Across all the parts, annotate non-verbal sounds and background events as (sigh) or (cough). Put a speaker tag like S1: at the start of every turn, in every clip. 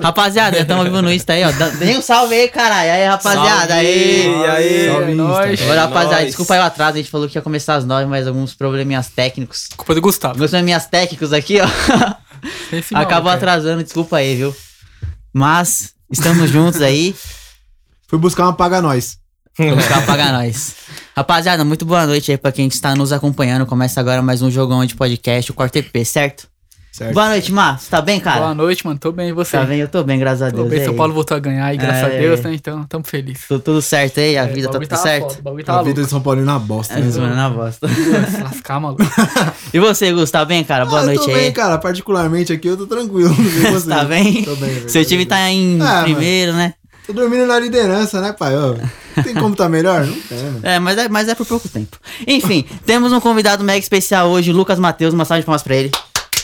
S1: Rapaziada, tamo vivo no Insta aí, ó. Dá- Dê um salve aí, caralho. Aí, rapaziada. Aí.
S2: E aí?
S3: Salve,
S2: é
S3: Insta.
S2: nóis.
S1: Agora, rapaziada,
S2: é Nóis.
S1: desculpa aí o atraso. A gente falou que ia começar às nove, mas alguns probleminhas técnicos.
S3: Culpa do Gustavo.
S1: Alguns probleminhas técnicos aqui, ó.
S3: Esse né? maluco,
S1: (laughs) Acabou
S3: cara.
S1: atrasando, desculpa aí, viu? Mas estamos juntos aí.
S4: Fui buscar uma paga nós.
S1: Vamos cá pagar nós. Rapaziada, muito boa noite aí pra quem está nos acompanhando. Começa agora mais um jogão de podcast, o Quarto EP, certo?
S4: Certo.
S1: Boa noite, Má. Você tá bem, cara?
S3: Boa noite, mano. Tô bem, e você?
S1: Tá bem? Eu tô bem, graças a
S3: Tô
S1: Deus.
S3: bem,
S1: E
S3: São
S1: aí?
S3: Paulo voltou a ganhar, e graças
S1: É,
S3: a Deus,
S1: é.
S3: né? Então, tamo feliz.
S1: Tudo, tudo certo aí? A
S3: É,
S1: vida
S3: o
S1: tá
S3: bagulho
S1: tudo
S3: foda, O
S1: certo?
S3: bagulho
S4: a
S3: tá
S4: vida
S3: louco.
S4: de São Paulo é na bosta.
S1: É,
S4: né?
S1: zoando na bosta.
S3: (laughs) Se lascar, maluco.
S1: E você, Gus, tá bem, cara? Boa
S4: Ah,
S1: noite
S4: eu tô
S1: aí.
S4: bem, cara. Particularmente aqui eu tô tranquilo.
S1: (laughs)
S4: E você?
S1: Tá bem?
S4: Tô bem. velho.
S1: Seu time tá em
S4: Ah,
S1: primeiro, né?
S4: Tô dormindo na liderança, né, pai? Ô, não tem como tá melhor? Não tem, mano.
S1: É mas, é, mas é por pouco tempo. Enfim, (laughs) temos um convidado mega especial hoje, Lucas Matheus. Uma salva de palmas pra ele.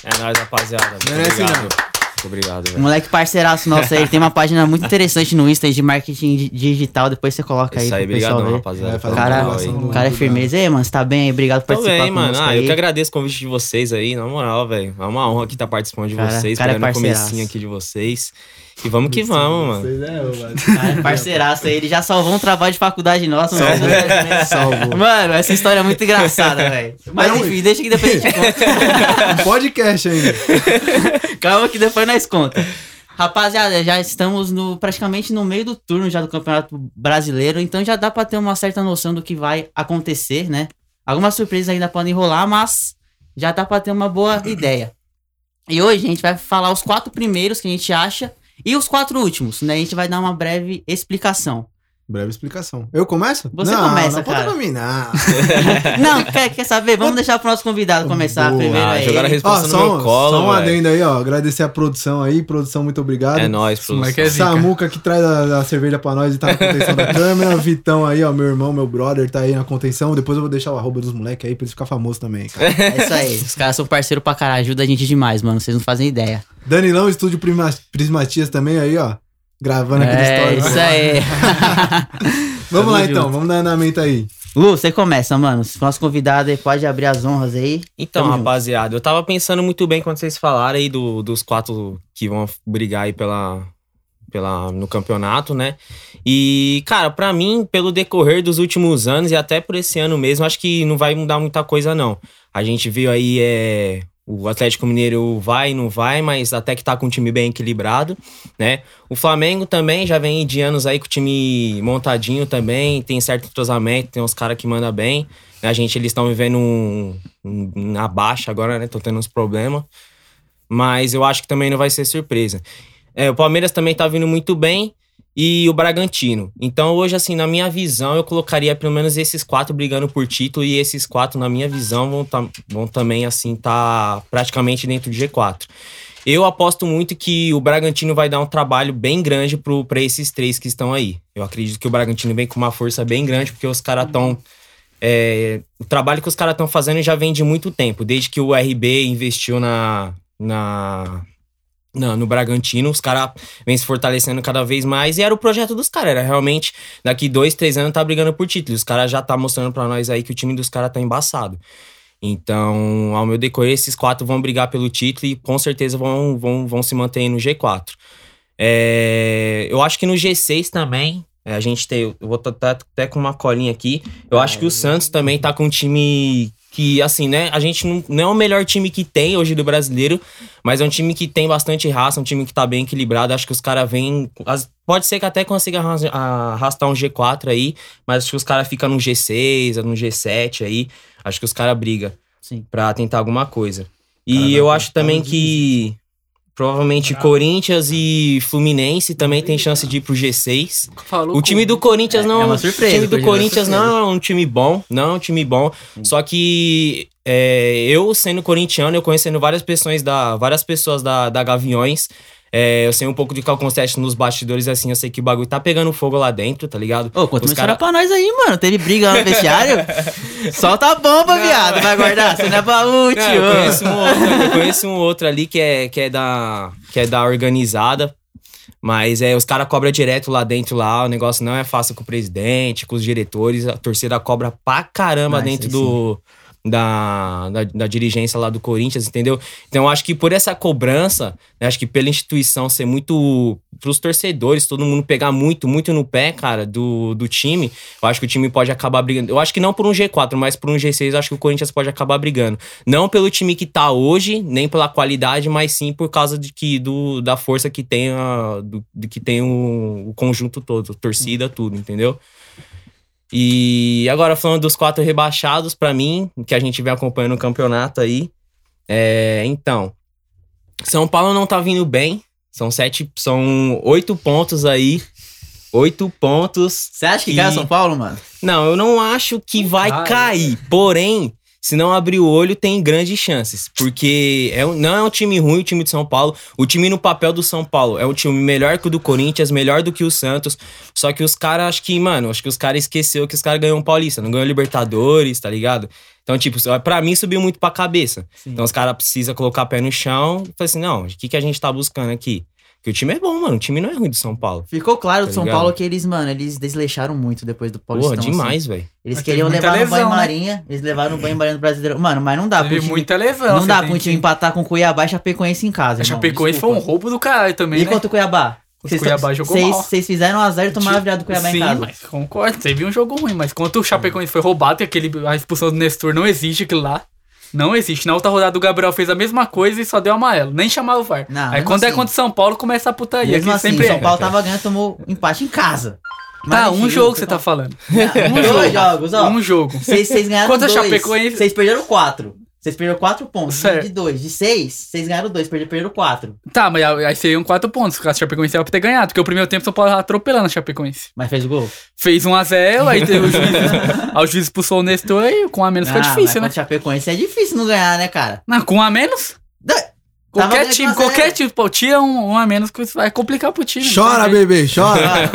S2: É nóis, rapaziada. Muito
S4: Merece
S2: obrigado.
S4: não.
S2: Muito obrigado, velho.
S1: Moleque parceiraço nosso aí, ele tem uma página muito interessante no Insta de marketing di- digital, depois você coloca aí
S2: É Isso aí,
S1: pro pessoal
S2: obrigadão,
S1: ver.
S2: rapaziada.
S4: Vai
S2: pelo
S4: fazer
S1: Cara,
S2: canal
S4: divulgação
S2: aí.
S4: do-
S1: o cara é firmeza. Ei, mano, você tá bem aí? Obrigado por
S2: Tô
S1: participar
S2: bem, mano.
S1: conosco
S2: Ah,
S1: aí.
S2: eu que agradeço o convite de vocês aí, na moral, velho. É uma honra aqui estar participando de
S1: Cara,
S2: vocês,
S1: cara é
S2: pegando o
S1: parceiraço.
S2: comecinho aqui de vocês. E vamos que vamos, mano.
S4: Vocês é, ô, mano.
S1: Cara, é parceiraço aí, ele já salvou um trabalho de faculdade nosso.
S2: Salvou.
S1: Mano,
S4: Salvo.
S1: (laughs) Mano, essa história é muito engraçada, velho. Mas
S4: Não,
S1: enfim, deixa que depois a
S4: (laughs)
S1: gente conta.
S4: Um podcast ainda.
S1: Calma que depois nós conta. Rapaziada, já estamos no, praticamente no meio do turno já do Campeonato Brasileiro, então já dá pra ter uma certa noção do que vai acontecer, né? Algumas surpresas ainda podem rolar, mas já dá pra ter uma (clears throat) boa ideia. E hoje a gente vai falar os quatro primeiros que a gente acha e os quatro últimos, né? A gente vai dar uma breve (laughs) explicação.
S4: Breve explicação. Eu começo?
S1: Você
S4: não,
S1: começa,
S4: não
S1: cara.
S4: Não dominar.
S1: Não, quer, quer saber? Vamos deixar pro nosso convidado começar
S4: Boa.
S1: primeiro
S2: Ah,
S1: aí.
S2: jogaram a
S4: Ó,
S2: resposta no
S4: só,
S2: meu
S4: um-
S2: colo,
S4: só um
S2: velho.
S4: adendo aí, ó. Agradecer a produção aí. Produção, muito obrigado.
S2: É nóis,
S3: Esse moleque é
S2: produção.
S3: zica.
S4: Samuca que traz a, a cerveja pra nós e tá na
S1: (laughs)
S4: contenção da câmera. Vitão aí, ó, meu irmão, meu brother, tá aí na contenção. Depois eu vou deixar o arroba dos moleques aí pra eles ficar famosos também,
S1: (laughs)
S4: cara.
S1: É isso aí. Os caras são parceiro pra caralho, ajuda a gente demais, mano. Vocês não fazem ideia.
S4: Danilão, estúdio Prima- Prismatias também aí, ó. Gravando aqui
S1: É,
S4: do
S1: isso
S4: story.
S1: aí.
S4: Vamos lá
S3: Tamo
S4: então,
S3: junto.
S4: vamos dar andamento aí.
S1: Lu, você começa, mano. Se for nosso convidado aí, pode abrir as honras aí.
S2: Então,
S1: Tamo junto.
S2: rapaziada, eu tava pensando muito bem quando vocês falaram aí do- dos quatro que vão brigar aí pela, pela, no campeonato, né? E, cara, pra mim, pelo decorrer dos últimos anos e até por esse ano mesmo, acho que não vai mudar muita coisa, não. A gente viu aí é, o Atlético Mineiro vai e não vai, mas até que tá com um time bem equilibrado, né? O Flamengo também já vem de anos aí com o time montadinho também, tem certo entrosamento, tem uns caras que mandam bem. A gente, eles estão vivendo um, um- uma baixa agora, né? Estão tendo uns problemas. Mas eu acho que também não vai ser surpresa. É, o Palmeiras também tá vindo muito bem. E o Bragantino. Então, hoje, assim, na minha visão, eu colocaria pelo menos esses quatro brigando por título. E esses quatro, na minha visão, vão, tam- vão também, assim, tá praticamente dentro do G4. Eu aposto muito que o Bragantino vai dar um trabalho bem grande pro, pra esses três que estão aí. Eu acredito que o Bragantino vem com uma força bem grande, porque os caras estão é, o trabalho que os caras estão fazendo já vem de muito tempo. Desde que o RB investiu na, na, na- no Bragantino, os caras vêm se fortalecendo cada vez mais. E era o projeto dos caras. Era realmente, daqui dois, três anos, tá brigando por título. Os caras já tá mostrando pra nós aí que o time dos caras tá embaçado. Então, ao meu decorrer, esses quatro vão brigar pelo título e com certeza vão, vão, vão se manter aí no G4. É, eu acho que no G6 também. é, a gente tem. Eu vou estar até com uma colinha aqui. Eu acho que o Santos também tá com um time que, assim, né? A gente não, não é o melhor time que tem hoje do brasileiro, mas é um time que tem bastante raça, um time que tá bem equilibrado. Acho que os caras vêm. as- Pode ser que até consiga arras- arrastar um G4 aí, mas acho que os caras ficam no G6, no G7 aí. Acho que os caras brigam
S1: Sim.
S2: pra tentar alguma coisa. E
S4: Cara, dá
S2: eu
S4: pra
S2: acho
S4: ficar
S2: também
S4: no
S2: que provavelmente Corinthians e Fluminense também tem chance de ir pro G6.
S3: Falou
S2: O Um time do
S3: com-
S2: Corinthians não
S1: é uma surpresa, Hum.
S2: O time do
S1: porque é uma
S2: Corinthians não é um time bom, não é um time bom. Só que é, eu sendo corintiano, eu conhecendo várias pessoas da várias pessoas da, da Gaviões, é, eu sei um pouco de Calconcete nos bastidores assim, eu sei que o bagulho tá pegando fogo lá dentro, tá ligado?
S1: Ô, conta
S2: Os
S1: uma história pra
S2: cara-
S1: nós aí, mano. Teve briga lá no vestiário?
S2: (laughs)
S1: Solta a bomba, viado. Vai guardar. Você não é baú,
S2: Não, eu,
S1: tio.
S2: conheço um outro, eu conheço um outro ali que é, que é, da, que é da organizada. Mas é, os caras cobram direto lá dentro lá. O negócio não é fácil com o presidente, com os diretores. A torcida cobra pra caramba
S1: Mas,
S2: dentro
S1: aí
S2: do, da, da, da dirigência lá do Corinthians, entendeu? Então, eu acho que por essa cobrança, né, acho que pela instituição ser muito. pros torcedores, todo mundo pegar muito, muito no pé, cara, do, do time, eu acho que o time pode acabar brigando. Eu acho que não por um G4, mas por um G6, eu acho que o Corinthians pode acabar brigando. Não pelo time que tá hoje, nem pela qualidade, mas sim por causa de que, do, da força que tem, a, do, do que tem o, o conjunto todo, torcida, tudo, entendeu? E agora falando dos quatro rebaixados, pra mim, que a gente vem acompanhando o campeonato aí. É, então, São Paulo não tá vindo bem. São sete, são oito pontos aí. Oito pontos.
S1: Você acha que
S2: E-
S1: ganha São Paulo, mano?
S2: Não, eu não acho que vai
S3: cai,
S2: cair. Porém, se não abrir o olho, tem grandes chances. Porque é, um- não é um time ruim o time de São Paulo. O time no papel do São Paulo é um time melhor que o do Corinthians, melhor do que o Santos. Só que os caras, acho que, mano, acho que os caras esqueceu que os caras ganham o Paulista, não ganham o Libertadores, tá ligado? Então, tipo, pra mim subiu muito pra cabeça. Então os caras precisam colocar pé no chão e falar assim, não, o que, que a gente tá buscando aqui? Porque o time é bom, mano. O time não é ruim do São Paulo.
S1: Ficou claro do
S2: Tá
S1: São
S2: ligado?
S1: Paulo que eles, mano, eles desleixaram muito depois do Paulistão.
S2: Porra,
S1: assim.
S2: demais, velho.
S1: Eles
S3: Mas
S1: queriam
S3: teve muita
S1: levar no
S3: lesão, né?
S1: banho-marinha, eles levaram o banho-marinha do brasileiro. Mano, mas não dá pro
S3: Teve
S1: time-
S3: muita lesão.
S1: Não
S3: você
S1: dá
S3: tem
S1: pro time
S3: que-
S1: empatar com Cuiabá e Chapecoense em casa. irmão.
S3: A Chapecoense foi um
S1: Desculpa.
S3: roubo do caralho também,
S1: E
S3: né?
S1: contra o Cuiabá?
S3: O
S1: Vocês-
S3: Cuiabá jogou
S1: vocês-
S3: mal.
S1: Vocês fizeram um azar e tomaram a virada do Cuiabá
S3: Sim,
S1: em casa.
S3: mas concordo. Teve um jogo ruim, mas quanto o Chapecoense foi roubado, e aquele, a expulsão do Nestor não existe aquilo lá. Não existe. Na outra rodada o Gabriel fez a mesma coisa e só deu amarelo. Nem chamava o VAR.
S1: Não,
S3: Aí
S1: mesmo
S3: quando é
S1: assim.
S3: contra o São Paulo, começa a putaria.
S1: Mesmo
S3: que
S1: assim,
S3: sempre
S1: São
S3: é.
S1: Paulo tava ganhando, tomou empate em casa.
S3: Tá,
S1: Mas,
S3: um
S1: filho,
S3: jogo você tá falando.
S1: (laughs) Um jogo, jogos, ó.
S3: Um jogo.
S1: Vocês vocês ganharam
S3: Contra a
S1: dois.
S3: Chapecoense-
S1: Vocês perderam quatro. Vocês perderam quatro pontos.
S3: Certo.
S1: De dois. De seis, vocês ganharam dois. Perderam, perderam quatro.
S3: Tá, mas aí seriam quatro pontos. porque A Chapecoense era pra ter ganhado. Porque o primeiro tempo o São Paulo tava atropelando a Chapecoense.
S1: Mas fez o gol.
S3: Fez 1x0, aí teve o juiz.
S1: (laughs)
S3: aí o juiz expulsou o Nestor e com um a menos
S1: Ah,
S3: fica
S1: mas
S3: difícil, né?
S1: contra a Chapecoense é difícil não ganhar, né, cara?
S3: (laughs) Não, com um a menos?
S1: Da- Tava
S3: Qualquer
S1: ganhando
S3: time,
S1: um a zero.
S3: qualquer time. Pô, tira um, um a menos que isso vai complicar pro time.
S4: Chora,
S3: bebê.
S1: (laughs)
S4: bebê, chora.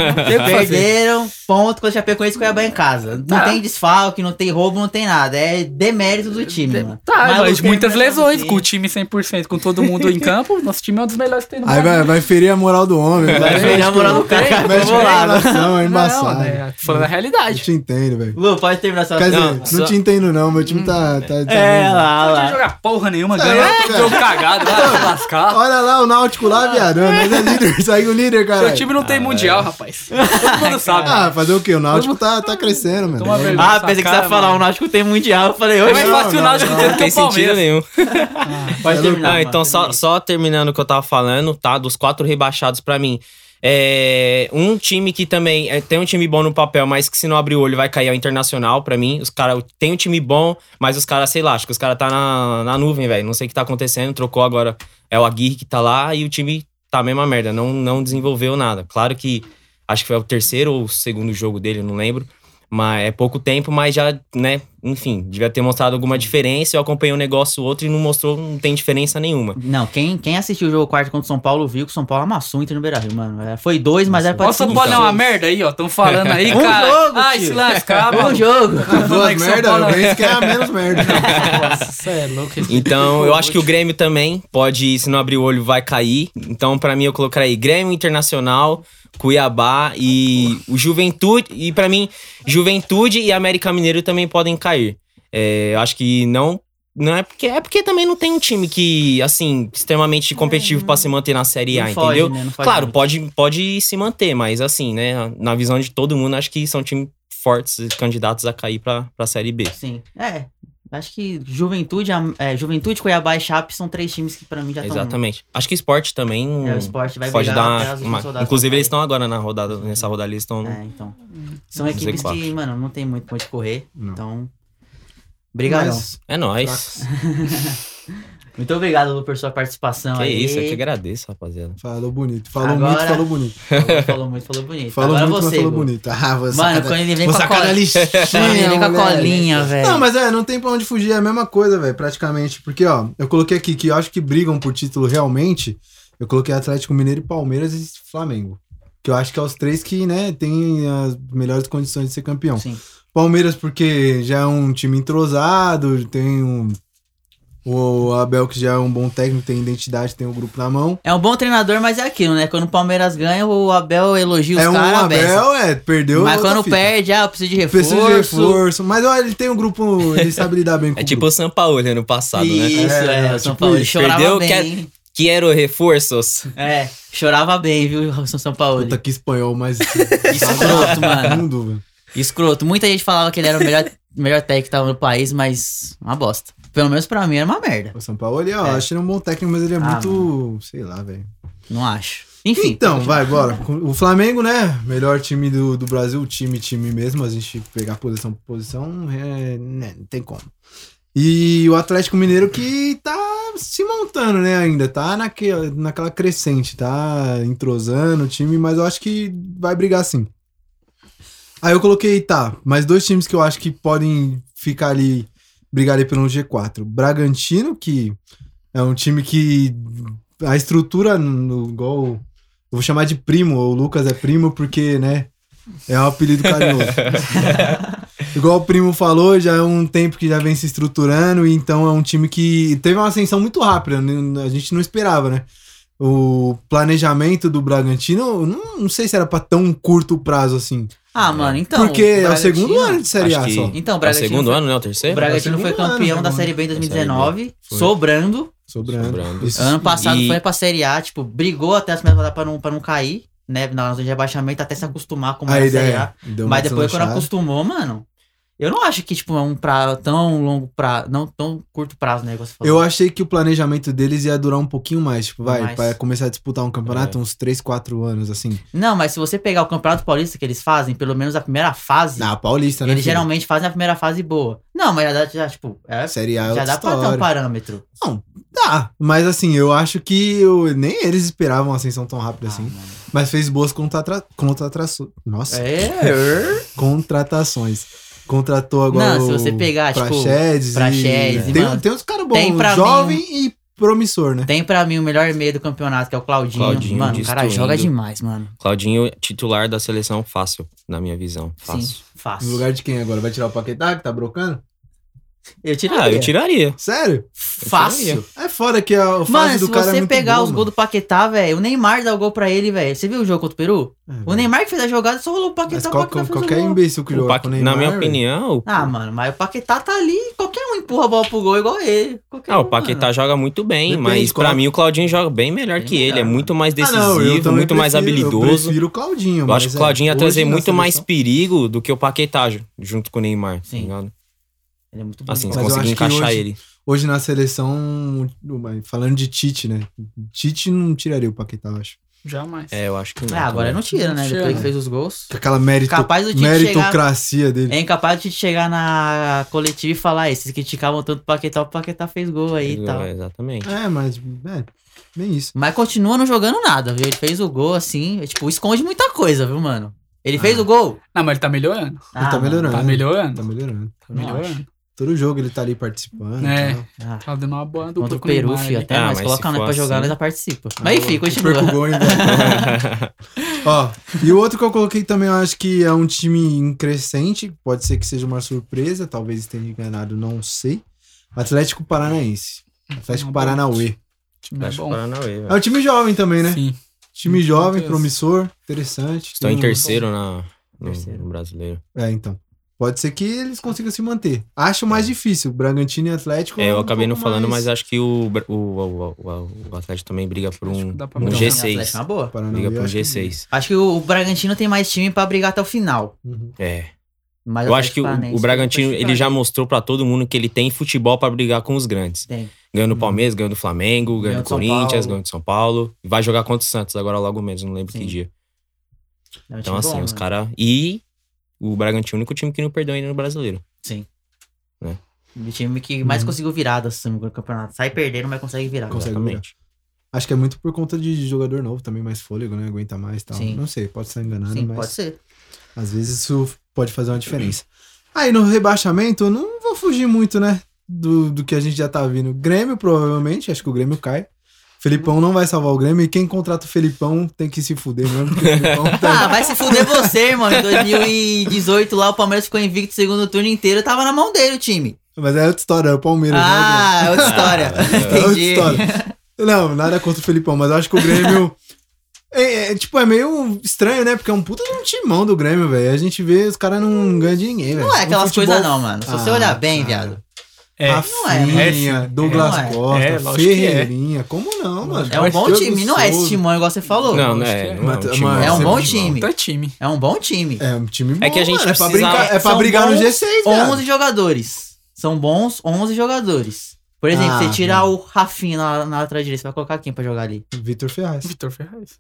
S1: Perderam ponto contra o Chapecoense e Cuiabá em casa. Não
S3: Tá.
S1: tem desfalque, não tem roubo, não tem nada. É demérito do time, mano.
S3: Tá, mas,
S1: não tem
S3: muitas
S1: mais
S3: lesões.
S1: nada
S3: Com o
S1: assim.
S3: time 100%, com todo mundo em campo, (laughs) nosso time é um dos melhores que tem no
S4: Aí
S3: Brasil.
S4: vai, vai ferir a moral do homem.
S1: Vai
S4: velho.
S1: virar a moral do cara. tá
S4: Mexe
S1: Vamos
S4: com
S1: lá,
S4: a
S1: mano.
S4: relação, é
S3: Não,
S4: embaçado.
S3: né? Tô Falando a
S4: Eu
S3: realidade.
S4: te entendo, velho.
S1: Lu, pode terminar sua
S4: Quer dizer,
S2: Não,
S4: não,
S2: só-
S4: te entendo não, meu time tá... tá, tá
S1: É,
S4: bem.
S1: lá,
S3: Não
S1: lá.
S3: precisa jogar porra nenhuma,
S4: Tá
S3: ganha
S4: louco,
S3: um jogo cagado, vai se
S4: (laughs)
S3: lascar.
S4: Olha lá o Náutico lá, viado. Mas é líder, (laughs) saiu líder, cara.
S3: Seu time não tem mundial, rapaz. (laughs) Todo mundo sabe.
S4: Ah, fazer o quê? O Náutico tá, tá crescendo, mano.
S3: Toma vergonha.
S1: Ah, pensei que você
S3: Sacana,
S1: ia falar,
S3: mano.
S1: o Náutico tem mundial. Eu falei,
S3: É
S1: hoje
S3: mais
S4: Não,
S3: fácil o
S4: não,
S3: Náutico
S4: não,
S3: ter do
S2: Não
S3: que
S2: tem
S3: o
S2: sentido
S3: Palmeiras.
S2: nenhum.
S1: pode terminar.
S2: Ah,
S1: mano,
S2: então, só,
S1: termina aí.
S2: só terminando o que eu tava falando, tá? Dos quatro rebaixados pra mim. É, um time que também é, tem um time bom no papel, mas que se não abrir o olho vai cair ao internacional pra mim. Os caras tem um time bom, mas os caras, sei lá, acho que os caras tá na, na nuvem, velho. Não sei o que tá acontecendo. Trocou agora é o Aguirre que tá lá e o time tá a mesma merda. Não, não desenvolveu nada. Claro que acho que foi o terceiro ou o segundo jogo dele, eu não lembro. Mas é pouco tempo, mas já, né, enfim, devia ter mostrado alguma diferença. Eu acompanhei um negócio outro e não mostrou, não tem diferença nenhuma.
S1: Não, quem, quem assistiu o jogo quarto contra o São Paulo viu que o São Paulo amassou o Inter no Beira-Rio, mano. É, Foi dois, mas era pra
S3: Olha o São
S1: cinco.
S3: Paulo é uma merda aí, ó. Tão falando aí,
S1: Então. Um
S3: cara.
S1: jogo,
S3: Ai,
S1: tio.
S3: se lascar,
S1: Um
S3: mano.
S2: (laughs)
S1: jogo.
S3: Falando
S4: Duas
S3: Ah, que São
S4: merda,
S3: Paulo é-
S4: vence que é a
S3: (laughs)
S4: menos merda.
S3: Nossa, cê é louco. esse
S2: Então, eu acho que o Grêmio também pode, se não abrir o olho, vai cair. Então, pra mim, eu colocaria aí Grêmio Internacional, Cuiabá e o Juventude. E pra mim, Juventude e América Mineiro também podem cair. É, eu acho que não. Não é porque. É porque também não tem um time que, assim, extremamente competitivo pra se manter na Série A,
S1: É. Não foge,
S2: entendeu?
S1: né? Não foge
S2: Claro,
S4: um
S1: muito.
S2: pode, pode se manter, mas assim, né? Na visão de todo mundo, acho que são times fortes, candidatos a cair pra, pra Série B.
S1: Sim. É. Acho que Juventude, Am- é, Juventude, Cuiabá e Chape são três times que pra mim já estão.
S2: Exatamente. Acho que esporte também
S1: É, o esporte vai
S2: pode
S1: brigar
S2: dar
S1: até as
S2: uma-
S1: últimas rodadas
S2: Inclusive,
S1: pra
S2: eles
S1: cair.
S2: estão agora na rodada, nessa rodada, eles estão.
S1: É, então. São
S2: Uhum.
S1: equipes que,
S2: Z4.
S1: mano, não tem muito pra onde correr.
S4: Não.
S1: Então. Obrigadão.
S4: Mas-
S2: É nóis.
S1: Muito obrigado, Lu, por sua participação
S2: Que
S1: aí.
S2: isso, eu que agradeço, rapaziada.
S4: Falou bonito, falou
S1: Agora-
S4: muito, falou bonito.
S1: Falou, falou muito, falou bonito.
S4: Falou
S1: Agora
S4: muito, mas
S1: você,
S4: falou
S1: Gu.
S4: bonito. Ah, você.
S1: Mano, quando ele vem com a
S4: cara
S1: cola-
S4: lixinha,
S1: Mano, ele
S4: (laughs)
S1: vem com a
S4: moleque.
S1: colinha, velho.
S4: Não, mas é, não tem pra onde fugir, é a mesma coisa, velho, praticamente. Porque, ó, eu coloquei aqui que eu acho que brigam por título realmente. Eu coloquei Atlético Mineiro e Palmeiras e Flamengo. Que eu acho que é os três que, né, tem as melhores condições de ser campeão.
S1: Sim.
S4: Palmeiras, porque já é um time entrosado, tem um. O Abel, que já é um bom técnico, tem identidade, tem o grupo na mão.
S1: É um bom treinador, mas é aquilo, né? Quando o Palmeiras ganha, o Abel elogia os
S4: é um
S1: caras, Abel,
S4: Abel, é, perdeu.
S1: Mas
S4: outra
S1: quando
S4: fita.
S1: perde, ah, eu preciso de reforço.
S4: Precisa de reforço. Mas olha, ele tem um grupo, ele sabe lidar
S1: (laughs)
S4: bem com
S2: É
S4: o
S2: tipo
S4: grupo.
S2: o São Paulo ano passado, né?
S1: Isso,
S4: É,
S1: é,
S4: é,
S1: o São
S4: tipo
S1: Paulo
S4: isso.
S1: chorava
S2: Perdeu,
S1: bem.
S2: Quero reforços.
S1: É, chorava bem, viu, (laughs) o São Paulo.
S4: Puta que
S1: (laughs)
S4: espanhol, mas. assim,
S1: Escroto, mano.
S4: Mundo, velho.
S1: Escroto. Muita gente falava que ele era o melhor, (laughs) melhor técnico que tava no país, mas uma bosta. Pelo menos pra mim era uma merda.
S4: O São Paulo, ele, ó,
S1: É.
S4: acho ele um bom técnico, mas ele é
S1: Ah,
S4: muito.
S1: mano.
S4: Sei lá, velho.
S1: Não acho. Enfim.
S4: Então, vai, bora. O Flamengo, né? Melhor time do, do Brasil, time, time mesmo. A gente pegar posição por posição, é, né, não tem como. E o Atlético Mineiro que tá se montando, né, ainda. Tá naquela, naquela crescente, tá entrosando o time, mas eu acho que vai brigar sim. Aí eu coloquei, tá, mais dois times que eu acho que podem ficar ali, brigar ali pelo G4. Bragantino, que é um time que a estrutura, no, igual. Eu vou chamar de primo, o Lucas é primo, porque, né? É um apelido carinhoso. igual o primo falou, já é um tempo que já vem se estruturando, e então é um time que teve uma ascensão muito rápida, né, a gente não esperava, né? O planejamento do Bragantino, não, não sei se era pra tão curto prazo assim.
S1: Ah, mano, então.
S4: porque é o
S1: Bragantino-
S4: segundo ano de Série
S2: Acho
S4: A
S2: que-
S4: só.
S1: Então, o
S2: É o
S1: Bragantino.
S2: segundo
S1: foi-
S2: ano, né? O
S1: O
S2: terceiro?
S1: Bragantino
S4: É o
S1: foi
S4: segundo ano,
S1: campeão da
S4: segundo.
S1: Série B em
S2: Série B.
S1: 2019,
S4: Foi.
S1: sobrando.
S4: Sobrando.
S2: Sobrando.
S4: Isso.
S1: Ano passado
S2: E-
S1: foi pra Série A, tipo, brigou até as mesmas rodadas pra não, pra não cair, né? Na zona de rebaixamento, até se acostumar com
S4: a
S1: a Série A.
S4: ideia. né, deu uma
S1: Mas depois, quando
S4: deslanchada.
S1: acostumou, mano, eu não acho que, tipo, é um pra tão longo prazo, não tão curto prazo, né? igual você falou.
S4: Eu achei que o planejamento deles ia durar um pouquinho mais. Tipo, vai,
S1: Mais. É.
S4: pra começar a disputar um campeonato, uns 3, 4 anos, assim.
S1: Não, mas se você pegar o Campeonato Paulista que eles fazem, pelo menos a primeira fase,
S4: Na Paulista, né?
S1: eles
S4: filho?
S1: geralmente fazem a primeira fase boa. Não, mas já dá, já, tipo, é-
S4: Série A é
S1: já
S4: outra
S1: dá pra ter um
S4: história.
S1: parâmetro.
S4: Tá, mas assim, eu acho que eu- nem eles esperavam uma ascensão tão rápida
S1: Ah,
S4: assim.
S1: mano.
S4: Mas fez boas contratra... contratraço- Nossa, (laughs)
S1: É.
S4: contratações. Contratou agora
S1: Não, se
S4: o
S1: você pegar, tipo,
S4: Praxedes
S1: Praxedes,
S4: e...
S1: e,
S4: Tem,
S1: mano,
S4: tem uns caras
S1: tem pra
S4: bons, jovem e promissor, né?
S1: Tem pra mim o melhor meio do campeonato, que é o Claudinho.
S2: Claudinho
S1: mano, o cara
S2: destruindo.
S1: joga demais, mano.
S2: Claudinho, titular da seleção, fácil, na minha visão. Fácil.
S1: Sim, fácil.
S4: No lugar de quem agora? Vai tirar o Paquetá, que tá brocando?
S1: Eu tiraria.
S2: Ah, eu tiraria.
S4: Sério?
S1: Fácil.
S4: É foda que a fase
S1: Mano,
S4: do
S1: se
S4: cara é
S1: você
S4: muito
S1: pegar
S4: boa,
S1: os
S4: mano.
S1: gols do Paquetá, velho, o Neymar dá o gol pra ele, velho. Você viu o jogo contra o Peru?
S4: É, velho.
S1: O Neymar que tá fez a jogada só rolou o
S4: Mas
S1: Paquetá, o
S4: qual-
S1: Paquetá fez o
S4: qualquer
S1: gol.
S4: imbecil que
S2: O
S4: joga
S2: Paque-
S4: com o Neymar,
S2: na minha
S4: velho.
S2: opinião, o-
S1: Ah, mano, mas o Paquetá tá ali, qualquer um empurra a bola pro gol igual ele. Qualquer
S2: Ah,
S1: um,
S2: o Paquetá joga muito bem,
S4: Depende,
S2: mas pra
S4: coloca-
S2: mim o Claudinho joga bem melhor
S1: Bem
S2: que ele. É
S1: melhor.
S2: muito mais
S4: Ah,
S2: decisivo,
S4: não, eu também
S2: muito mais
S4: prefiro- Eu
S2: habilidoso.
S4: prefiro o Claudinho.
S2: Eu acho
S4: mas
S2: que o Claudinho ia
S4: é,
S2: trazer
S4: hoje na
S2: muito mais
S4: seleção-
S2: perigo do que o Paquetá ju- junto com o Neymar.
S1: Sim.
S2: Sim.
S1: Ele é muito bom.
S2: Assim,
S4: Mas
S2: se
S4: eu
S2: conseguir
S4: acho que
S2: encaixar
S4: hoje-
S2: ele.
S4: Hoje na seleção, falando de Tite, né? Tite não tiraria o Paquetá, eu acho.
S3: (laughs) Jamais.
S2: É, eu acho que não.
S1: Ah, agora
S2: também.
S1: não tira, né?
S3: Não
S1: Depois
S3: tira,
S1: que
S3: né?
S1: fez os gols.
S4: Com Aquela merito,
S1: Capaz do Tite
S4: meritocracia dele.
S1: É incapaz de chegar na coletiva e falar, "Ah, esses criticavam tanto o Paquetá, o Paquetá fez gol aí e
S2: Ele-
S1: tal.
S2: é, Exatamente.
S4: É, mas, é, bem isso.
S1: Mas continua não jogando nada, viu? Ele fez o gol assim, tipo, esconde muita coisa, viu, mano? Ele fez
S2: Ah.
S1: o gol.
S3: Não, mas ele tá melhorando.
S4: Ele tá
S1: Ah, mano,
S4: melhorando.
S3: Tá
S4: Tá
S3: melhorando.
S4: melhorando.
S3: Tá melhorando.
S4: Todo jogo ele tá ali participando.
S3: É.
S4: tal.
S1: ah,
S3: Tá dando uma boa dupla
S1: contra o
S3: com o Neymar
S1: Peru, filho,
S3: ali.
S1: até
S2: Ah,
S1: nós.
S2: mas se
S1: Coloca nós
S2: for
S1: pra jogar,
S2: assim-
S1: nós participa. Mas enfim,
S4: Eu perco Ah, o
S1: continua.
S4: gol ainda.
S1: (laughs)
S2: (laughs)
S4: Ó, e o outro que eu coloquei também, eu acho que é um time em crescente. Pode ser que seja uma surpresa, talvez esteja enganado, não sei. Atlético Paranaense. Atlético
S3: Uma boa.
S4: Paranauê.
S3: Time é
S2: Acho que o
S3: bom.
S2: Paranauê,
S4: É um
S2: velho.
S4: time jovem também, né?
S3: Sim.
S4: Time jovem,
S3: Deus.
S4: promissor, interessante.
S2: Estão em
S4: Tem- um-
S2: terceiro na, no,
S1: Terceiro.
S2: no brasileiro.
S4: É, então. Pode ser que eles consigam se manter. Acho mais difícil. Bragantino e Atlético.
S2: É,
S4: um
S2: eu acabei não
S4: pouco
S2: falando,
S4: mais-
S2: mas acho que o, Bra- o, o, o, o Atlético também briga por
S3: Acho
S2: um,
S3: que dá pra
S2: um
S3: brigar.
S1: Atlético é
S2: G6.
S1: uma boa.
S4: Paranauê,
S2: Briga por um
S4: acho que-
S2: G6.
S1: Acho que o Bragantino tem mais time pra brigar até o final.
S4: Uhum.
S2: É.
S1: Mas
S2: Eu acho que o,
S1: Paranaense
S2: o Bragantino,
S1: pode
S2: ele já
S1: brigar.
S2: mostrou pra todo mundo que ele tem futebol pra brigar com os grandes.
S1: Tem. É um
S2: Ganhando o Palmeiras, ganhando o Flamengo, ganhando
S1: Ganhando
S2: o
S1: São
S2: Corinthians,
S1: Paulo.
S2: ganhando o São Paulo. E Vai jogar contra o Santos agora logo menos, não lembro
S1: Sim. Tá
S2: que dia.
S1: É um
S2: Então,
S1: time
S2: assim,
S1: bom,
S2: os
S1: né?
S2: caras. E o Bragantino, é o único time que não perdeu ainda no brasileiro.
S1: O Um time que mais
S4: Uhum.
S1: conseguiu virada assim, no campeonato. Sai perdendo, mas consegue virar.
S4: Consegue
S2: Exatamente.
S4: Acho que é muito por conta de jogador novo também, mais fôlego, né? Aguenta mais e tal.
S1: Sim.
S4: Não sei, pode estar enganado,
S1: Sim,
S4: mas
S1: pode ser.
S4: às vezes isso pode fazer uma diferença. Aí no rebaixamento, eu não vou fugir muito, né? Do, do que a gente já tá vindo. Grêmio, provavelmente, acho que o Grêmio cai. Felipão não vai salvar o Grêmio e quem contrata o Felipão tem que se fuder mesmo. porque
S1: (laughs)
S4: o Felipão tá-
S1: Ah, vai se fuder você, irmão. Em 2018 lá, o Palmeiras ficou invicto o segundo turno inteiro. Tava na mão dele o time.
S4: Mas é outra história, é o Palmeiras. né,
S1: Ah, é outra história.
S4: Grêmio? é outra
S1: Entendi.
S4: história. Não, nada contra o Felipão, mas eu acho que o Grêmio. (laughs) É, é, tipo, é meio estranho, né? Porque é um puta de um timão do Grêmio, velho. A gente vê os caras não ganham dinheiro, velho.
S1: Não é aquelas
S4: Um futebol-
S1: coisas não, mano. Se você
S4: Ah,
S1: olhar bem,
S4: cara.
S1: viado.
S3: É,
S4: Ah,
S1: não é,
S4: Rafinha,
S1: né?
S4: é, Douglas
S1: É, não é.
S4: Costa,
S3: É, lógico que é.
S4: Ferreirinha. Como não, mano?
S1: É um bom
S4: Diego
S1: time. Não é esse
S4: Souza.
S1: timão, igual você falou.
S2: Não, não
S3: acho
S2: é.
S3: que é.
S2: não é um
S4: Mas-
S2: time
S4: mas-
S1: É um
S4: Você
S1: bom
S4: é
S1: time.
S3: Puta time.
S1: É um bom time.
S4: É um time bom.
S2: É que a gente
S4: mano. é pra
S2: precisava-
S4: brincar, é pra
S1: São
S4: brigar no
S1: bons
S4: G6, velho.
S1: 11 jogadores. São bons 11 jogadores. Por exemplo,
S4: Ah,
S1: você tira
S4: mano.
S1: o Rafinha na, na lateral direita, você vai colocar quem pra jogar ali?
S4: Vitor Ferraz.
S3: Vitor Ferraz.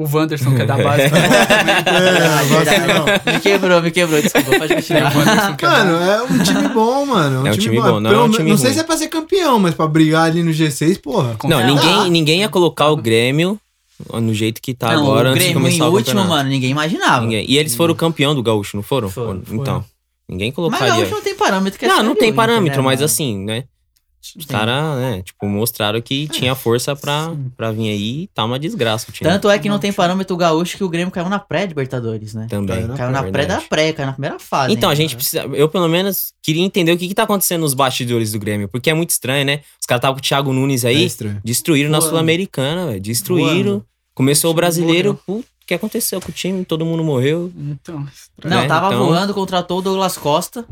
S3: O Wanderson, que é da
S2: (laughs)
S3: base. tá bom
S1: (laughs)
S4: É,
S1: Verdade,
S4: gosto
S1: verdade.
S4: não.
S1: Me quebrou, me quebrou, desculpa, pode continuar.
S4: Mano, é
S2: (laughs)
S4: um time bom, mano. É um, time, bom.
S2: não é um
S4: Pelo-
S2: time
S4: não sei
S2: ruim.
S4: se é pra ser campeão, mas pra brigar ali no G6, porra.
S2: Não,
S3: Não,
S2: ninguém, ninguém ia colocar o Grêmio no jeito que tá
S1: Não,
S2: agora
S1: o
S2: antes de
S1: Grêmio em
S2: começar o
S1: último,
S2: campeonato.
S1: mano, ninguém imaginava.
S2: Ninguém. E eles foram campeão do Gaúcho, não foram?
S1: Foram, foram.
S2: Então, ninguém
S1: Mas o
S2: colocaria.
S1: último não tem parâmetro. Que é
S2: não, não
S1: sério,
S2: tem
S1: né,
S2: parâmetro,
S1: né,
S2: mas
S1: mano?
S2: assim, né? Os
S1: Tem.
S2: caras, né, tipo, mostraram que
S1: É.
S2: tinha força pra, pra vir aí e tá uma desgraça o time.
S1: Tanto é que não tem parâmetro gaúcho que o Grêmio caiu na pré-Libertadores, né?
S2: Também.
S4: Caiu na
S1: Caiu na pré da
S2: verdade.
S1: pré, caiu na primeira fase. né?
S2: Então, a
S1: ainda.
S2: gente precisa. Eu, pelo menos, queria entender o que, que tá acontecendo nos bastidores do Grêmio. Porque é muito estranho, né? Os caras estavam com o Thiago Nunes
S4: É
S2: aí,
S4: estranho.
S2: destruíram na
S1: Voando.
S2: Sul-Americana, velho. Destruíram.
S1: Voando.
S2: Começou o
S3: time
S2: brasileiro. pô, O que aconteceu com o time? Todo mundo morreu.
S3: Então,
S1: Não,
S2: né?
S1: tava
S2: Então-
S1: voando, contratou o Douglas Costa,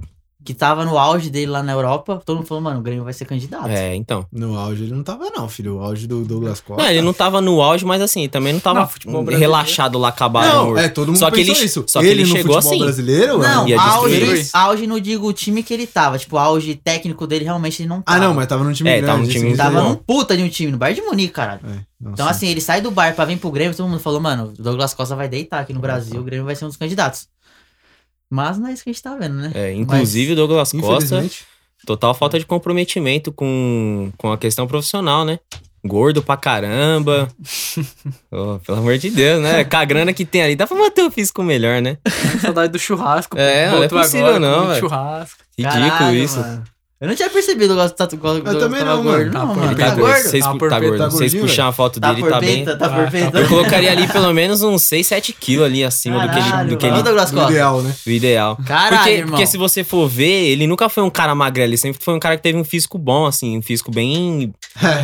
S1: que tava no auge dele lá na Europa. Todo mundo falou, mano, o Grêmio vai ser candidato.
S2: É, então.
S4: No auge ele não tava, não, filho. O auge do Douglas Costa.
S2: Não, ele não tava no auge, mas assim, também não tava
S3: Não, futebol brasileiro.
S2: relaxado lá, acabado.
S4: Não,
S2: morto.
S4: é, todo mundo
S2: Só que
S4: pensou
S2: ele-
S4: isso.
S2: só que ele
S4: no
S2: chegou
S4: futebol
S2: assim.
S4: brasileiro? é
S1: Não,
S4: um
S2: Ia
S1: auge,
S2: destruir.
S3: destruir.
S1: auge não digo o time que ele tava. Tipo, auge técnico dele realmente ele não
S4: Ah,
S1: tava.
S4: não, mas tava num time
S2: É,
S4: grande.
S2: tava num
S4: isso
S2: time
S4: que eu
S1: Tava
S4: tô
S1: num puta de um time, no Bayern de Munique, caralho.
S4: dizendo. É, nossa.
S1: Então, assim, ele sai do bar pra vir pro Grêmio, todo mundo falou, mano, o Douglas Costa vai deitar aqui no Brasil, o Grêmio vai ser um dos candidatos. Mas não é isso que a gente tá vendo, né?
S2: É, inclusive, o Douglas Costa,
S4: Infelizmente.
S2: total falta de comprometimento com, com a questão profissional, né? Gordo pra caramba. Ô, pelo amor de Deus, né? Com a grana que tem ali, dá pra manter o físico melhor, né?
S3: saudade do churrasco.
S2: É, não é
S3: Voltou
S2: possível
S3: agora,
S2: não,
S3: comendo
S2: velho.
S3: churrasco.
S2: Ridículo
S1: Caralho,
S2: isso.
S1: mano. Eu não tinha percebido o Douglas tá, o Douglas
S4: Eu também
S1: tava
S4: não,
S1: gordo,
S4: mano.
S1: não,
S3: Tá
S1: mano.
S2: Ele
S1: Tá
S2: tá gordo,
S1: gordo?
S2: vocês,
S3: Tá
S2: pu-
S3: por
S2: tá
S3: bem,
S2: gordo.
S4: tá
S2: vocês
S4: gordinho,
S2: puxarem a foto
S1: Tá
S2: dele, tá bem.
S1: porpeta, tá
S3: Ah,
S2: Eu
S1: porpeta.
S2: colocaria ali pelo menos uns 6, 7 quilos ali acima do que ele. Do que
S1: Olha o
S2: ele
S1: Douglas
S4: Do
S1: Costa.
S4: ideal, né?
S2: do ideal.
S1: Caralho,
S2: porque,
S1: irmão.
S2: porque se você for ver, ele nunca foi um cara magrelo, ele sempre foi um cara que teve um físico bom, assim, um físico bem.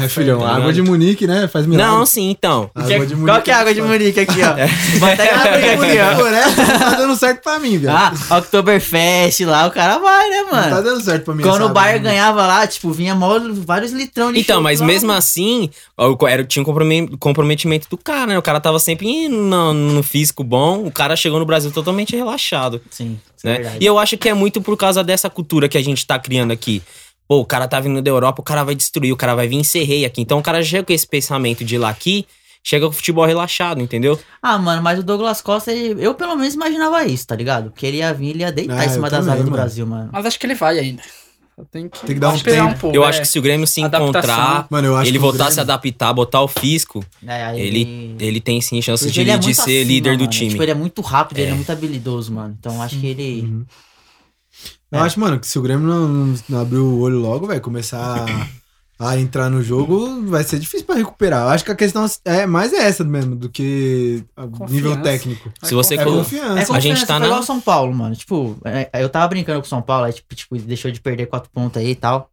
S4: É, filhão,
S2: Tá
S4: a água
S2: ligado?
S4: de Munique, né? Faz milagre.
S2: Não, sim, então.
S4: A
S1: Que-
S4: água de
S1: Qual que é a água de
S4: faz-
S1: Munique aqui, ó? Vai
S2: (laughs)
S1: até na briga
S4: Por
S1: aqui, ó.
S4: essa, não tá dando certo pra mim, velho.
S1: Ah, Oktoberfest lá, o cara vai, né,
S4: Não tá
S1: mano?
S4: dando certo pra mim.
S1: Quando
S4: essa
S1: o
S4: água né? de
S1: Bayern
S4: Munique.
S1: ganhava lá, tipo, vinha mó, vários litrão de
S2: Então,
S1: chopp
S2: mas
S1: lá,
S2: mesmo assim, ó, o co- era, tinha um comprome- comprometimento do cara, né? O cara tava sempre no, no físico bom, o cara chegou no Brasil totalmente relaxado.
S1: Sim, isso é
S2: né?
S1: verdade.
S2: e eu acho que é muito por causa dessa cultura que a gente tá criando aqui. Pô, o cara tá vindo da Europa, o cara vai destruir, o cara vai vir encerrei aqui. Então o cara chega com esse pensamento de ir lá aqui, chega com o futebol relaxado, entendeu?
S1: Ah, mano, mas o Douglas Costa, ele- eu pelo menos imaginava isso, tá ligado? Que ele ia vir, ele ia deitar
S4: Ah,
S1: em cima
S4: eu
S1: das
S4: também,
S1: áreas do
S4: mano.
S1: Brasil, mano.
S3: Mas acho que ele vai ainda. Só Tem que,
S4: Tem que dar um
S3: esperar
S4: tempo.
S3: um pouco.
S2: eu
S3: é.
S2: acho que se o Grêmio se
S3: Adaptação.
S2: encontrar,
S4: Mano, eu acho
S2: ele
S4: que o
S2: voltar a se
S4: Grêmio-
S2: adaptar, botar o fisco,
S1: É, aí
S2: ele, ele tem sim chance
S1: Porque é
S2: de, de ser
S1: acima,
S2: líder do
S1: mano.
S2: time.
S1: Tipo, ele é muito rápido, ele é muito habilidoso, mano. Então acho que ele.
S4: Uhum. Eu
S1: É.
S4: acho, mano, que se o Grêmio não, não abrir o olho logo, vai começar a, a entrar no jogo, vai ser difícil pra recuperar. Eu acho que a questão é mais é essa mesmo, do que a
S3: Confiança.
S4: nível técnico.
S2: Se você
S4: É
S2: colo-
S1: É
S4: confiança.
S1: como
S2: A gente
S1: se
S2: tá
S1: foi
S2: na-
S1: igual ao São Paulo, mano. Tipo, é, eu tava brincando com o São Paulo, aí, tipo, tipo, deixou de perder quatro pontos aí e tal.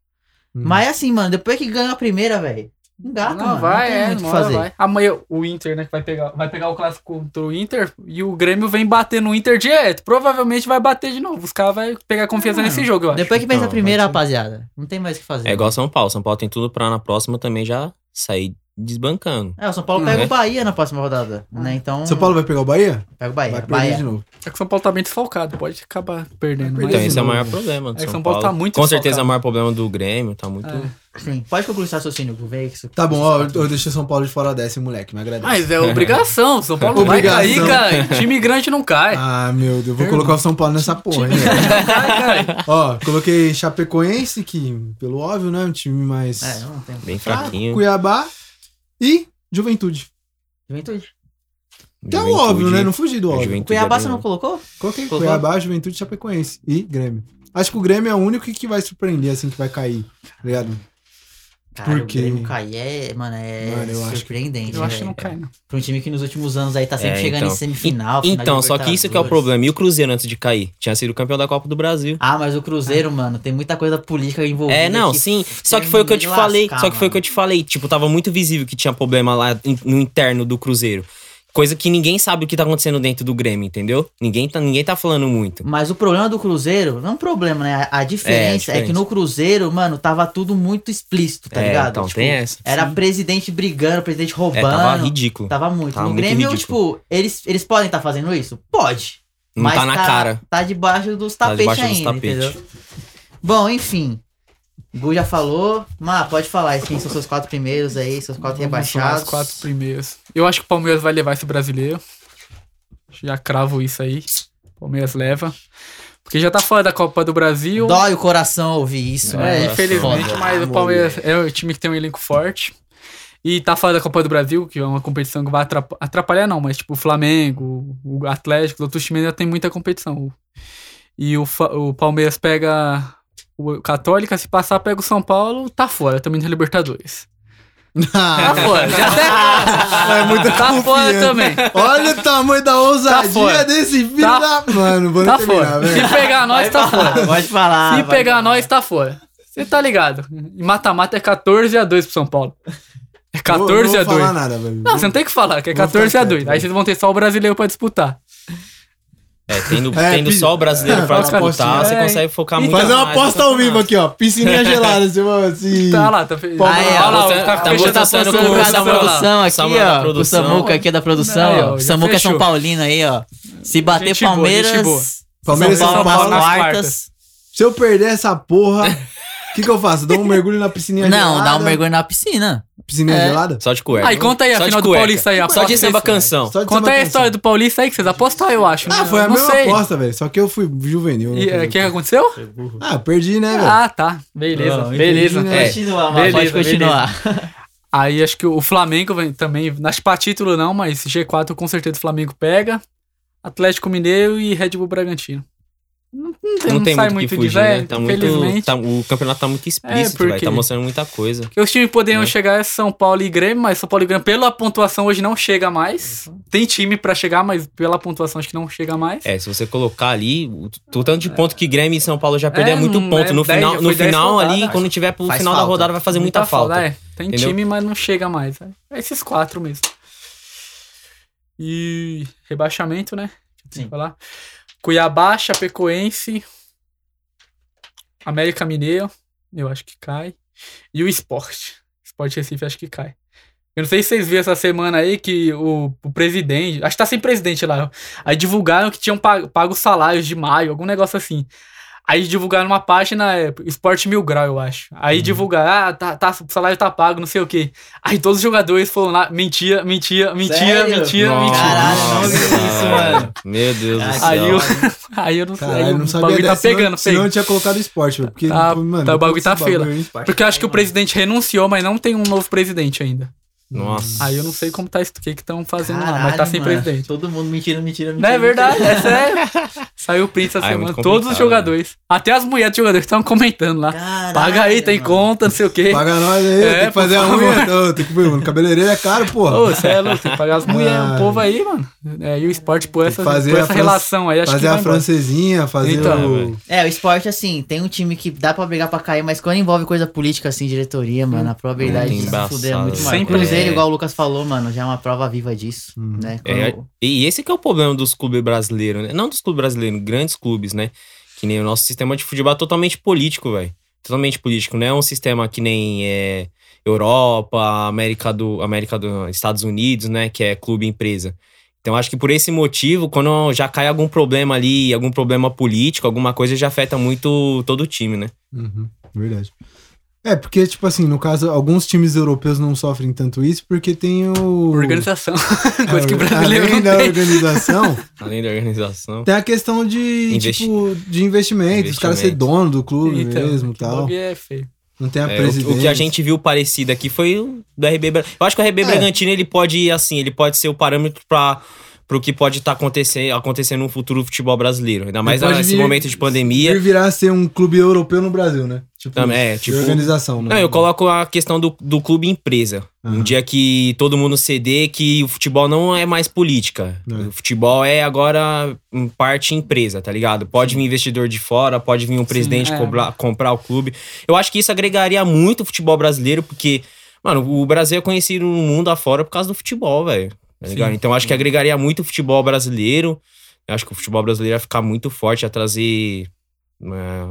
S4: Hum.
S1: Mas é assim, mano, depois que ganha a primeira, velho, engata,
S3: não,
S1: mano.
S3: vai,
S1: não tem
S3: é,
S1: muito o
S3: uma
S1: que
S3: hora
S1: fazer.
S3: vai. Amanhã o Inter, né, que vai pegar, vai pegar o clássico contra o Inter e o Grêmio vem bater no Inter direto. Provavelmente vai bater de novo. Os caras vão pegar confiança
S4: Ah,
S1: Não,
S3: nesse jogo, eu acho.
S1: Depois que
S2: Então,
S1: pensa a primeira,
S2: pode
S1: rapaziada, não tem mais o que fazer.
S2: É igual São Paulo. São Paulo tem tudo pra na próxima também já sair desbancando.
S1: É, o São Paulo
S3: Não,
S1: pega
S2: é.
S1: o Bahia na próxima rodada,
S3: Ah.
S1: né? Então.
S4: São Paulo vai pegar o Bahia?
S1: pega o Bahia.
S4: vai perder
S1: Bahia.
S4: de novo.
S3: É que o São Paulo tá bem desfalcado, pode acabar perdendo.
S4: Vai
S3: mas-
S2: Então,
S4: perder. Mas
S2: esse é o
S4: não,
S2: maior
S4: né?
S2: problema do
S3: É,
S2: São,
S3: São Paulo
S2: Paulo.
S3: tá muito
S2: Com certeza é
S3: desfalcado.
S2: o maior problema do Grêmio, tá muito.
S3: É.
S1: Sim, pode concluir o raciocínio, vê que isso-
S4: Tá bom, ó, eu, eu deixei São Paulo de fora dessa, hein, moleque, me agradece.
S3: Mas é obrigação, São
S4: (laughs)
S3: Paulo vai cair,
S4: Obrigação.
S3: cara. Time grande não cai.
S4: Ah, meu Deus, vou colocar o São Paulo nessa porra, hein, velho.
S3: Não (laughs) cai, cai.
S4: Ó, coloquei Chapecoense, que, pelo óbvio, né, um time mais...
S1: É, não tem.
S2: Bem
S4: fraco,
S2: fraquinho.
S4: Cuiabá e Juventude.
S1: Juventude.
S4: Que é o óbvio, né? Não fugir do óbvio.
S1: O Cuiabá você não
S2: não
S1: colocou?
S4: Coloquei
S1: Colocou?
S4: Cuiabá, Juventude, Chapecoense e Grêmio. Acho que o Grêmio é o único que vai surpreender, assim, que vai cair, tá ligado?
S1: Cara,
S4: Porque-
S1: o Grêmio cair é, mano, é
S4: Mano, eu acho que-
S1: surpreendente.
S3: Eu acho que não
S1: velho.
S3: cai, não.
S1: Pra um time que nos últimos anos aí tá sempre
S2: É,
S1: chegando
S2: então.
S1: em semifinal. final de
S2: Então, só que isso que é o
S1: assim Libertadores.
S2: problema. E o Cruzeiro antes de cair? Tinha sido campeão da Copa do Brasil.
S1: Ah, mas o Cruzeiro, mano, tem muita coisa política envolvida.
S2: É, não,
S1: que
S2: sim.
S1: f-
S2: Só que foi o que eu te
S1: me
S2: falei.
S1: lascar,
S2: Só que foi o que eu te falei. Tipo, tava muito visível que tinha problema lá in- no interno do Cruzeiro. Coisa que ninguém sabe o que tá acontecendo dentro do Grêmio, entendeu? Ninguém tá, ninguém tá falando muito.
S1: Mas o problema do Cruzeiro, não é um problema, né? A, a diferença é,
S2: diferença.
S1: que no Cruzeiro, mano, tava tudo muito explícito, tá
S2: É,
S1: ligado?
S2: então,
S1: Tipo,
S2: tem essa.
S1: Era presidente brigando, presidente
S2: É,
S1: roubando. tá
S2: tava
S1: tava,
S2: ridículo.
S1: muito.
S2: Tava
S1: no
S2: muito
S1: Grêmio,
S2: ridículo.
S1: tipo, eles, eles podem estar fazendo isso? Pode.
S2: Não
S1: mas
S2: tá na cara.
S1: Tá debaixo dos
S2: Tá
S1: tapetes
S2: debaixo dos
S1: ainda,
S2: tapetes.
S1: entendeu? Bom, enfim. Gu já falou. Má, pode falar aí quem são seus quatro primeiros aí, seus quatro
S3: Vamos falar
S1: rebaixados.
S3: Os quatro primeiros. Eu acho que o Palmeiras vai levar esse brasileiro. Já cravo isso aí. Palmeiras leva. Porque já tá fora da Copa do Brasil.
S1: Dói o coração ouvir isso,
S3: É,
S1: né?
S3: infelizmente,
S1: Foda.
S3: mas o Palmeiras é o time que tem um elenco forte. E tá fora da Copa do Brasil, que é uma competição que vai atrapa- atrapalhar, não, mas tipo, o Flamengo, o Atlético, os outros times ainda tem muita competição. E o, Fa- o Palmeiras pega o Católica, se passar, pega o São Paulo, tá fora também da Libertadores.
S4: (laughs)
S3: Tá
S4: (laughs) Ah,
S3: fora, já até.
S4: É muita
S3: tá fora
S4: confiança.
S3: também.
S4: Olha o tamanho da
S3: Tá fora.
S4: ousadia desse filho
S3: Tá-
S4: da. Mano, vou
S3: Tá
S4: terminar,
S3: fora.
S4: velho. Ah,
S3: Se pegar nós, tá fora.
S1: Pode falar.
S3: Se
S1: vai
S3: pegar
S1: falar.
S3: nós, tá fora. Você tá ligado. E mata-mata é 14 a 2 pro São Paulo. É (laughs)
S4: Vou-
S3: 14
S4: não
S3: a
S4: vou
S3: 2.
S4: falar nada, velho.
S3: Não, você não tem que falar, que é
S4: Vou
S3: 14
S4: ficar
S3: a 2.
S4: quieto,
S3: Aí
S4: velho.
S3: vocês vão ter só o brasileiro pra disputar.
S2: É, tendo,
S4: (laughs) É,
S2: tendo
S4: pi-
S2: só o brasileiro
S4: é,
S2: pra
S4: faz uma
S2: disputar, você
S3: apostinha.
S2: consegue focar
S3: E
S2: muito
S4: Fazer uma
S2: mais no
S4: aposta ao vivo
S2: campeonato.
S4: aqui, ó. Piscininha gelada, se assim.
S3: Tá lá, tá feito.
S4: Ah, é,
S3: Olha lá,
S2: você-
S3: o cara
S2: tá
S3: fechando a
S2: botando
S3: posição
S2: com
S3: do
S1: O cara da
S3: Samuel lá.
S1: produção aqui,
S2: Samuel da
S1: ó.
S2: produção.
S1: O Samuca aqui é da produção,
S3: Aí, ó,
S1: ó. O
S3: já
S1: Samuca é São
S3: fechou.
S1: Paulino aí, ó. Se bater
S3: Gente boa,
S1: Palmeiras.
S3: gente boa.
S4: Palmeiras e
S1: São Paulo,
S4: São Paulo
S1: nas
S3: nas
S1: quartas.
S4: Se eu perder essa porra, o que, que eu faço? Dou um mergulho na piscininha gelada?
S1: Não, dá um mergulho na piscina.
S4: Piscininha
S1: É.
S4: gelada?
S2: Só de cueca.
S3: Aí, conta aí a
S2: Só de
S3: final do
S2: cueca.
S3: Paulista aí, a
S2: Só
S3: aposta
S2: de samba canção.
S4: Só de
S3: Conta
S4: samba
S3: aí a
S4: canção.
S3: história do Paulista aí que vocês apostaram, eu acho.
S4: assim.
S3: né?
S4: Ah, foi a
S3: Não
S4: mesma
S3: sei.
S4: aposta, velho. Só que eu fui juvenil. né?
S3: E é, o que aconteceu?
S4: Ah, eu perdi, né, velho?
S3: Ah, tá. Beleza,
S1: Não,
S3: beleza.
S4: entendi, né?
S2: É.
S1: Continua,
S3: Beleza,
S1: pode continuar.
S3: Aí acho que o Flamengo vem também, acho que pra título não, mas G4 com certeza o Flamengo pega. Atlético Mineiro e Red Bull Bragantino. Não, tem,
S2: Não tem
S3: sai
S2: muito o
S3: muito
S2: que
S3: de
S2: fugir,
S3: velho,
S2: né? Tá muito,
S3: infelizmente. É,
S2: tá- o campeonato tá muito explícito,
S3: porque-
S2: velho. Tá mostrando muita coisa.
S3: Porque os times poderiam
S2: É.
S3: chegar é São Paulo e Grêmio, mas São Paulo e Grêmio, pela pontuação, hoje não chega mais.
S2: Uhum.
S3: Tem time pra chegar, mas pela pontuação acho que não chega mais.
S2: É, se você colocar ali, o, o tanto de ponto que Grêmio e São Paulo já perderam é,
S3: É,
S2: muito
S3: não-
S2: ponto.
S3: é
S2: No
S3: dez,
S2: final,
S3: já
S2: no
S3: foi dez
S2: final
S3: rodadas,
S2: ali,
S3: faz-
S2: quando tiver pro
S1: faz
S2: final da
S1: falta.
S2: rodada, vai fazer muita, falta.
S3: É, tem
S2: Entendeu?
S3: time, mas não chega mais. É É esses quatro mesmo. E rebaixamento, né? Deixa eu
S1: Sim.
S3: falar. Cuiabá, Chapecoense, América Mineiro, eu acho que cai. E o Esporte. Esporte Recife, acho que cai. Eu não sei se vocês viram essa semana aí que o, o presidente, acho que tá sem presidente lá, aí divulgaram que tinham pago, pago salários de maio, algum negócio assim. Aí divulgaram uma página, é, Esporte Mil Grau, eu acho. Aí
S4: Uhum.
S3: divulgaram, ah, tá, tá, o salário tá pago, não sei o quê. Aí todos os jogadores foram lá, mentira, mentira, mentira,
S1: Sério?
S3: mentira,
S2: Nossa,
S3: mentira.
S1: Caralho,
S4: é
S1: não vi isso,
S2: cara.
S1: mano.
S2: Meu Deus do céu.
S3: Aí eu, aí eu não sei, aí
S4: Caralho, não
S3: o
S4: sabia
S3: bagulho tá
S4: dessa, senão-
S3: pegando,
S4: Senão eu
S3: feio.
S4: tinha colocado esporte, velho. Porque,
S3: Tá-
S4: pô, mano...
S3: tá, o bagulho
S4: esse é
S3: tá fila.
S4: hein?
S3: Porque eu acho que o presidente renunciou, mas não tem um novo presidente ainda.
S2: Nossa.
S3: Aí eu não sei como tá isso, o que que estão fazendo lá, mas
S1: Caralho,
S3: tá sem
S1: mano.
S3: presidente.
S1: Todo mundo mentira, mentira, mentira.
S3: Não é verdade,
S1: mentira.
S3: é sério.
S1: (laughs)
S3: Saiu o print essa
S2: Ah, é muito
S3: semana. Todos os
S4: né?
S2: complicado,
S3: jogadores. Até as mulheres de jogadores estavam comentando lá.
S1: Caralho,
S3: Paga aí, tem
S1: mano.
S3: conta, não sei o quê.
S4: Paga nós aí,
S3: (laughs) É,
S4: tem que fazer
S3: por
S4: a unha. Não, tem que... Mano, cabeleireiro é caro, porra.
S3: Ô, você é louco, tem que pagar as mulheres,
S4: Ah.
S3: o povo aí, mano. É, e o esporte por
S4: Tem que
S3: essa,
S4: fazer
S3: por
S4: a
S3: essa
S4: Fran-
S3: relação aí, acho que
S4: fazer
S3: vai
S4: a
S3: embora.
S4: francesinha, fazer
S3: Então,
S4: o...
S1: É, o esporte, assim, tem um time que dá pra brigar pra cair, mas quando envolve coisa política, assim, diretoria, mano, a probabilidade
S2: Muito
S1: de se fuder é
S2: Hum, embaçado.
S1: muito maior. O
S3: Sempre
S1: Cruzeiro,
S2: é.
S1: igual o Lucas falou, mano, já é uma prova viva disso, né?
S2: É,
S1: Quando-
S2: e esse que é o problema dos clubes brasileiros, né? Não dos clubes brasileiros, grandes clubes, né? Que nem o nosso sistema de futebol é totalmente político, velho. Totalmente político. Não é um sistema que nem é, Europa, América do, América do Estados Unidos, né? Que é clube e empresa. Então acho que por esse motivo, quando já cai algum problema ali, algum problema político, alguma coisa, já afeta muito todo o time, né?
S4: Uhum, verdade. É, porque, tipo assim, no caso, alguns times europeus não sofrem tanto isso porque tem o... (laughs)
S3: Organização. (laughs) Coisa que
S4: É,
S3: o brasileiro
S4: além
S3: não
S4: da
S2: (laughs)
S3: tem.
S4: organização,
S2: Além da organização.
S4: tem a questão de,
S2: Investi-
S4: tipo, de investimento, os caras ser
S2: Investimento. Então,
S4: dono do clube mesmo e
S3: que
S4: tal.
S3: bagulho é feio.
S4: Não tem a
S2: É, o,
S4: presidência.
S2: o que a gente viu parecido aqui foi o do RB Bra- Eu acho que o RB
S4: É.
S2: Bragantino ele pode assim, ele pode ser o parâmetro pra pro que pode estar acontecendo, acontecendo no futuro do futebol brasileiro. Ainda mais
S4: pode
S2: nesse
S4: vir-
S2: momento de pandemia.
S4: E virar a ser um clube europeu no Brasil, né? Tipo,
S2: Também, é,
S4: de
S2: tipo-
S4: organização, né?
S2: Não, eu coloco a questão do, do clube empresa.
S4: Aham.
S2: Um dia que todo mundo ceder que o futebol não é mais política.
S4: É.
S2: O futebol é agora em parte empresa, tá ligado? Pode vir investidor de fora, pode vir um presidente
S3: é.
S2: cobrar- comprar o clube. Eu acho que isso agregaria muito o futebol brasileiro, porque, mano, o Brasil é conhecido no mundo afora por causa do futebol, velho. Tá
S3: Sim.
S2: ligado? Então acho que agregaria muito o futebol brasileiro. Eu acho que o futebol brasileiro ia ficar muito forte, ia trazer. né,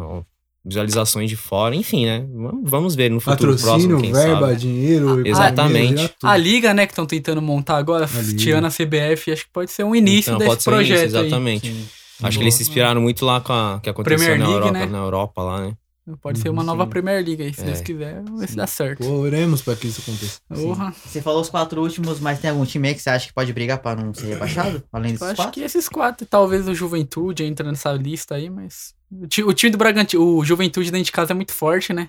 S2: visualizações de fora, enfim, né? Vamos- Vamos ver no futuro
S4: Patrocínio,
S2: próximo, quem
S4: verba,
S2: sabe. né? Ah,
S4: dinheiro, economia,
S2: exatamente.
S4: gira tudo.
S3: A liga, né, que estão tentando montar agora,
S4: liga.
S3: tirando a CBF, acho que pode ser um início
S2: Então,
S3: desse
S2: pode ser um início,
S3: projeto aí.
S2: exatamente.
S1: Sim.
S2: Acho que eles se inspiraram muito lá com a que aconteceu
S3: Premier
S2: na
S3: League,
S2: Europa,
S3: né?
S2: na Europa lá, né?
S3: Pode ser uma
S4: Uhum,
S3: nova
S4: sim.
S3: Premier League aí, se
S2: É.
S3: Deus quiser, vai se dar certo.
S4: Pô, oremos pra que isso aconteça.
S3: Porra,
S1: Você falou os quatro últimos, mas tem algum time aí que você acha que pode brigar pra não ser rebaixado? Além
S3: eu
S1: desses
S3: acho
S1: quatro?
S3: que esses quatro, talvez o Juventude entra nessa lista aí, mas. O ti- o time do Bragantino, o Juventude dentro de casa é muito forte, né?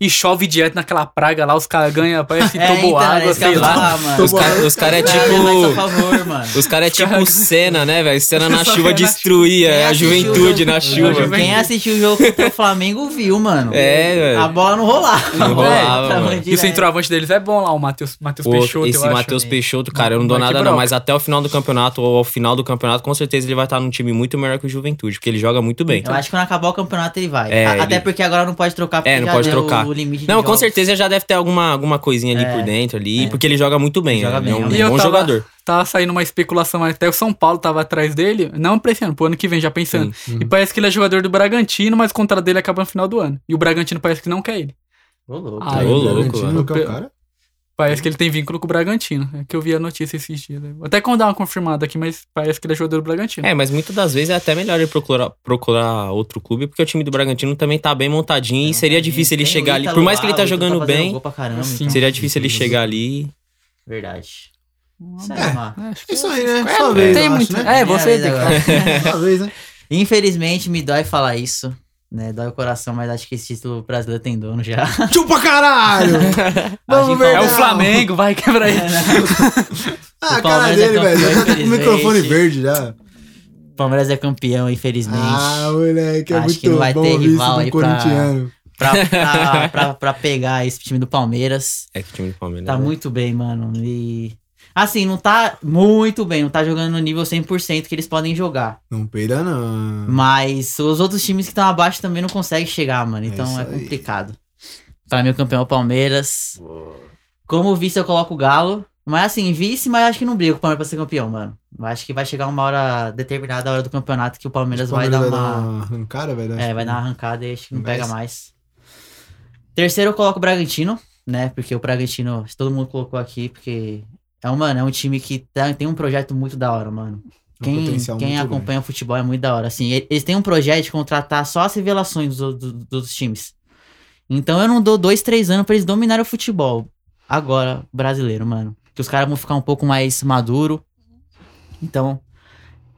S3: E chove direto naquela praga lá, os caras ganham, parece
S1: (laughs)
S3: que
S1: É,
S3: tomou
S1: então, é
S3: água,
S1: isso que eu
S3: sei
S1: ia
S3: lá.
S1: falar, mano.
S2: Os caras os cara é
S1: Mas, por
S2: tipo.
S1: favor, mano.
S2: Os caras é tipo o Senna, né, velho? Senna na
S3: Só
S2: chuva
S3: que é na
S2: destruía,
S1: Quem
S2: é a
S1: assistiu o
S2: (laughs) juventude
S1: jogo-
S2: na
S3: A
S2: chuva.
S3: juventude.
S1: Quem assistiu o jogo contra o Flamengo viu, mano.
S2: É,
S1: A
S2: velho.
S1: bola não rolava. (laughs)
S2: Não rolava,
S1: Tava
S2: mano.
S3: (laughs) E o
S1: direto.
S3: centroavante deles é bom lá, o Matheus Matheus
S2: Pô,
S3: Peixoto,
S2: esse
S3: eu acho.
S2: Matheus Peixoto, cara, eu não dou
S3: Vai que
S2: nada, não,
S3: broca.
S2: mas até o final do campeonato, ou ao final do campeonato, com certeza ele vai estar num time muito melhor que o Juventude, porque ele joga muito bem.
S1: Eu acho que quando acabar o campeonato ele vai.
S2: Então É,
S1: A-
S2: ele-
S1: Até porque agora não pode trocar, porque
S2: É, não
S1: já
S2: pode
S1: deu
S2: trocar.
S1: o limite de
S2: Não, com
S1: jogos.
S2: certeza já deve ter alguma, alguma coisinha ali
S1: É,
S2: por dentro ali,
S1: é.
S2: porque ele joga muito bem.
S1: Joga
S2: né?
S1: bem,
S2: Ele é um
S1: joga
S3: bem. E eu
S2: bom
S3: tava-
S2: jogador.
S3: Tava Tá saindo uma especulação, até o São Paulo tava atrás dele, não pra esse ano, pro ano que vem, já pensando.
S4: Sim.
S3: E parece que ele é jogador do Bragantino, mas o contrato dele acaba no final do ano. E o Bragantino parece que não quer ele.
S1: Ô, louco.
S3: Ah,
S2: Ô,
S3: eu-
S2: louco,
S4: Bragantino,
S2: mano.
S4: que é o cara?
S3: Parece
S1: Uhum.
S3: que ele tem vínculo com o Bragantino. É que eu vi a notícia esses dias. né? Vou até quando dar uma confirmada aqui, mas parece que ele é jogador do Bragantino.
S2: É, mas muitas das vezes é até melhor ele procurar, procurar outro clube, porque o time do Bragantino também tá bem montadinho e seria difícil ele
S1: é, Tem o
S2: chegar ali.
S1: Ítalo
S2: Por mais que
S1: lá,
S2: ele tá
S1: o Ítalo
S2: jogando
S1: fazendo
S2: bem,
S1: gol pra caramba,
S3: Sim.
S1: então. é
S2: seria difícil ele chegar ali.
S1: Verdade.
S3: Uma
S1: É.
S3: boa. acho que
S4: Isso aí, né?
S3: É,
S4: Sua
S3: não
S4: vez,
S3: tem
S4: eu
S3: muito.
S4: acho, né?
S3: É, você
S1: Minha
S3: tem.
S1: vez
S2: (laughs)
S1: agora.
S4: Uma vez, né?
S1: Infelizmente, me dói falar isso. Né, dói o coração, mas acho que esse título brasileiro tem dono já.
S4: Chupa caralho! Vamos
S1: que
S4: ver.
S3: É o
S4: Não.
S3: Flamengo, vai
S1: (laughs)
S3: quebrar ele.
S4: Ah, a
S1: O
S4: cara
S1: Palmeiras
S4: dele,
S1: é campeão,
S4: velho. Já tá com o
S1: infelizmente.
S4: microfone verde já.
S1: O Palmeiras é campeão, infelizmente.
S4: Ah, moleque, é
S1: Acho que
S4: muito
S1: não vai
S4: bom
S1: ter
S4: ouvir
S1: rival
S4: isso do
S1: aí pra-
S4: corintiano.
S1: pra, pra, pra- pra pegar esse time do Palmeiras.
S2: É que o time do Palmeiras.
S1: Tá
S2: né?
S1: muito bem, mano. E. Assim, não tá muito bem, não tá jogando no nível 100% que eles podem jogar.
S4: Não peida,
S1: Hum.
S4: não.
S1: Mas os outros times que estão abaixo também não conseguem chegar, mano.
S4: É
S1: Então
S4: isso
S1: é,
S4: aí.
S1: complicado. Pra mim, o campeão é o Palmeiras. Como vice, eu coloco o Galo. Mas assim, vice, mas acho que não briga com o Palmeiras pra ser campeão, mano. Eu Acho que vai chegar uma hora determinada, a hora do campeonato, que o Palmeiras, vai dar uma.
S4: arrancada, vai dar.
S1: É, vai dar uma arrancada e acho que não
S4: Mas-
S1: pega mais. Terceiro eu coloco o Bragantino, né? Porque o Bragantino, todo mundo colocou aqui, porque é um, mano, é um time que tá- tem um projeto muito da hora, mano.
S4: Um
S1: Quem,
S4: potencial
S1: quem
S4: muito
S1: acompanha o futebol é muito da hora. Assim, e- eles têm um projeto de contratar só as revelações do- do- dos times. Então eu não dou dois, três anos pra eles dominarem o futebol. Agora, brasileiro, mano. Que os caras vão ficar um pouco mais maduro. Então,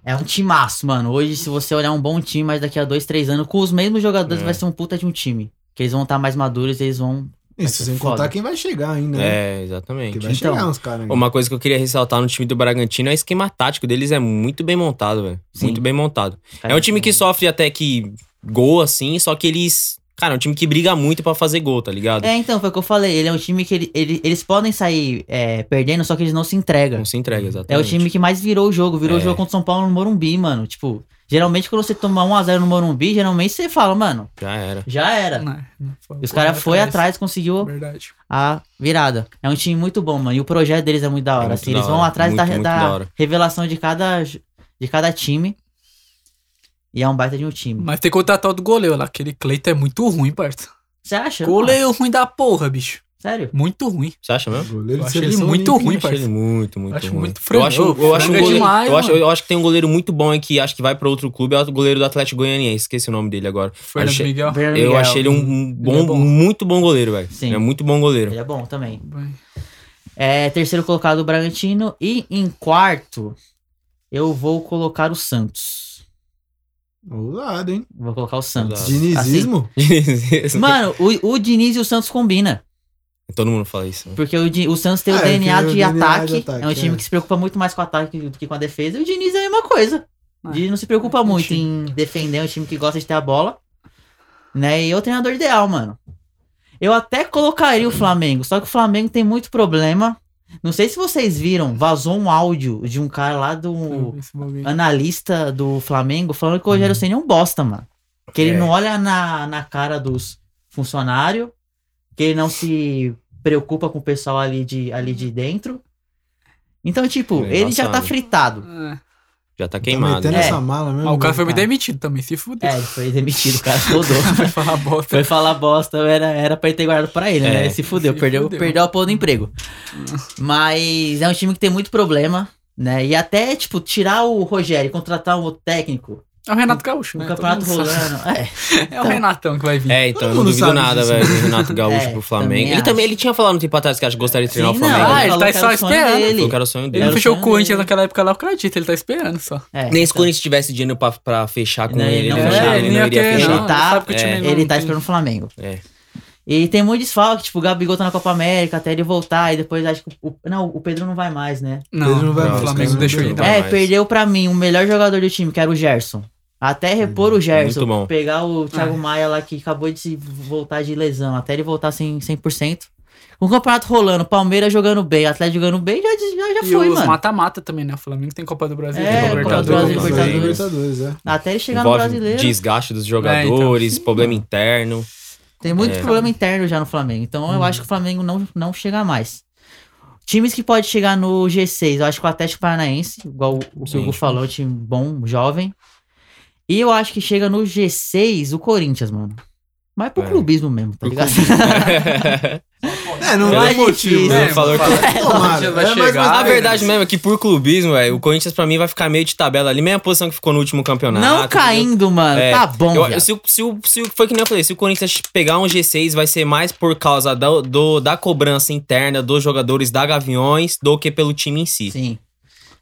S1: é um timaço, mano. Hoje, se você olhar um bom time, mas daqui a dois, três anos, com os mesmos jogadores,
S2: É.
S1: vai ser um puta de um time. Que eles vão estar mais maduros, eles vão.
S4: bem. Isso
S1: Vai ser
S4: sem
S1: foda.
S4: contar quem vai chegar ainda, né?
S2: É,
S4: Porque
S2: exatamente.
S4: vai
S1: Então.
S4: chegar uns caras ainda.
S2: Uma coisa que eu queria ressaltar no time do Bragantino é o esquema tático deles é muito bem montado, velho.
S1: Sim.
S2: Muito bem montado. É um time que sofre até que gol, assim, só que eles. Cara, é um time que briga muito pra fazer gol, tá ligado?
S1: É, então, foi o que eu falei. Ele é um time que ele- ele- eles podem sair é, perdendo, só que eles não se entregam.
S2: Não se entrega,
S1: É
S2: exatamente.
S1: o time que mais virou o jogo. Virou o
S2: É.
S1: jogo contra o São Paulo no Morumbi, mano. Tipo, geralmente quando você toma 1x0 no Morumbi, geralmente você fala, mano,
S2: Já era.
S1: já era.
S3: Não, não foi-
S1: E os caras foi atrás, conseguiu
S3: Verdade.
S1: a virada. É um time muito bom, mano. E o projeto deles é muito da hora.
S2: muito
S1: assim,
S2: da
S1: eles vão
S2: hora,
S1: atrás
S2: muito,
S1: da,
S2: muito
S1: da
S2: da hora.
S1: revelação de cada, de cada time. E é um baita de um time.
S3: Mas tem que contratar o do goleiro lá. Aquele Cleiton é muito ruim, parça.
S1: Você acha?
S3: Goleiro ruim da porra, bicho.
S1: Sério?
S3: Muito ruim.
S2: Você acha mesmo?
S4: Goleiro
S3: Eu
S4: de
S3: achei ele
S4: seleção
S3: muito
S4: olímpica.
S3: ruim,
S2: acho ele
S3: parça.
S2: muito, muito
S3: Acho
S2: ruim.
S3: muito
S2: eu
S3: frango.
S2: acho, eu acho um
S3: Frango é
S2: goleiro,
S3: demais,
S2: eu, acho,
S3: mano.
S2: eu acho que tem um goleiro muito bom aí que acho que vai pra outro clube, é o goleiro do Atlético Goianiense, esqueci o nome dele agora.
S3: Fernando
S2: Achei-
S3: Miguel.
S1: Fernando
S2: Eu
S1: É, Miguel.
S2: achei ele um- um bom,
S3: bom.
S2: muito bom goleiro, velho.
S1: Sim.
S2: Ele é muito bom goleiro.
S1: Ele é bom também. É, terceiro colocado o Bragantino. E em quarto, eu vou colocar o Santos.
S4: Ousado, hein?
S1: Vou colocar o Santos.
S2: Ousado.
S1: (laughs)
S2: (laughs)
S4: Dinizismo?
S1: Mano, o, o Diniz e o Santos combina.
S2: Todo mundo fala isso. né?
S1: Porque o, Di- o Santos tem
S4: É,
S1: o DNA,
S4: tem o
S1: de,
S4: DNA de
S1: ataque,
S4: ataque,
S1: É um time
S4: é.
S1: que se preocupa muito mais com o ataque do que com a defesa. E o Diniz é a mesma coisa. O
S3: É.
S1: Diniz não se preocupa
S3: É,
S1: muito
S3: sim.
S1: em defender é um time que gosta de ter a bola. Né? E é o treinador ideal, mano. Eu até colocaria o Flamengo, só que o Flamengo tem muito problema. Não sei se vocês viram, vazou um áudio de um cara lá do
S3: Esse bagulho.
S1: analista do Flamengo falando que o
S3: Uhum.
S1: Rogério Senna é um bosta, mano. Que ele
S2: É.
S1: não olha na, na cara dos funcionários, que ele não se preocupa com o pessoal ali de, ali de dentro. Então, tipo,
S2: É
S1: ele já tá
S2: embaçado.
S1: fritado.
S3: É.
S2: Já tá
S4: Tá
S2: queimado.
S4: metendo
S2: né?
S1: É.
S4: essa mala mesmo.
S3: Mas o cara
S4: velho.
S3: foi me
S1: cara.
S3: demitido também, se fudeu.
S1: É, ele foi demitido, o cara rodou.
S3: (laughs) Vai falar bosta.
S1: Foi falar bosta, era, era pra ele ter guardado pra ele,
S2: É.
S1: né? Ele se fudeu,
S3: Se
S1: perdeu,
S3: fudeu.
S1: perdeu a porra do emprego. Mas é um time que tem muito problema, né? E até, tipo, tirar o Rogério e contratar um outro técnico,
S3: É o Renato Gaúcho,
S1: o
S3: né?
S1: campeonato
S3: Todo mundo sabe.
S1: rolando. É.
S3: É o Renatão que vai vir.
S2: É, então,
S4: Todo
S2: eu não
S4: mundo
S2: duvido
S4: sabe
S2: nada,
S4: disso.
S2: velho, do Renato Gaúcho
S1: É,
S2: pro Flamengo.
S1: também
S2: Ele
S1: acho.
S2: também, ele tinha falado um tempo atrás que acho que gostaria de treinar o
S1: Sim,
S2: Flamengo. né?
S3: Ah, ele
S1: falou
S3: tá
S1: que
S3: só
S1: era o sonho
S3: esperando.
S1: dele.
S2: Falou que era o sonho
S3: Ele
S2: dele.
S3: não
S1: Era o
S3: fechou o
S1: sonho
S3: Corinthians
S1: dele.
S3: naquela época lá, eu acredito, ele tá esperando só.
S1: É,
S2: Nem se o
S1: então,
S2: Corinthians tivesse dinheiro pra, pra fechar com
S1: Não,
S2: ele,
S1: não
S2: ele,
S1: fechava,
S2: não,
S1: ele
S2: ele não
S3: ia
S2: iria
S3: querer,
S2: fechar.
S1: não. Tá,
S3: Sabe que o time
S2: é.
S3: não-
S1: Ele tá
S3: tem-
S1: esperando o Flamengo.
S2: É.
S1: E tem muito desfalque, tipo, o Gabigol tá na Copa América até ele voltar, e depois acho que. O, não, o Pedro não vai mais, né?
S3: Não,
S4: Pedro não vai
S2: mais,
S3: o Flamengo
S2: cara.
S3: deixou ele
S2: Não
S3: dar.
S2: vai
S1: é,
S2: mais.
S1: perdeu pra mim o melhor jogador do time, que era o Gerson. Até repor o Gerson,
S2: muito bom.
S1: pegar o Thiago
S3: Ah.
S1: Maia lá que acabou de se voltar de lesão, até ele voltar sem 100%. Com o campeonato rolando, Palmeiras jogando bem, Atlético jogando bem, já, des- já, já
S3: E
S1: foi,
S3: os
S1: mano.
S3: mata-mata também, né? O Flamengo tem Copa do Brasil, né?
S1: É,
S3: tem
S1: Copa do Brasil,
S3: Copa do
S1: Libertadores.
S4: Libertadores.
S2: Libertadores.
S4: Libertadores, é.
S1: Até ele chegar no
S2: Envolve
S1: brasileiro.
S2: desgaste dos jogadores, problema interno.
S1: Tem muito
S2: É. Uhum.
S1: problema interno já no Flamengo. Então eu acho que o Flamengo não, não chega mais. Times que pode chegar no G6, eu acho que o Atlético Paranaense, igual o que o
S2: Sim.
S1: Hugo falou, um time bom, jovem. E eu acho que chega no G6 o Corinthians, mano. Mas pro
S2: É.
S1: clubismo mesmo, tá
S2: Pro
S1: ligado?
S4: É, não
S2: Eu
S4: tem
S1: acho
S4: motivo,
S1: difícil.
S4: né?
S2: Ele falou que-
S4: Tomara.
S3: Corinthians
S1: (laughs)
S3: vai
S4: É, mas-
S3: chegar.
S4: mas-
S2: A verdade mesmo é que por clubismo, velho, o Corinthians pra mim vai ficar meio de tabela ali, mesma posição que ficou no último
S1: (laughs)
S2: campeonato.
S1: não caindo, mano.
S2: É,
S1: Tá bom,
S2: Eu-
S1: viado.
S2: se, o- se, o- se o- foi que nem eu falei, se o Corinthians pegar um G6, vai ser mais por causa da, do- da cobrança interna dos jogadores da Gaviões do que pelo time em si.
S1: Sim.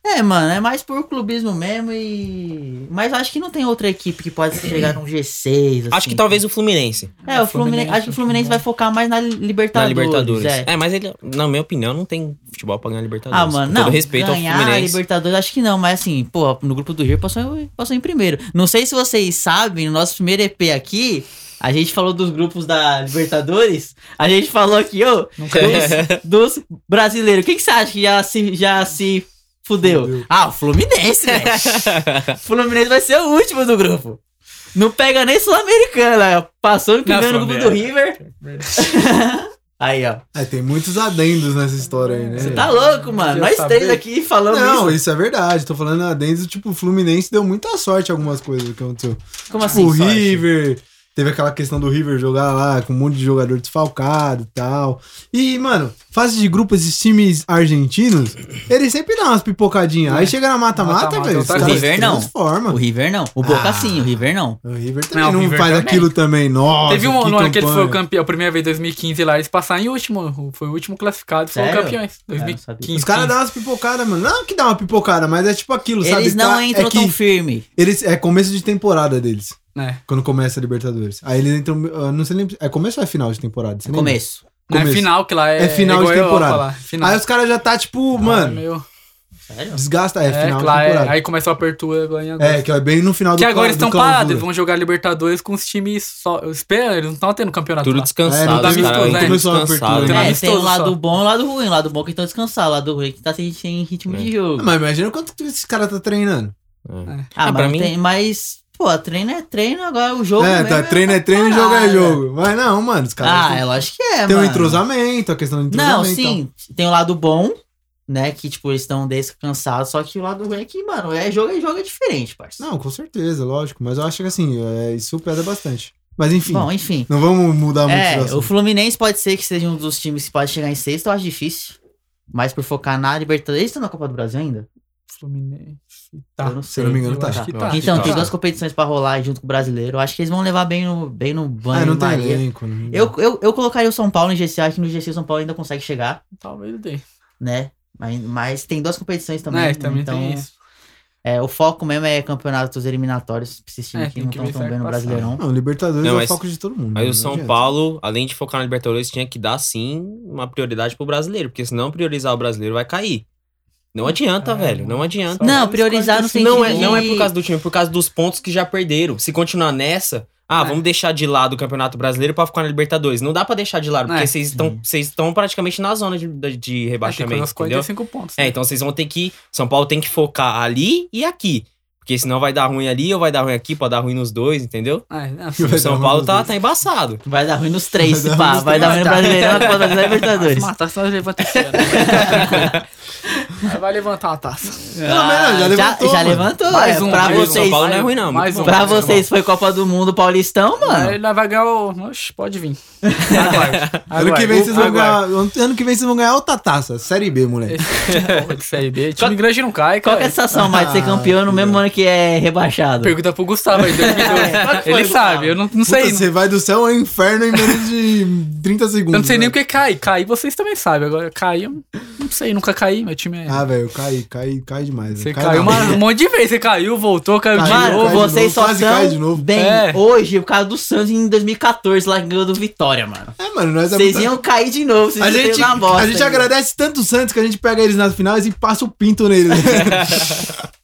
S1: É, mano, é mais por clubismo mesmo e. Mas acho que não tem outra equipe que pode chegar num G6.
S2: Acho que
S1: assim.
S2: talvez o Fluminense né?
S1: É, o Fluminense. Acho que o Fluminense vai focar mais na
S2: na
S1: Libertadores.
S2: Libertadores.
S1: é.
S2: É. mas ele, na minha opinião, não tem futebol pra ganhar Libertadores.
S1: Ah, mano,
S2: Com
S1: não.
S2: Todo respeito ao
S1: ganhar a
S2: Fluminense.
S1: Libertadores, acho que não, mas assim, pô, no grupo do Rio passou, passou em primeiro. Não sei se vocês sabem, no nosso primeiro EP aqui, a gente falou dos grupos da Libertadores, a gente falou aqui, ô, dos, dos brasileiros. O que, que você acha que já se, já se fudeu?
S4: Fudeu.
S1: Ah, o Fluminense, velho.
S2: (laughs)
S1: o Fluminense vai ser o último do grupo. Não pega nem Sul-Americana. Passou no primeiro no grupo do River. (laughs) Aí, ó.
S4: É, tem muitos adendos nessa história aí, né?
S1: Você tá louco, mano.
S3: Queria
S1: Nós três
S3: saber.
S1: aqui falando
S4: Não,
S1: isso.
S4: isso é verdade. Tô falando adendos, tipo, o Fluminense deu muita sorte em algumas coisas que aconteceu.
S1: Como
S4: Tipo,
S1: assim?
S4: o
S1: sorte?
S4: River. Teve aquela questão do River jogar lá com um monte de jogador desfalcado e tal. E, mano, fase de grupo, esses times argentinos, eles sempre dão umas pipocadinhas.
S1: É.
S4: Aí chega na mata-mata,
S3: Mata-mata,
S4: velho. os
S3: tá- O
S4: caras
S1: River
S4: se
S1: não.
S4: transformam.
S1: O River não. O Boca
S4: Ah.
S1: sim, o River não.
S4: O River também
S3: Não,
S4: não,
S3: o River
S4: faz
S3: também.
S4: aquilo também. (laughs) Nossa,
S3: Teve um ano que ele foi o
S4: campeão.
S3: campeão, a primeira vez em 2015 lá, eles passaram em último, foi o último classificado, foram
S1: Sério? É,
S3: campeões. 2015.
S4: Os caras dão umas pipocadas, mano. Não que dá uma pipocada, mas é tipo aquilo, sabe?
S1: Eles não
S4: Tá-
S1: entram
S4: é que
S1: tão firme.
S4: eles É começo de temporada deles,
S3: É.
S4: quando começa a Libertadores. Aí eles entram. ah, Não sei nem. É começo ou é final de temporada? Você lembra?
S1: Começo.
S3: Não é
S4: Começo.
S3: final, que lá é.
S4: É final de
S3: igual a Europa
S4: temporada.
S3: lá, Final. Ah,
S4: Aí os caras já tá tipo, mano,
S3: Meu,
S1: Sério?
S4: desgasta. É,
S3: é,
S4: final
S3: que
S4: de
S3: lá é-
S4: temporada. É,
S3: aí começou a apertura lá em agosto.
S4: que é bem no final do
S3: que agora
S4: cla-
S3: eles
S4: do né?
S3: estão parados,
S4: clausura.
S3: eles vão jogar Libertadores com os times só. Esperando, eles não estão tendo campeonato.
S2: Tudo
S3: lá.
S4: É, não
S2: descansado,
S4: tá
S2: os caras
S4: visto,
S2: entram
S4: né? Começou a
S2: descansado.
S3: né?
S4: apertura,
S1: É, tem
S3: amistoso
S1: o lado
S3: só.
S1: bom e o lado ruim. O lado bom é que estão descansando, o lado ruim que tá sem, sem ritmo
S2: É.
S1: de jogo.
S4: Ah, Mas imagina quanto que esse cara tá treinando.
S1: Ah,
S2: É,
S1: mas,
S2: pra
S1: não
S2: mim-
S1: tem, mas, pô, treino é treino, agora o jogo.
S4: é,
S1: mesmo
S4: tá, treino é treino,
S1: uma
S4: jogo é
S1: parada.
S4: jogo. Mas não, mano, os caras.
S1: Ah, é lógico que é,
S4: tem um
S1: mano.
S4: entrosamento, a questão do entrosamento.
S1: Não,
S4: e tal.
S1: sim, tem o lado bom, né? Que, tipo, eles estão descansados, só que o lado ruim é que, mano, é jogo é jogo é diferente, parça.
S4: Não, com certeza, lógico. Mas eu acho que assim, é, isso pesa bastante. Mas enfim,
S1: Bom, enfim.
S4: não vamos mudar muito
S1: É,
S4: de
S1: o
S4: assunto.
S1: Fluminense pode ser que seja um dos times que pode chegar em sexto, eu acho difícil. Mas por focar na Libertadores. Eles estão na Copa do Brasil ainda?
S3: Fluminense. Tá.
S1: eu não
S4: se
S1: sei.
S4: eu não me engano,
S3: Eu
S4: tá.
S3: acho que
S2: Eu
S3: tá.
S2: acho que
S1: então,
S2: tá.
S1: tem duas competições pra rolar junto com o brasileiro. Eu acho que eles vão levar bem no, bem no banho.
S4: Ah, não tem
S1: Maria.
S4: elenco. não-
S1: eu, eu, eu colocaria o São Paulo em GC, acho que no GC o São Paulo ainda consegue chegar,
S3: Talvez dê.
S1: né? Mas, mas tem duas competições também.
S3: é, também
S1: então,
S3: tem isso.
S1: É, o foco mesmo é campeonatos eliminatórios, esses times
S3: É,
S1: que
S3: tem
S1: não
S3: que
S1: estão
S3: ver
S1: tão
S3: se vai
S1: bem no
S3: passar.
S1: Brasileirão.
S4: Não, Libertadores
S2: Não,
S4: é o
S2: mas-
S4: foco de todo mundo.
S2: Aí
S4: não
S2: o São
S4: adianta.
S2: Paulo, além de focar na Libertadores, tinha que dar sim uma prioridade pro brasileiro, porque se não priorizar o brasileiro vai cair. Não adianta,
S3: É,
S2: velho, não
S3: mano.
S2: adianta.
S3: Só
S1: (laughs) Não,
S3: olha os
S1: priorizar no
S3: 45
S1: sentido
S2: Não é, não é
S1: de-
S2: por causa do time, é por causa dos pontos que já perderam. Se continuar nessa, ah,
S3: É.
S2: vamos deixar de lado o Campeonato Brasileiro pra ficar na Libertadores. Não dá pra deixar de lado, porque
S3: É.
S2: vocês estão vocês estão praticamente na zona de, de- de
S3: Vai ter que
S2: rebaixamento,
S3: fazer assim. uns
S2: entendeu?
S3: 45 pontos. né?
S2: É, então vocês vão ter que. São Paulo tem que focar ali e aqui. Porque senão vai dar ruim ali ou vai dar ruim aqui, pode dar ruim nos dois, entendeu?
S3: Ah, não,
S2: O
S4: Vai dar
S2: São
S4: ruim
S2: Paulo
S4: nos
S2: tá,
S4: dois.
S2: tá embaçado.
S1: Vai dar ruim nos três, se
S4: Vai dar ruim
S1: pá.
S4: nos
S1: Vai dar ruim no Brasileirão, vai dar ruim na
S3: se
S1: Libertadores.
S3: matar, senão levanta esse
S1: (laughs)
S3: ano. Mas né? Vai levantar uma taça.
S4: Pelo menos, já
S1: Ah,
S4: levantou,
S1: Já
S4: mano.
S1: levantou,
S3: Mais
S1: é,
S3: um,
S1: pra
S3: mais um.
S1: vocês.
S2: São Paulo não é ruim, não.
S3: Mais
S2: Muito
S3: um.
S1: Pra
S3: mais um.
S1: vocês foi Copa do Mundo Paulistão, mano.
S3: Aí nós vai ganhar o. Oxe,
S2: (laughs)
S3: pode vir.
S4: Ano que, vem vocês vão
S3: Aguarde.
S4: ganhar, ano que vem vocês vão ganhar outra taça, Série B, moleque.
S3: Porra de Série B. Time grande não cai,
S1: Qual
S3: cara.
S1: que é a sensação mais de ser
S4: Ah,
S1: campeão no mesmo ano que é rebaixado?
S3: Pergunta pro Gustavo aí. 2012.
S1: (laughs) É.
S3: Ele sabe, eu não, não
S4: Puta,
S3: sei. não.
S4: você vai do céu ao inferno em menos de 30 segundos. né?
S3: Eu não sei
S2: né?
S3: nem o
S4: velho.
S3: que cai. Cair vocês também sabem. Agora, cair, eu não sei, nunca caí. Meu time é.
S4: Ah, velho, eu caí, caí, caí demais.
S3: você
S4: velho. Cai
S3: caiu
S4: na
S3: uma-
S4: bola.
S3: um monte de vezes. Você caiu, voltou, caiu
S4: Caiu,
S3: de
S1: Mano,
S3: novo.
S4: cai de
S1: vocês
S4: novo,
S1: só
S4: quase cai de
S1: são
S4: novo.
S1: bem
S3: É.
S1: hoje por causa do Santos em 2014 lá que ganhou do Vitória, mano.
S4: É, mano, nós é
S1: Vocês
S4: muito-
S1: iam cair de novo, vocês
S4: A
S1: iam
S4: gente,
S1: ter uma bosta. né?
S4: a gente
S1: ainda.
S4: agradece tanto o Santos que a gente pega eles nas finais e passa o
S3: (laughs)
S4: pinto neles.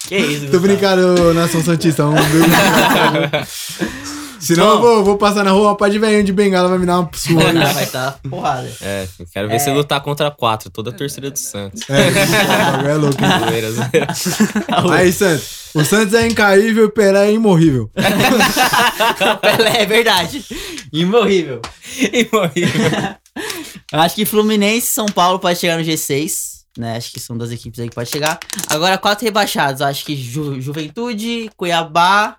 S1: Que isso,
S4: Tô
S1: Gustavo.
S4: brincando, nação santista. Um beijo. Senão eu vou, vou passar na rua, uma pá de velhinho de bengala vai me dar uma
S3: (laughs)
S4: sua.
S1: Não, vai tá porrada.
S2: É, eu quero ver você lutar contra quatro, toda a torcida do Santos.
S4: É, o bagulho é louco. hein?
S2: Zoeira, zoeira.
S4: Aí, Santos. O Santos é incaível e o Pelé é imorrível.
S1: (laughs) Pelé, é verdade. Imorrível.
S2: Imorrível. (laughs)
S1: Acho que Fluminense e São Paulo pode chegar no G6, né? Acho que são das equipes aí que pode chegar. Agora, quatro rebaixados. Acho que Ju- Juventude, Cuiabá,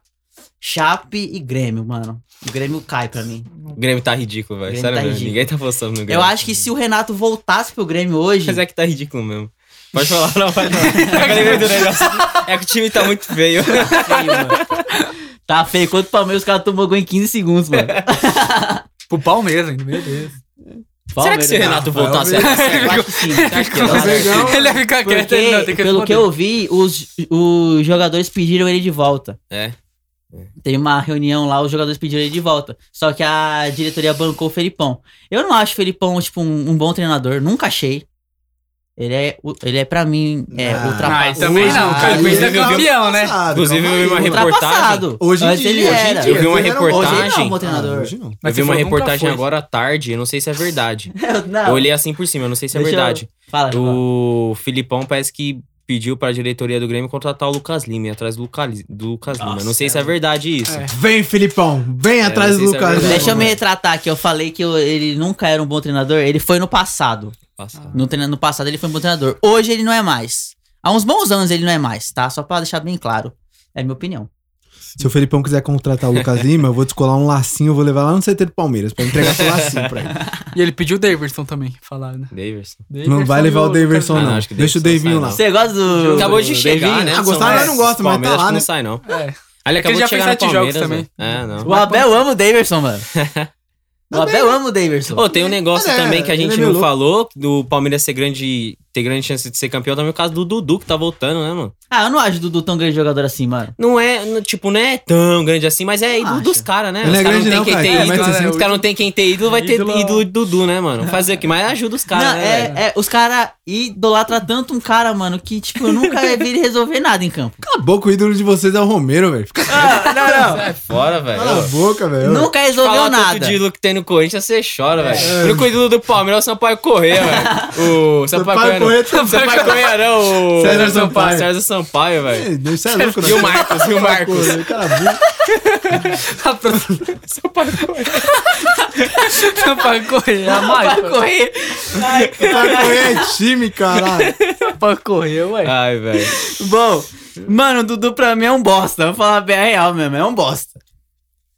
S1: Chape e Grêmio, mano. O Grêmio cai pra mim.
S2: o Grêmio tá ridículo, velho.
S1: Grêmio
S2: Sério
S1: tá
S2: mesmo,
S1: ridículo.
S2: ninguém tá postando no Grêmio.
S1: Eu acho que se o Renato voltasse pro Grêmio hoje.
S2: Mas é que tá ridículo mesmo. Pode falar, não, pode falar. Eu lembrei do negócio. É que o time tá muito feio.
S1: feio, mano. Tá feio. Quanto o Palmeiras, os caras tomou gol em 15 segundos, mano.
S3: Pro Tipo, Palmeiras, ainda. Meu Deus.
S2: (laughs) Será que se o Renato voltasse a (laughs)
S1: Eu acho que sim. Eu acho que
S4: O
S1: não.
S4: Verdão-
S3: (laughs) Ele ia ficar quieto. ele não, tem
S1: Porque,
S3: que
S1: pelo que eu vi, os, os jogadores pediram ele de volta.
S2: É.
S1: Teve uma reunião lá, os jogadores pediram ele de volta. Só que a diretoria bancou o Felipão. Eu não acho o Felipão, tipo, um, um bom treinador. Nunca achei. Ele é, o- ele é pra mim, é,
S3: Ah,
S4: Ah,
S3: e
S1: ultrapassado.
S3: também não,
S4: Hoje-
S3: cara.
S4: aí
S3: Foi
S4: ele tá
S3: campeão, né?
S4: passado,
S2: é Inclusive,
S4: calma
S2: eu vi
S4: aí.
S2: uma reportagem.
S1: ultrapassado.
S4: Hoje em
S1: Antes
S4: dia,
S1: ele
S4: hoje em
S1: era.
S4: dia.
S2: Eu vi uma
S4: Hoje ele é um bom
S1: Hoje ele não é um
S2: reportagem.
S1: bom treinador.
S4: Hoje não.
S2: Eu vi uma
S3: você falou, nunca
S2: reportagem
S3: foi.
S2: agora à tarde, eu não sei se é verdade.
S1: (laughs) Não.
S2: Eu olhei assim por cima, eu não sei se é
S1: Deixa eu-
S2: verdade.
S1: Fala, fala.
S2: O Filipão parece que pediu pra diretoria do Grêmio contratar o Lucas Lima, ir atrás do Lucas, do Lucas Lima.
S1: Nossa,
S2: não sei se é verdade isso.
S3: É.
S4: Vem, Filipão. Vem atrás
S2: não sei
S4: do
S2: se é
S4: Lucas.
S2: verdade.
S1: Deixa eu me retratar aqui. Eu falei que eu- ele nunca era um bom treinador. Ele foi no passado.
S2: Nossa.
S1: No, treina- no passado ele foi um bom treinador. Hoje ele não é mais. Há uns bons anos ele não é mais, tá? Só pra deixar bem claro. É minha opinião.
S4: Se o Felipão quiser contratar o Lucas Lima, eu vou descolar um lacinho, eu vou levar lá no CT do Palmeiras pra entregar esse lacinho pra ele.
S3: E ele pediu o Davidson também, falaram, né?
S2: Daverson.
S4: Não vai levar o Daverson,
S2: Ah,
S4: não.
S2: não, acho que
S4: Deixa o
S2: Daverson sai,
S4: Davinho lá.
S2: não.
S1: Você gosta do.
S2: Acabou
S1: do
S2: de chegar,
S1: Devinho?
S2: né?
S4: Ah, gostaram,
S2: São-
S4: eu não gosto, mas
S2: Palmeiras
S4: tá lá,
S2: acho que
S4: né?
S2: não sai, não.
S3: É.
S2: Ah, Ele
S3: É que ele
S2: acabou
S3: já
S2: de chegar no
S3: fez sete jogos
S2: Palmeiras,
S3: também.
S2: né? É, não.
S1: O Abel ama o Daverson, mano. o Abel ama o Daverson.
S2: Ô, tem um negócio
S4: Ele é-
S2: também que a
S4: ele é
S2: gente
S4: meio
S2: não
S4: louco.
S2: falou, do Palmeiras ser grande, ter grande chance de ser campeão, também o caso do Dudu, que tá voltando, né, mano?
S1: Ah, eu não acho o Dudu tão grande jogador assim, mano.
S2: Não é, não- tipo, não é tão grande assim, mas é ídolo
S1: acho.
S2: dos caras, né?
S4: Ele não é
S2: Os caras
S4: grande
S2: não
S4: não,
S2: tem
S4: cara.
S2: quem
S4: É,
S2: ter
S4: mas
S2: ídolo,
S4: assim,
S2: né? Os caras não tem quem ter ídolo, vai ter
S3: ídolo-
S2: ídolo de Dudu, né, mano? Fazer o que? Mas ajuda os caras,
S1: não,
S2: né,
S1: é,
S2: velho?
S1: é, os caras idolatram tanto um cara, mano, que, tipo, eu nunca vi ele resolver nada em campo.
S4: Cala a boca, o ídolo de vocês é o Romero, velho. Fica-
S1: não, não.
S2: Sai fora, velho.
S4: Cala a boca, velho.
S1: (laughs) Nunca resolveu
S2: Falar tanto
S1: nada.
S2: de ídolo que tem no Corinthians, você chora,
S4: É.
S2: velho. O único ídolo do Palmeiras é o Sampaio Corrêa,
S4: (laughs)
S2: velho. O Sampaio
S4: Sampaio
S2: Corrêa.
S4: Corrêa
S2: não. Sampaio Corrêa não, o...
S4: César Sampaio.
S2: César Sampaio, velho.
S4: É, Isso é louco,
S2: (laughs)
S4: né?
S2: E o Marcos, e o Marcos.
S4: Cala a boca.
S3: É. (laughs) Sampaio correr,
S2: Ah,
S3: a mais.
S1: Vai correr.
S4: Sampaio Corrêa é time, caralho.
S3: Sampaio correr,
S4: É.
S3: ué.
S2: Ai, velho.
S1: Bom, mano, o Dudu pra mim é um bosta. Vou falar bem a real mesmo, é um bosta.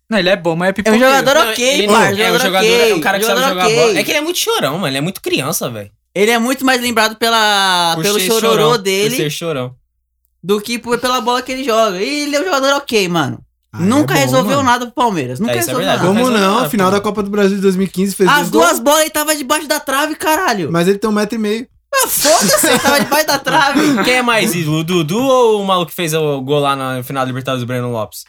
S3: Não, ele é bom, mas é
S1: É um
S3: pipoqueiro.
S1: jogador
S2: Não,
S1: ok,
S2: ele
S1: parça,
S2: não- é um jogador,
S1: ok,
S2: é um cara que
S1: jogador
S2: sabe jogar
S1: ok.
S2: bola. É que ele é muito chorão, mano. Ele é muito criança, velho.
S1: Ele é muito mais lembrado pela,
S2: Por
S1: Ah, pelo
S2: ser
S1: chororô
S2: chorão, por
S1: dele
S2: ser chorão.
S1: do que por- pela bola que ele joga. E ele é um jogador ok, mano.
S4: Ah,
S1: Nunca
S4: é bom,
S1: resolveu
S4: mano.
S1: nada pro Palmeiras. Nunca
S2: É, isso é
S1: resolveu
S2: verdade.
S1: nada.
S4: Como
S2: Nunca resolveu
S4: não?
S2: nada,
S4: Final
S2: pô.
S4: da Copa do Brasil de 2015 fez
S1: As
S4: dois
S1: duas bolas ele tava debaixo da trave, caralho.
S4: Mas ele tem um metro e meio.
S1: Ah, (laughs) foda-se, ele tava debaixo da trave.
S2: Quem é mais ídolo, o Dudu ou o maluco que fez o gol lá na final da Libertadores, o Breno Lopes?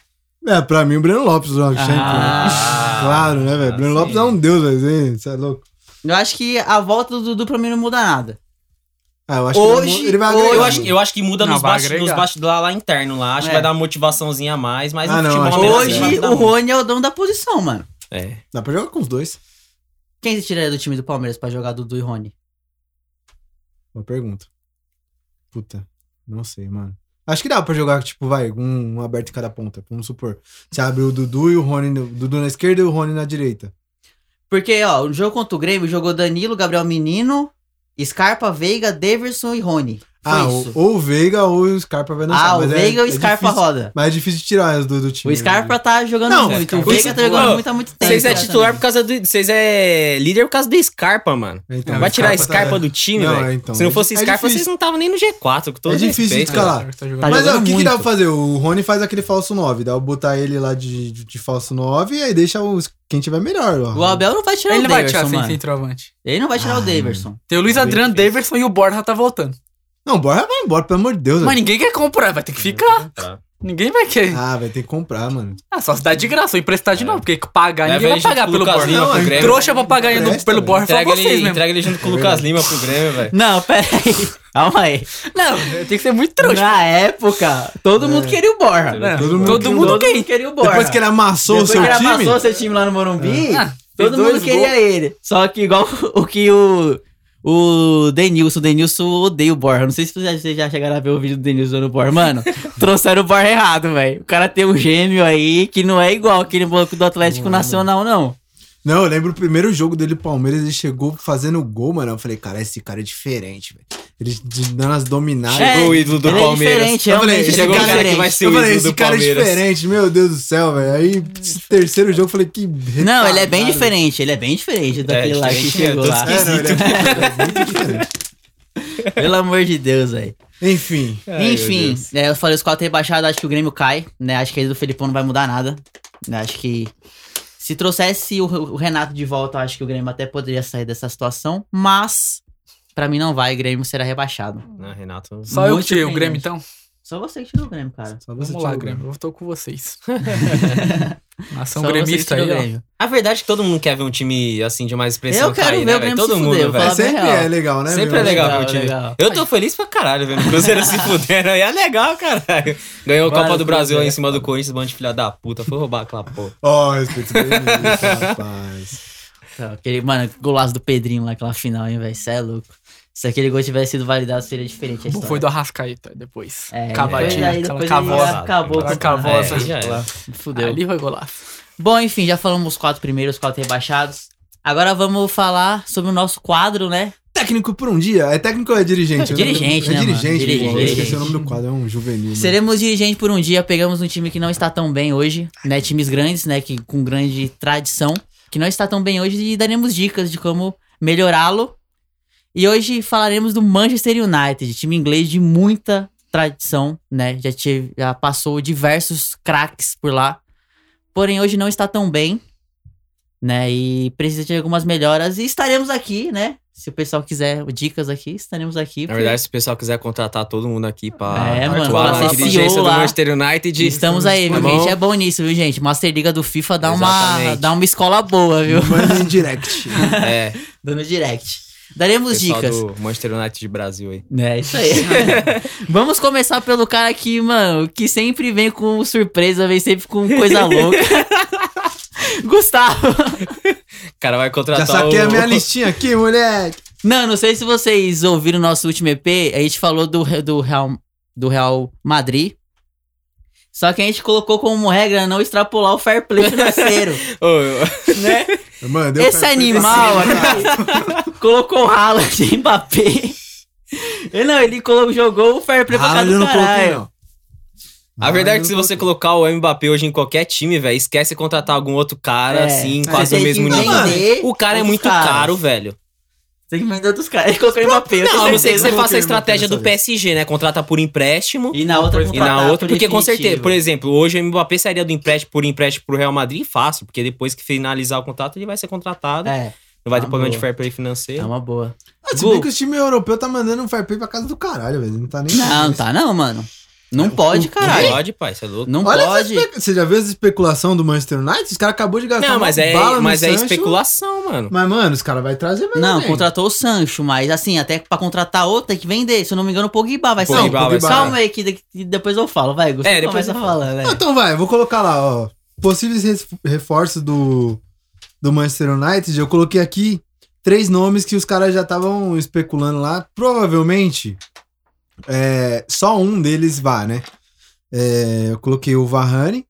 S4: É, pra mim o Breno Lopes joga ah, Claro, né, velho? Breno
S2: sim.
S4: Lopes é um deus, velho. Você é louco.
S1: Eu acho que a volta do Dudu pra mim não muda nada.
S4: Ah, eu acho
S2: Hoje-
S4: que ele vai- ele vai agregar.
S2: Eu acho, eu acho que muda
S3: Não,
S2: nos
S3: vai
S2: baixos
S3: agregar.
S2: nos baixos lá, lá interno lá. Acho
S1: É.
S2: que vai dar uma motivaçãozinha a mais, mas no
S4: Ah, não, acho que
S2: futebol
S4: não.
S2: americano vai
S1: Hoje
S2: dar
S1: o
S2: muito.
S1: Rony é o dono da posição, mano.
S2: É.
S4: Dá pra jogar com os dois?
S1: Quem se tiraria do time do Palmeiras pra jogar Dudu e Rony?
S4: Boa pergunta. Puta, não sei, mano. Acho que dá pra jogar, tipo, vai, um, um aberto em cada ponta. Vamos supor. Você abre o Dudu e o Rony. no- o Dudu na esquerda e o Rony na direita.
S1: Porque, ó, no jogo contra o Grêmio jogou Danilo, Gabriel Menino, Scarpa, Veiga, Daverson e Rony. Foi
S4: ah,
S1: isso.
S4: ou- ou o Veiga ou o Scarpa vai lançar.
S1: ah, o
S4: mas é-
S1: Veiga e o
S4: é
S1: Scarpa
S4: difícil-
S1: roda.
S4: Mas é difícil de tirar os dois do time. né,
S1: O Scarpa tá jogando
S4: Não,
S1: muito, o
S4: o
S1: Veiga tá
S2: Scarpa-
S1: jogando
S2: Ô,
S1: muito há muito tempo.
S2: Vocês é
S1: exatamente.
S2: titular por causa do. Vocês é líder por causa do Scarpa, mano.
S4: É, então,
S2: vai
S4: o
S2: tirar a
S4: Scarpa tá-
S2: Scarpa do time,
S4: Não,
S2: velho.
S4: é, então.
S2: Se não
S4: É
S2: fosse
S4: di- é
S2: Scarpa,
S4: difícil.
S2: vocês não estavam nem no G4, com todo
S4: É difícil
S2: respeito.
S4: escalar.
S3: Tá
S1: Tá
S3: jogando.
S4: Mas ó, o
S1: jogando
S4: que, que
S1: muito.
S4: dá pra fazer? O Rony faz aquele falso 9, dá pra botar ele lá de, de, de falso 9 e aí deixa os, quem tiver melhor. Ó.
S1: O Abel não vai tirar
S3: Ele
S1: o
S3: não vai
S1: Daverson,
S3: tirar sem
S1: mano.
S3: centroavante.
S1: Ele não vai tirar
S4: Ah,
S1: o Daverson.
S3: Tem o Luiz
S2: Bem
S3: Adriano,
S2: difícil.
S3: Daverson e o Borja tá voltando.
S4: Não, o Borja vai embora, pelo amor de Deus.
S3: Mas
S4: velho.
S3: ninguém quer comprar, vai ter que ficar. Ninguém vai querer.
S4: Ah, vai ter que comprar, mano.
S3: Ah, só se dá de graça, ou emprestar de novo, porque pagar,
S2: É. Leva
S3: ninguém
S2: ele
S3: vai
S2: junto
S3: pagar
S2: com o
S3: pelo
S2: Lucas
S3: Borja.
S2: Lima
S4: Não,
S2: pro
S4: é
S2: Grêmio.
S3: Trouxa pra pagar ainda
S4: Presta,
S3: pelo
S4: velho.
S3: Borja, foi
S2: Entrega
S3: vocês
S2: ele,
S3: mesmo.
S2: entrega ele junto com o
S4: É
S2: Lucas Lima pro Grêmio, velho.
S1: (laughs) Não, pera aí. Calma aí.
S3: Não, tem que ser muito trouxa.
S1: Na época, todo mundo queria o Borja.
S3: Não,
S4: É. Todo mundo
S3: Todo
S4: quer o
S3: mundo quer.
S1: queria o Borja.
S4: Depois que ele amassou
S1: Depois
S4: o seu
S1: que ele
S4: time.
S1: amassou seu time lá no Morumbi,
S3: Ah, fez
S1: todo mundo
S3: dois
S1: queria
S3: gols.
S1: ele. Só que igual (laughs) o que o, o Denilson, o Denilson odeia o Borja. Não sei se vocês já, vocês já chegaram a ver o vídeo do Denilson no Borja. Mano, trouxeram o Borja errado, velho. O cara tem um gêmeo aí que não é igual aquele banco do Atlético Nacional, não.
S4: Não, eu lembro o primeiro jogo dele, Palmeiras, ele chegou fazendo gol, mano. Eu falei, cara, esse cara é diferente, velho. Ele de- dando as dominadas.
S1: É,
S2: o ídolo do
S1: ele
S2: Palmeiras.
S1: É diferente,
S4: Eu falei,
S1: realmente, ele
S2: chegou
S1: é
S2: um cara que
S1: diferente.
S2: vai ser
S4: eu
S2: o
S4: falei,
S2: ídolo
S4: esse
S2: do
S4: cara é
S2: Palmeiras.
S4: diferente, meu Deus do céu, velho. Aí, esse terceiro jogo, eu falei, que.
S1: Não, ele é
S4: retardado.
S1: bem diferente, ele é bem diferente daquele lá que
S2: diferente,
S1: chegou
S2: é,
S1: lá.
S4: É, não, ele é muito diferente.
S1: Pelo amor de Deus, velho.
S4: Enfim.
S2: Ai, meu
S1: Enfim,
S2: Deus.
S1: né, eu falei os quatro rebaixados, acho que o Grêmio cai, né? Acho que aí do Felipão não vai mudar nada. né, Acho que se trouxesse o, o Renato de volta, eu acho que o Grêmio até poderia sair dessa situação, mas pra mim não vai, o Grêmio será rebaixado.
S2: Não, Renato.
S3: Só eu
S1: Muito
S3: que tirei o
S1: bem,
S3: Grêmio,
S1: gente.
S3: então.
S1: Só você que tirou o Grêmio, cara.
S4: Só você
S3: Vamos lá,
S4: tirar o
S3: Grêmio. Eu tô com vocês.
S1: Só você
S3: Nação
S1: que
S3: gremista
S1: tirou
S3: aí,
S1: o
S3: ó.
S1: Grêmio.
S2: A verdade é que todo mundo quer ver um time assim de mais expressão
S1: Eu quero
S2: cair,
S1: ver
S2: né,
S1: o
S2: velho?
S1: Grêmio
S2: Todo
S1: se
S2: mundo,
S1: fuder, eu
S2: velho.
S1: falo
S4: É,
S1: Fala bem
S4: sempre
S1: real.
S4: é legal, né?
S2: Sempre
S4: meu?
S2: é legal
S1: Legal,
S2: ver o time.
S1: legal.
S2: Eu tô feliz pra caralho vendo o
S1: (laughs)
S2: Cruzeiro se fudendo aí. É legal, caralho. Ganhou a
S1: Vai,
S2: Copa do
S1: Cruzeiro.
S2: Brasil lá em cima do Corinthians, bando de filha da puta. Foi roubar aquela porra.
S4: Ó, respeito bem isso, rapaz.
S1: Tá, Aquele, mano, golaço do Pedrinho lá naquela final, hein, velho? Cê é louco. Se aquele gol tivesse sido validado, seria diferente a
S3: Bom,
S1: história.
S3: Foi do Arrascaeta depois.
S1: É,
S3: Cavadinha,
S1: depois aí,
S3: aquela
S1: depois
S3: cavosa.
S1: ele acabou
S3: Aquela
S1: com-
S3: cavosa.
S1: é, já era. Fudeu.
S3: Ali foi golaço.
S1: Bom, enfim, já falamos os quatro primeiros, os quatro rebaixados. Agora vamos falar sobre o nosso quadro, né?
S4: Técnico por um dia? É técnico ou é dirigente? Eu não-
S1: Dirigente,
S4: é
S1: né, mano?
S4: dirigente,
S1: Dirigente,
S4: pô, Eu esqueci
S1: dirigente.
S4: o nome do quadro, é um juvenil.
S2: Uhum.
S4: né?
S1: Seremos dirigente por um dia, pegamos um time que não está tão bem hoje, né? Times grandes, né? Que, com grande tradição, que não está tão bem hoje e daremos dicas de como melhorá-lo. E hoje falaremos do Manchester United, time inglês de muita tradição, né? Já, tive, já passou diversos craques por lá. Porém, hoje não está tão bem, né? E precisa de algumas melhoras. E estaremos aqui, né? Se o pessoal quiser dicas aqui, estaremos aqui.
S2: Na verdade, se o pessoal quiser contratar todo mundo aqui pra
S1: É, mano,
S2: atuar na
S4: falar
S2: dirigência
S1: CEO
S2: do
S1: lá.
S2: Manchester United.
S1: Estamos aí, viu?
S2: Tá
S1: que A
S2: bom?
S1: gente é bom nisso, viu, gente? Master Liga do FIFA dá, uma,
S2: Exatamente.
S1: dá uma escola boa, viu?
S4: Manda em direct.
S2: É,
S1: (laughs) Dando direct. Daremos
S2: pessoal
S1: dicas.
S2: do Manchester United de Brasil aí.
S1: É, isso aí. (laughs) Vamos começar pelo cara que, mano, que sempre vem com surpresa, vem sempre com coisa (laughs) louca. Gustavo.
S2: O cara vai
S4: Já
S2: contratar
S4: saquei
S2: o...
S4: a minha listinha aqui, moleque.
S1: Não, não sei se vocês ouviram o nosso último EP, a gente falou do, Re- do, Real, do Real Madrid. Só que a gente colocou como regra não extrapolar o fair play financeiro.
S2: Ô,
S1: (laughs) né?
S4: Mano, deu
S1: Esse
S4: pra-
S1: animal aqui tá (laughs) colocou o Haaland em Mbappé. Ele Não, ele colocou, jogou o fair play pra
S4: Ah,
S1: cá
S4: eu
S1: do
S4: não coloquei,
S1: caralho.
S4: não.
S2: A verdade é que se você colocar o Mbappé hoje em qualquer time, velho, esquece de contratar algum outro cara,
S1: É,
S2: assim,
S1: você
S2: quase
S1: tem
S2: no
S1: que
S2: mesmo nível.
S1: entender
S2: O cara é
S1: outros
S2: muito
S1: caras.
S2: caro, velho.
S1: Tem que mandar dos caras. Ele colocou o Mbappé, eu
S2: Não,
S1: tenho um
S2: a não ser que
S1: certeza.
S2: você
S4: Eu
S2: faça
S4: coloquei
S2: a
S4: o
S2: estratégia
S4: Mbappé
S2: do
S4: dessa vez.
S2: PSG, né? Contrata por empréstimo.
S1: E na outra
S2: E na
S1: contratar
S2: outra,
S1: por
S2: porque com certeza,
S1: definitivo.
S2: por exemplo, hoje o Mbappé sairia do empréstimo por empréstimo pro Real Madrid fácil, porque depois que finalizar o contrato ele vai ser contratado,
S1: É,
S2: não vai ter
S1: tá boa.
S2: problema de fair play
S1: é
S2: financeiro.
S1: uma boa.
S4: Ah, Se bem
S2: Gu,
S4: que os times europeus tá mandando um fair play pra casa do caralho, velho. Não tá nem.
S1: Não, não tá não, mano. Não pode,
S2: não
S1: caralho.
S2: pode, pai, você é louco.
S1: Não
S4: Olha essa
S1: pode.
S4: espe- Você já viu essa especulação do Manchester United? Os caras acabou de gastar
S1: tá
S2: Não,
S4: uma
S2: mas é,
S4: bala no
S2: mas é
S4: Sancho.
S2: especulação, mano.
S4: Mas, mano, os caras vai trazer mais
S1: Não,
S4: alguém.
S1: contratou o Sancho, mas assim, até pra contratar outro tem que vender. Se eu não me engano, o Pogba vai ser.
S2: Pogba
S1: Não,
S4: vai sair.
S1: um Calma aí, que de- que depois eu falo, vai, Gustavo.
S2: É, depois
S1: começa
S2: eu falo.
S1: falando, né?
S4: Ah, Então vai, eu vou colocar lá, ó. Possíveis res- reforços do, do Manchester United. Eu coloquei aqui três nomes que os caras já estavam especulando lá. Provavelmente, é, só um deles vá, né? É, eu coloquei o Varane,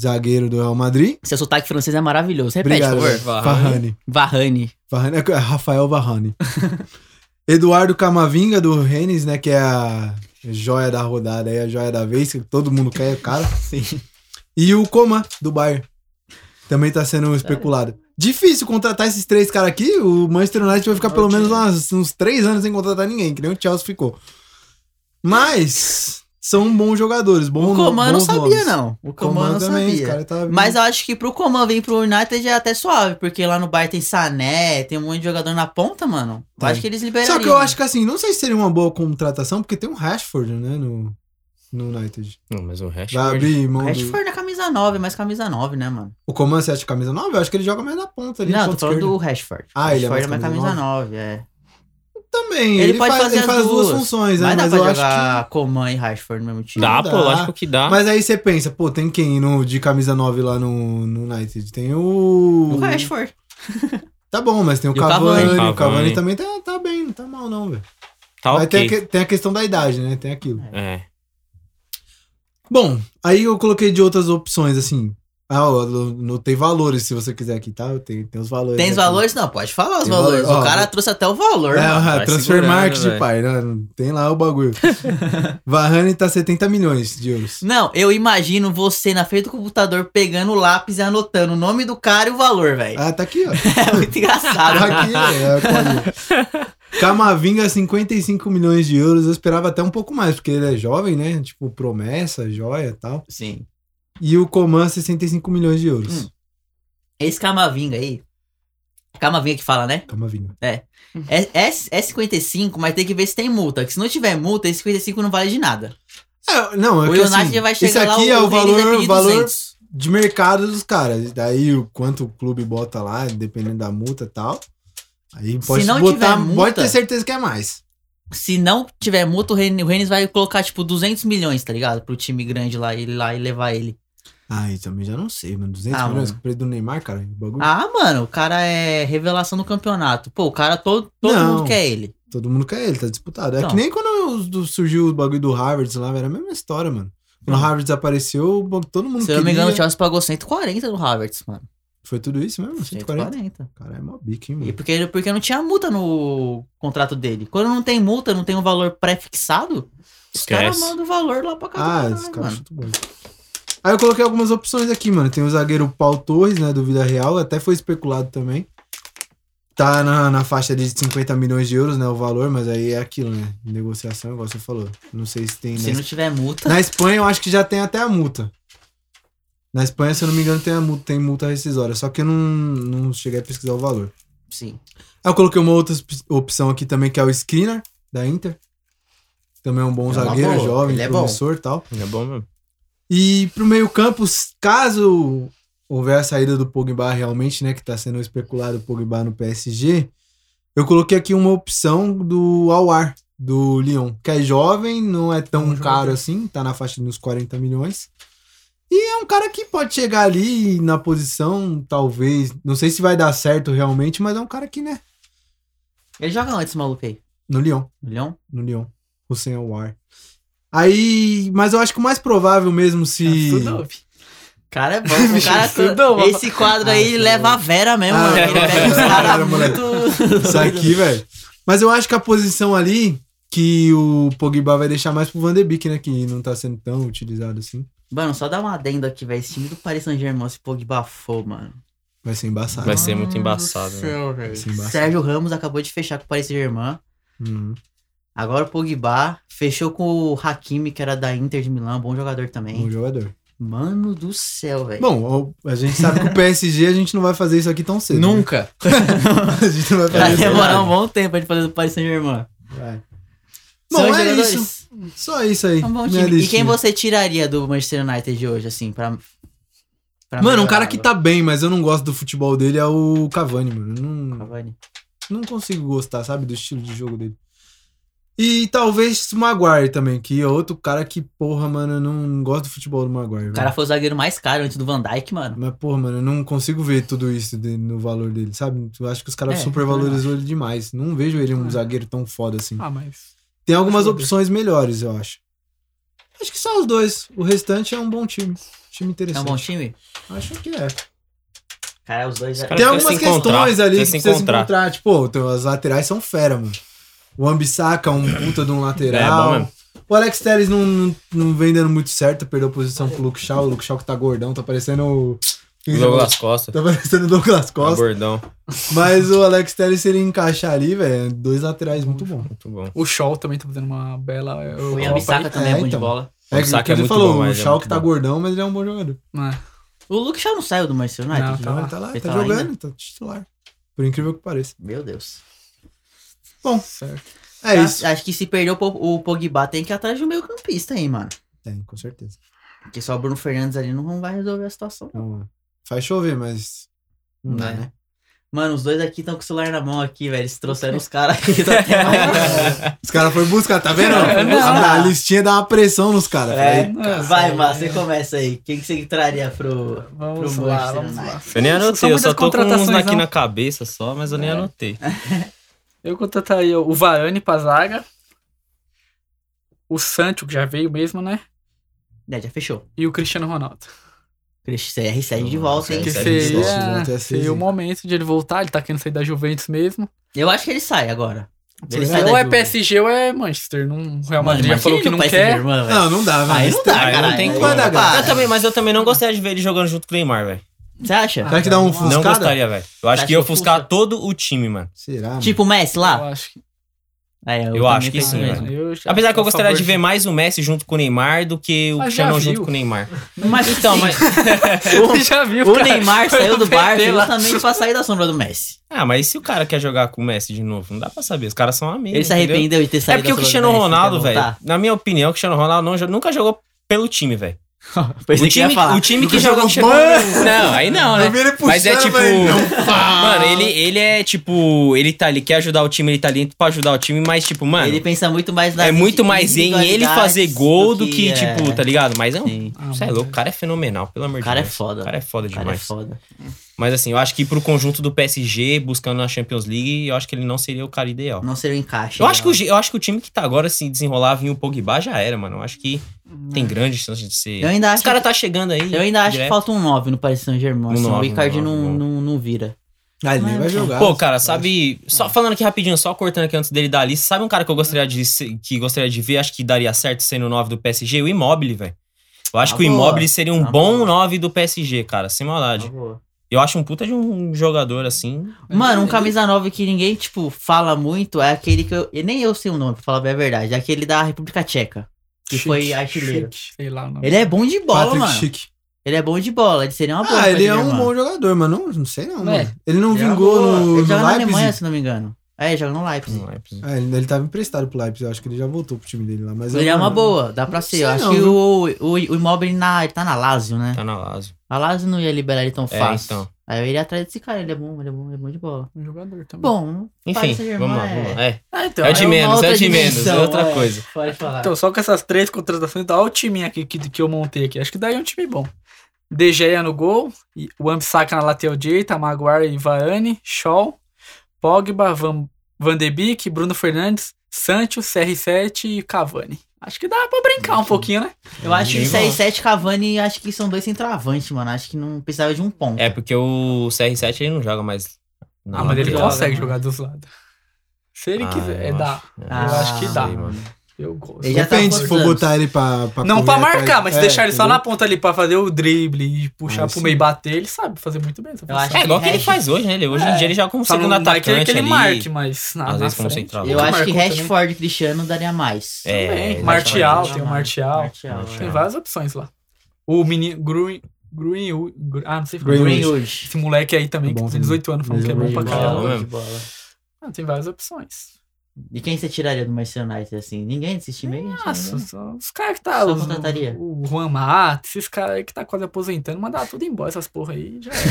S4: zagueiro do Real Madrid.
S1: Seu sotaque francês é maravilhoso. Repete,
S4: Obrigado,
S1: por favor.
S4: velho. Varane.
S1: Varane.
S4: Varane. é Rafael Varane.
S1: (laughs)
S4: Eduardo Camavinga, do Rennes, né? Que é a joia da rodada aí, a joia da vez, que todo mundo quer, o cara.
S1: (laughs) Sim.
S4: E o Coman, do Bayern. Também tá sendo especulado. Difícil contratar esses três caras aqui. O Manchester United vai ficar pelo menos umas- uns três anos sem contratar ninguém, que nem o Chelsea ficou. Mas são bons jogadores. Bons
S1: O
S4: no-
S1: Coman eu não
S4: bons
S1: sabia,
S4: nomes.
S1: não. O Coman eu não
S4: também,
S1: sabia.
S4: os caras tá-
S1: Mas eu acho que pro Coman vir pro United é até suave, porque lá no Bayern tem Sané, tem um monte de jogador na ponta, mano. Eu
S4: Tem.
S1: acho que eles liberariam.
S4: É.
S1: né?
S4: Só que eu acho que assim, não sei se seria uma boa contratação, porque tem um Rashford, né, no, no United.
S2: Não, mas o resto. é
S4: Vai abrir mão do-
S1: Rashford na camisa 9, mas camisa 9, né, mano?
S4: O Coman, você acha camisa 9? Eu acho que ele joga mais na ponta ali.
S1: não,
S4: no
S1: tô
S4: ponto
S1: falando
S4: esquerdo.
S1: do Rashford.
S4: Ah, ele é
S1: Rashford
S4: mais
S1: é mais camisa
S4: camisa
S1: 9, é.
S4: Também,
S1: Ele
S4: ele,
S1: pode
S4: faz,
S1: fazer
S4: ele
S1: as
S4: faz duas.
S1: duas.
S4: funções, né?
S1: Mas dá
S4: Mas
S1: pra
S4: eu acho que...
S1: jogar Coman e Rashford no mesmo time?
S2: Dá,
S4: Dá.
S2: pô, lógico que dá.
S4: Mas aí você pensa, pô, tem quem no, de camisa 9 lá no, no United? Tem o.
S1: O Rashford.
S4: Tá bom, mas tem o
S1: E o Cavani.
S4: Cavani. O Cavani,
S2: Cavani.
S4: também tá, tá bem, não tá mal, não, velho.
S2: tá
S4: Mas tem
S2: ok.
S4: a, que- tem a questão da idade, né? Tem aquilo.
S2: É.
S4: Bom, aí eu coloquei de outras opções, assim. Ah, eu anotei valores se você quiser aqui, tá? Eu tenho, tem os valores.
S1: Tem os
S4: aqui.
S1: valores? Não, pode falar os
S4: Tem
S1: valores.
S4: valor.
S1: O
S4: Ó,
S1: cara trouxe até o valor, mano.
S4: É,
S2: vai
S4: transfer
S2: segurando,
S4: market,
S2: velho.
S4: pai. né? Tem lá
S2: (laughs)
S4: o bagulho. Varane tá 70 milhões de euros.
S1: Não, eu imagino você na frente do computador pegando o lápis e anotando o nome do cara e o valor,
S4: (laughs)
S1: velho.
S4: Ah, tá aqui,
S2: (laughs)
S4: ó.
S1: É muito engraçado.
S4: Tá
S1: mano.
S4: aqui, é, pode. Camavinga, 55 milhões de euros. Eu esperava até um pouco mais, porque ele é jovem, né? Tipo, promessa, joia e tal.
S1: Sim.
S4: E o Coman, 65 milhões de euros.
S1: Hum. Esse Camavinga aí. Camavinga que fala, né?
S4: Camavinga. Uhum.
S1: É, é, é 55, mas tem que ver se tem multa. Que se não tiver multa, esse 55 não vale de nada.
S4: É, não, é
S1: o
S4: que
S1: United
S4: assim,
S1: vai
S4: esse
S1: chegar lá,
S4: aqui é o
S1: Rennes vai
S4: valor,
S1: pedir
S4: valor
S1: 200.
S4: de mercado dos caras. Daí, o quanto o clube bota lá, dependendo da multa e tal. Aí pode
S1: não
S4: botar,
S1: tiver
S4: pode
S1: multa-
S4: ter certeza que é mais.
S1: Se não tiver multa, o Ren- o Rennes vai colocar, tipo, 200 milhões, tá ligado? Pro time grande lá, ele lá e levar ele.
S4: Ai, Ah, também já não sei, mano. 200
S1: Ah,
S4: milhões
S1: mano.
S4: com o preço do Neymar, cara. o Bagulho,
S1: Ah, mano, o cara é revelação do campeonato. Pô, o cara, todo, todo
S4: Não.
S1: mundo quer ele.
S4: Todo mundo quer ele, tá disputado. É
S1: Então.
S4: que nem quando os do- surgiu o bagulho do Harvard lá, era a mesma história, mano. Quando o Harvard desapareceu, o bo- todo mundo
S1: Hum. Se eu
S4: queria. Hum,
S1: não me engano, o Chelsea pagou 140 no Havertz, mano.
S4: Foi tudo isso mesmo? 140?
S1: 140.
S4: Caralho, é mó bico, hein,
S1: E
S4: mano.
S1: porque, porque não tinha multa no contrato dele. Quando não tem multa, não tem um valor pré-fixado, os caras
S2: Esquece.
S1: mandam o valor lá pra casa do
S4: Ah,
S1: caralho,
S4: esse cara
S1: mano.
S4: chuta bom. Aí eu coloquei algumas opções aqui, mano. Tem o zagueiro Paul Torres, né, do Vila Real. Até foi especulado também. Tá na, na faixa ali de 50 milhões de euros, né, o valor. Mas aí é aquilo, né? Negociação, igual você falou. Não sei se tem...
S1: Se
S4: né,
S1: não tiver multa,
S4: Na Espanha, eu acho que já tem até a multa. Na Espanha, se eu não me engano, tem, a multa, tem multa rescisória. Só que eu não, não cheguei a pesquisar o valor.
S1: sim.
S4: Aí eu coloquei uma outra op- opção aqui também, que é o Skinner, da Inter. Também é um bom
S1: É uma
S4: zagueiro,
S1: boa,
S4: jovem,
S1: ele é bom.
S4: promissor e tal.
S2: É bom mesmo.
S4: E pro meio campo, s- caso houver a saída do Pogba realmente, né, que tá sendo especulado o Pogba no PSG, eu coloquei aqui uma opção do Awar, do Lyon, que é jovem, não é tão
S3: Bom um jogador.
S4: caro assim, tá na faixa dos 40 milhões. E é um cara que pode chegar ali na posição, talvez, não sei se vai dar certo realmente, mas é um cara que, né,
S1: Ele joga onde esse maluco aí?
S4: no Lyon
S1: No Lyon?
S4: no Lyon. Hussein Awar. Aí, mas eu acho que o mais provável mesmo se
S3: Tudo,
S1: Cara, é
S4: (laughs)
S1: bom. O cara,
S3: Estudou, mano.
S1: esse quadro aí
S4: Ah,
S1: ele leva a Vera mesmo,
S4: Ah,
S1: mano. Ele
S4: (laughs)
S1: pega os
S4: é.
S1: caras
S4: Moleque.
S1: muito.
S4: Isso aqui, velho. Mas eu acho que a posição ali que o Pogba vai deixar mais pro Van de Beek, né? Que não tá sendo tão utilizado assim.
S1: Mano, só dá uma adenda aqui, velho. Esse time do Paris Saint-Germain, se Pogba for, mano.
S4: Vai ser embaçado.
S2: Vai ser muito embaçado. né?
S4: Vai ser embaçado.
S1: Sérgio Ramos acabou de fechar com o Paris Saint-Germain.
S4: Uhum.
S1: Agora o Pogba fechou com o Hakimi, que era da Inter de Milão, bom jogador também.
S4: Bom jogador.
S1: Mano do céu, velho.
S4: Bom, o- a gente sabe que o PSG a gente não vai fazer isso aqui tão cedo. né?
S3: Nunca.
S4: (laughs) A gente não vai fazer
S1: Vai
S4: isso.
S1: demorar um bom tempo pra gente fazer do Paris Saint-Germain.
S4: Vai.
S1: São
S4: Bom,
S1: os
S4: é
S1: jogadores.
S4: isso. Só isso aí.
S1: É um bom
S4: minha
S1: time. E
S4: listinha.
S1: quem você tiraria do Manchester United de hoje, assim, pra. pra
S4: Mano, um
S1: melhorar
S4: cara que
S1: o
S4: tá bem, mas eu não gosto do futebol dele é o Cavani, mano. Eu Não,
S1: Cavani?
S4: não consigo gostar, sabe, do estilo de jogo dele. E talvez o Maguire também, que é outro cara que, porra, mano, eu não gosto do futebol do Maguire.
S1: O
S4: velho.
S1: cara foi o zagueiro mais caro antes do Van Dijk, mano.
S4: Mas, porra, mano, eu não consigo ver tudo isso de- no valor dele, sabe? Eu acho que os caras
S1: É,
S4: supervalorizou ele demais. Não vejo ele um
S3: É.
S4: zagueiro tão foda assim.
S3: Ah, mas.
S4: Tem algumas
S3: foda.
S4: opções melhores, eu acho. Acho que só os dois. O restante é um bom time. Time
S1: É um
S4: interessante.
S1: bom time?
S4: Acho que é.
S1: Cara, é os dois.
S2: caras-
S4: Tem
S2: Precisa
S4: algumas
S2: se encontrar,
S4: questões ali que
S2: precisa se
S4: precisa se
S2: encontrar.
S4: encontrar. Tipo, então, as laterais são fera, mano. O Ambissaca é um puta de um
S2: É, bom
S4: lateral.
S2: mesmo.
S4: o Alex Telles não, não, não vem dando muito certo, perdeu posição pro Luke Shaw. O Luke Shaw que tá gordão, tá parecendo o.
S2: Douglas Costa.
S4: (laughs) Tá parecendo o Douglas Costa.
S2: Gordão.
S4: Mas o Alex Telles, se ele encaixar ali, velho, é dois laterais muito bom.
S2: Muito bom.
S3: O Shaw também tá fazendo uma bela.
S1: O
S3: Europa
S1: Ian Bissaka
S3: aí.
S1: também é,
S4: É,
S1: bom de
S4: então.
S1: bola.
S4: É que
S2: Ambissaca
S4: que
S2: é
S4: ele
S2: muito
S4: falou,
S2: bom,
S4: o
S2: mas é
S4: Shaw
S2: muito
S4: que tá
S2: bom.
S4: gordão, mas ele é um bom jogador.
S3: É.
S1: O Luke Shaw não saiu do Manchester United.
S3: Não,
S1: né?
S3: tá lá.
S4: Ele tá lá,
S1: Ele
S4: tá,
S1: tá lá
S4: jogando,
S1: ainda?
S4: tá titular. Por incrível que pareça.
S1: Meu Deus.
S4: Bom,
S3: Certo.
S4: é
S2: Tá.
S1: Eu
S4: isso.
S1: Acho que se perder o Po- o Pogba tem que ir atrás de um meio campista aí, mano.
S4: Tem, É, com certeza.
S1: Porque só o Bruno Fernandes ali não vai resolver a situação. não.
S4: Então, faz chover, mas. Não dá,
S1: É.
S4: né?
S1: Mano, os dois aqui estão com o celular na mão aqui, velho. Eles trouxeram os
S4: (laughs)
S1: caras aqui da
S4: É.
S1: terra.
S4: Os caras foram buscar, tá
S1: (laughs)
S4: vendo?
S3: É, não.
S4: A, a listinha dá uma pressão nos caras.
S1: É,
S4: Falei,
S1: vai, Márcio, você começa aí. Quem que você traria pro.
S3: Vamos
S1: Pro
S3: lá,
S1: Manchester
S3: vamos lá.
S2: Eu nem
S3: São
S2: anotei, eu só
S3: muitas
S2: tô com uns
S3: contratações,
S2: aqui
S3: não.
S2: na cabeça só, mas eu nem
S3: É.
S2: anotei.
S3: Eu contrataria o Varane pra zaga. O Sancho, que já veio mesmo, né?
S1: É, já fechou.
S3: E o Cristiano Ronaldo.
S1: CR7 de volta, hein?
S2: Nossa,
S3: Que
S2: isso aí,
S3: seria,
S4: isso volta
S3: seria
S4: é seis,
S3: o
S4: hein?
S3: momento de ele voltar. Ele tá querendo sair da Juventus mesmo.
S1: Eu acho que ele sai agora. Ele
S4: Será?
S1: sai da
S3: ou é
S1: Juve.
S3: PSG ou é Manchester. Não, o
S1: Mano,
S3: Real Madrid já
S1: imagina
S3: falou
S1: ele
S3: que não
S1: vai ser
S3: quer.
S1: Germã, velho.
S2: Ah.
S4: Não, não dá,
S1: Aí
S4: vai.
S1: não dá,
S2: Aí
S1: cara.
S2: não tem
S4: como.
S1: dá,
S4: Para.
S2: Eu também, mas eu também não gostaria de ver ele jogando junto com o Neymar, velho.
S1: Você acha?
S4: Será que dá um
S3: Não
S2: Não
S4: fuscada?
S2: gostaria, velho. Eu acho
S1: Acho
S2: que ia
S1: que
S2: ofuscar
S1: ofusca.
S2: todo o time, mano.
S4: Será? mano?
S1: Tipo o Messi
S3: Eu
S1: lá?
S3: acho que, tá,
S1: É,
S2: Eu
S1: também
S2: acho que
S1: penso
S2: sim,
S1: mesmo.
S2: velho.
S3: eu já
S2: Apesar que
S1: é
S3: sou
S1: um
S2: eu
S3: a
S2: gostaria
S3: favor
S2: de ver mais o Messi junto com o Neymar do que o
S3: Ah, já
S2: Cristiano junto
S3: viu.
S2: com o Neymar.
S1: Mas
S2: Então,
S1: sim,
S2: (laughs) mas.
S3: (laughs) Você já viu,
S1: o
S3: cara?
S1: Neymar
S3: (laughs)
S1: saiu do
S3: Foi
S1: Barça tá-
S3: lá.
S1: justamente pra sair da sombra do Messi.
S2: Ah, mas e se o cara quer jogar com o Messi de novo? Não dá pra saber. Os caras são amigos.
S1: Ele se
S2: entendeu?
S1: arrependeu de ter
S2: É
S1: saído
S2: porque o
S1: da sombra do
S2: Cristiano
S1: Messi, então tá.
S2: Ronaldo,
S1: quer
S2: velho.
S1: voltar?
S2: Na minha opinião, o Cristiano Ronaldo não jo- nunca jogou pelo time, velho.
S1: Pensei
S2: O
S1: é que ia
S2: time,
S1: falar.
S2: o time que
S4: Nunca
S2: joga no
S4: jogou
S2: Cristiano (laughs)
S4: bola.
S2: Não, aí não, né?
S4: Eu vi ele
S2: Mas é
S4: puxando,
S2: tipo.
S1: (laughs)
S4: velho, não
S2: Mano, ele, ele é tipo. Ele tá ali, quer ajudar o time, ele tá ali pra ajudar o time, mas tipo, mano.
S1: Ele pensa muito mais na
S2: é muito mais em ele fazer gol do que, tipo, tá ligado? Mas é um.
S1: Sim.
S3: Ah,
S2: Você é
S3: mano.
S2: louco, o cara é fenomenal, pelo
S1: O
S2: amor de
S1: cara é
S2: Deus.
S1: foda.
S2: O cara é foda
S1: O cara é
S2: demais.
S1: foda.
S2: Mas assim, eu acho que pro conjunto do PSG, buscando a Champions League, eu acho que ele não seria o cara ideal.
S1: Não seria o encaixe.
S2: Eu acho, que o,
S1: né?
S2: je- eu acho que o time que tá agora, se desenrolar, vir o Pogba, já era, mano. Eu acho que tem grande chance de ser.
S1: É. Eu ainda
S2: Os
S1: acho
S2: caras tá chegando aí.
S1: Eu ainda acho que
S2: direto.
S1: falta um 9 no Paris Saint-Germain.
S2: Um
S1: assim, o
S2: nove, um
S1: Icardi
S2: nove,
S1: não,
S2: bom.
S1: não, não vira.
S4: Ah, ele nem vai
S1: Mas,
S4: jogar.
S2: Pô, cara, sabe. Só falando aqui rapidinho, só cortando aqui antes dele dar a lista. Sabe um cara que eu gostaria de, ser- que gostaria de ver, acho que daria certo sendo o 9 do PSG? O Immobile, velho. Eu acho
S1: Tá
S2: que o
S1: boa.
S2: Immobile seria um
S1: Tá
S2: bom
S1: boa. Ah,
S2: 9 do PSG, cara, sem maldade. Eu acho um puta de um jogador assim.
S1: Mano, um camisa 9 que ninguém, tipo, fala muito é aquele que eu. e Nem eu sei o nome, pra falar bem a verdade. É aquele da República Tcheca. Que foi artilheiro.
S3: Chique, sei lá o nome.
S1: Ele é bom de bola,
S4: Patrick
S1: mano.
S4: Schick.
S1: Ele é bom de bola. Ele seria uma boa.
S4: Ah,
S1: pra
S4: ele é
S1: Saint-Germain.
S4: um bom jogador, mas não, não sei não,
S3: É.
S4: mano. Ele não
S1: Ele é uma
S4: vingou
S1: boa.
S4: no,
S1: Ele
S4: no
S1: joga na Alemanha,
S4: Leipzig.
S1: se não me engano. É, ele joga no Leipzig.
S2: Não é possível.
S4: Ah, ele, ele tava emprestado pro Leipzig, eu acho que ele já voltou pro time dele lá. Mas
S1: Ele
S4: eu
S1: é uma
S4: não-
S1: boa, dá pra ser. Eu
S4: sei
S1: acho
S4: não,
S1: que
S4: viu?
S1: o, o, o Immobile na, ele tá na Lazio, né?
S2: Tá na Lazio.
S1: A Lazio não ia liberar ele tão
S2: É,
S1: fácil.
S2: então.
S1: Aí eu iria atrás desse cara, ele é bom, ele é bom, ele é bom de bola.
S3: Um jogador também.
S1: Bom,
S2: Enfim,
S1: Paris Saint-Germain
S2: vamos lá,
S1: é-
S2: vamos lá. É,
S3: Ah, então,
S2: é o
S1: é
S2: de
S1: uma
S2: menos, é
S1: outra
S2: o de menos, é
S1: dimensão,
S2: outra
S1: é.
S2: coisa.
S1: Pode falar.
S3: Então, só com essas três contratações, dá o time aqui que, que eu montei aqui. Acho que daí é um time bom. De Gea no gol, e o Ambissaca na lateral direita, Maguire e Varane, Shaw, Pogba, Van, Van de Beek, Bruno Fernandes, Sancho, CR7 e Cavani. Acho que dá pra
S4: Uhum.
S3: brincar um pouquinho, né?
S1: eu acho que
S2: Bem bom.
S1: CR7 e Cavani, acho que são dois centroavantes, mano. Acho que não precisava de um ponto.
S2: É, porque o CR7 ele não joga mais. na
S3: Ah, mas ele
S2: lateral.
S1: joga,
S3: consegue
S4: né?
S1: mano.
S3: jogar dos lados. Se ele
S2: Ah, eu
S3: quiser, é, dá.
S2: acho.
S1: Ah,
S3: eu acho que dá.
S2: sei, mano.
S3: Eu gosto.
S1: Ele já tá
S4: Depende se for
S1: forçando.
S4: botar ele pra. pra
S3: Não
S4: correr
S3: pra
S4: atrás-
S3: marcar, mas se
S4: é,
S3: deixar ele só
S4: entendeu?
S3: na ponta ali pra fazer o drible e puxar
S4: Ah,
S3: pro
S4: sim.
S3: meio e bater, ele sabe fazer muito bem. essa
S1: Eu acho
S3: função.
S2: É igual que ele
S1: Regi.
S2: faz hoje, né? Ele, hoje em
S3: É.
S2: dia ele joga como
S3: Só
S2: segundo
S3: não dá que
S2: atacante
S3: ele
S2: ali.
S3: marque, mas na,
S2: às
S3: na
S2: vezes como
S3: frente.
S2: central.
S1: eu
S3: Nunca
S1: acho que
S3: marcou também.
S1: Rashford e Cristiano daria mais.
S2: É, um
S3: Também.
S2: exatamente.
S3: Martial,
S1: Martial,
S3: tem o Martial.
S1: Martial,
S2: Martial.
S3: Tem
S1: é.
S3: várias opções lá. O menino. Gruen. Gruen. Ah, não sei falar.
S4: Greenwood.
S1: Greenwood.
S3: Esse moleque aí também,
S4: É bom
S3: que tem 18 anos, falando que é bom pra
S4: Greenwood.
S3: caramba.
S2: Bola,
S5: de bola.
S3: Ah, tem várias opções.
S1: E quem você tiraria do Manchester United, assim? Ninguém desse time aí?
S3: Nossa,
S1: Nossa.
S3: só os caras que tá.
S1: Só
S3: os-
S1: contrataria.
S3: o Juan Matos, esses caras aí que tá quase aposentando, mandar tudo embora, essas porra aí. Já era.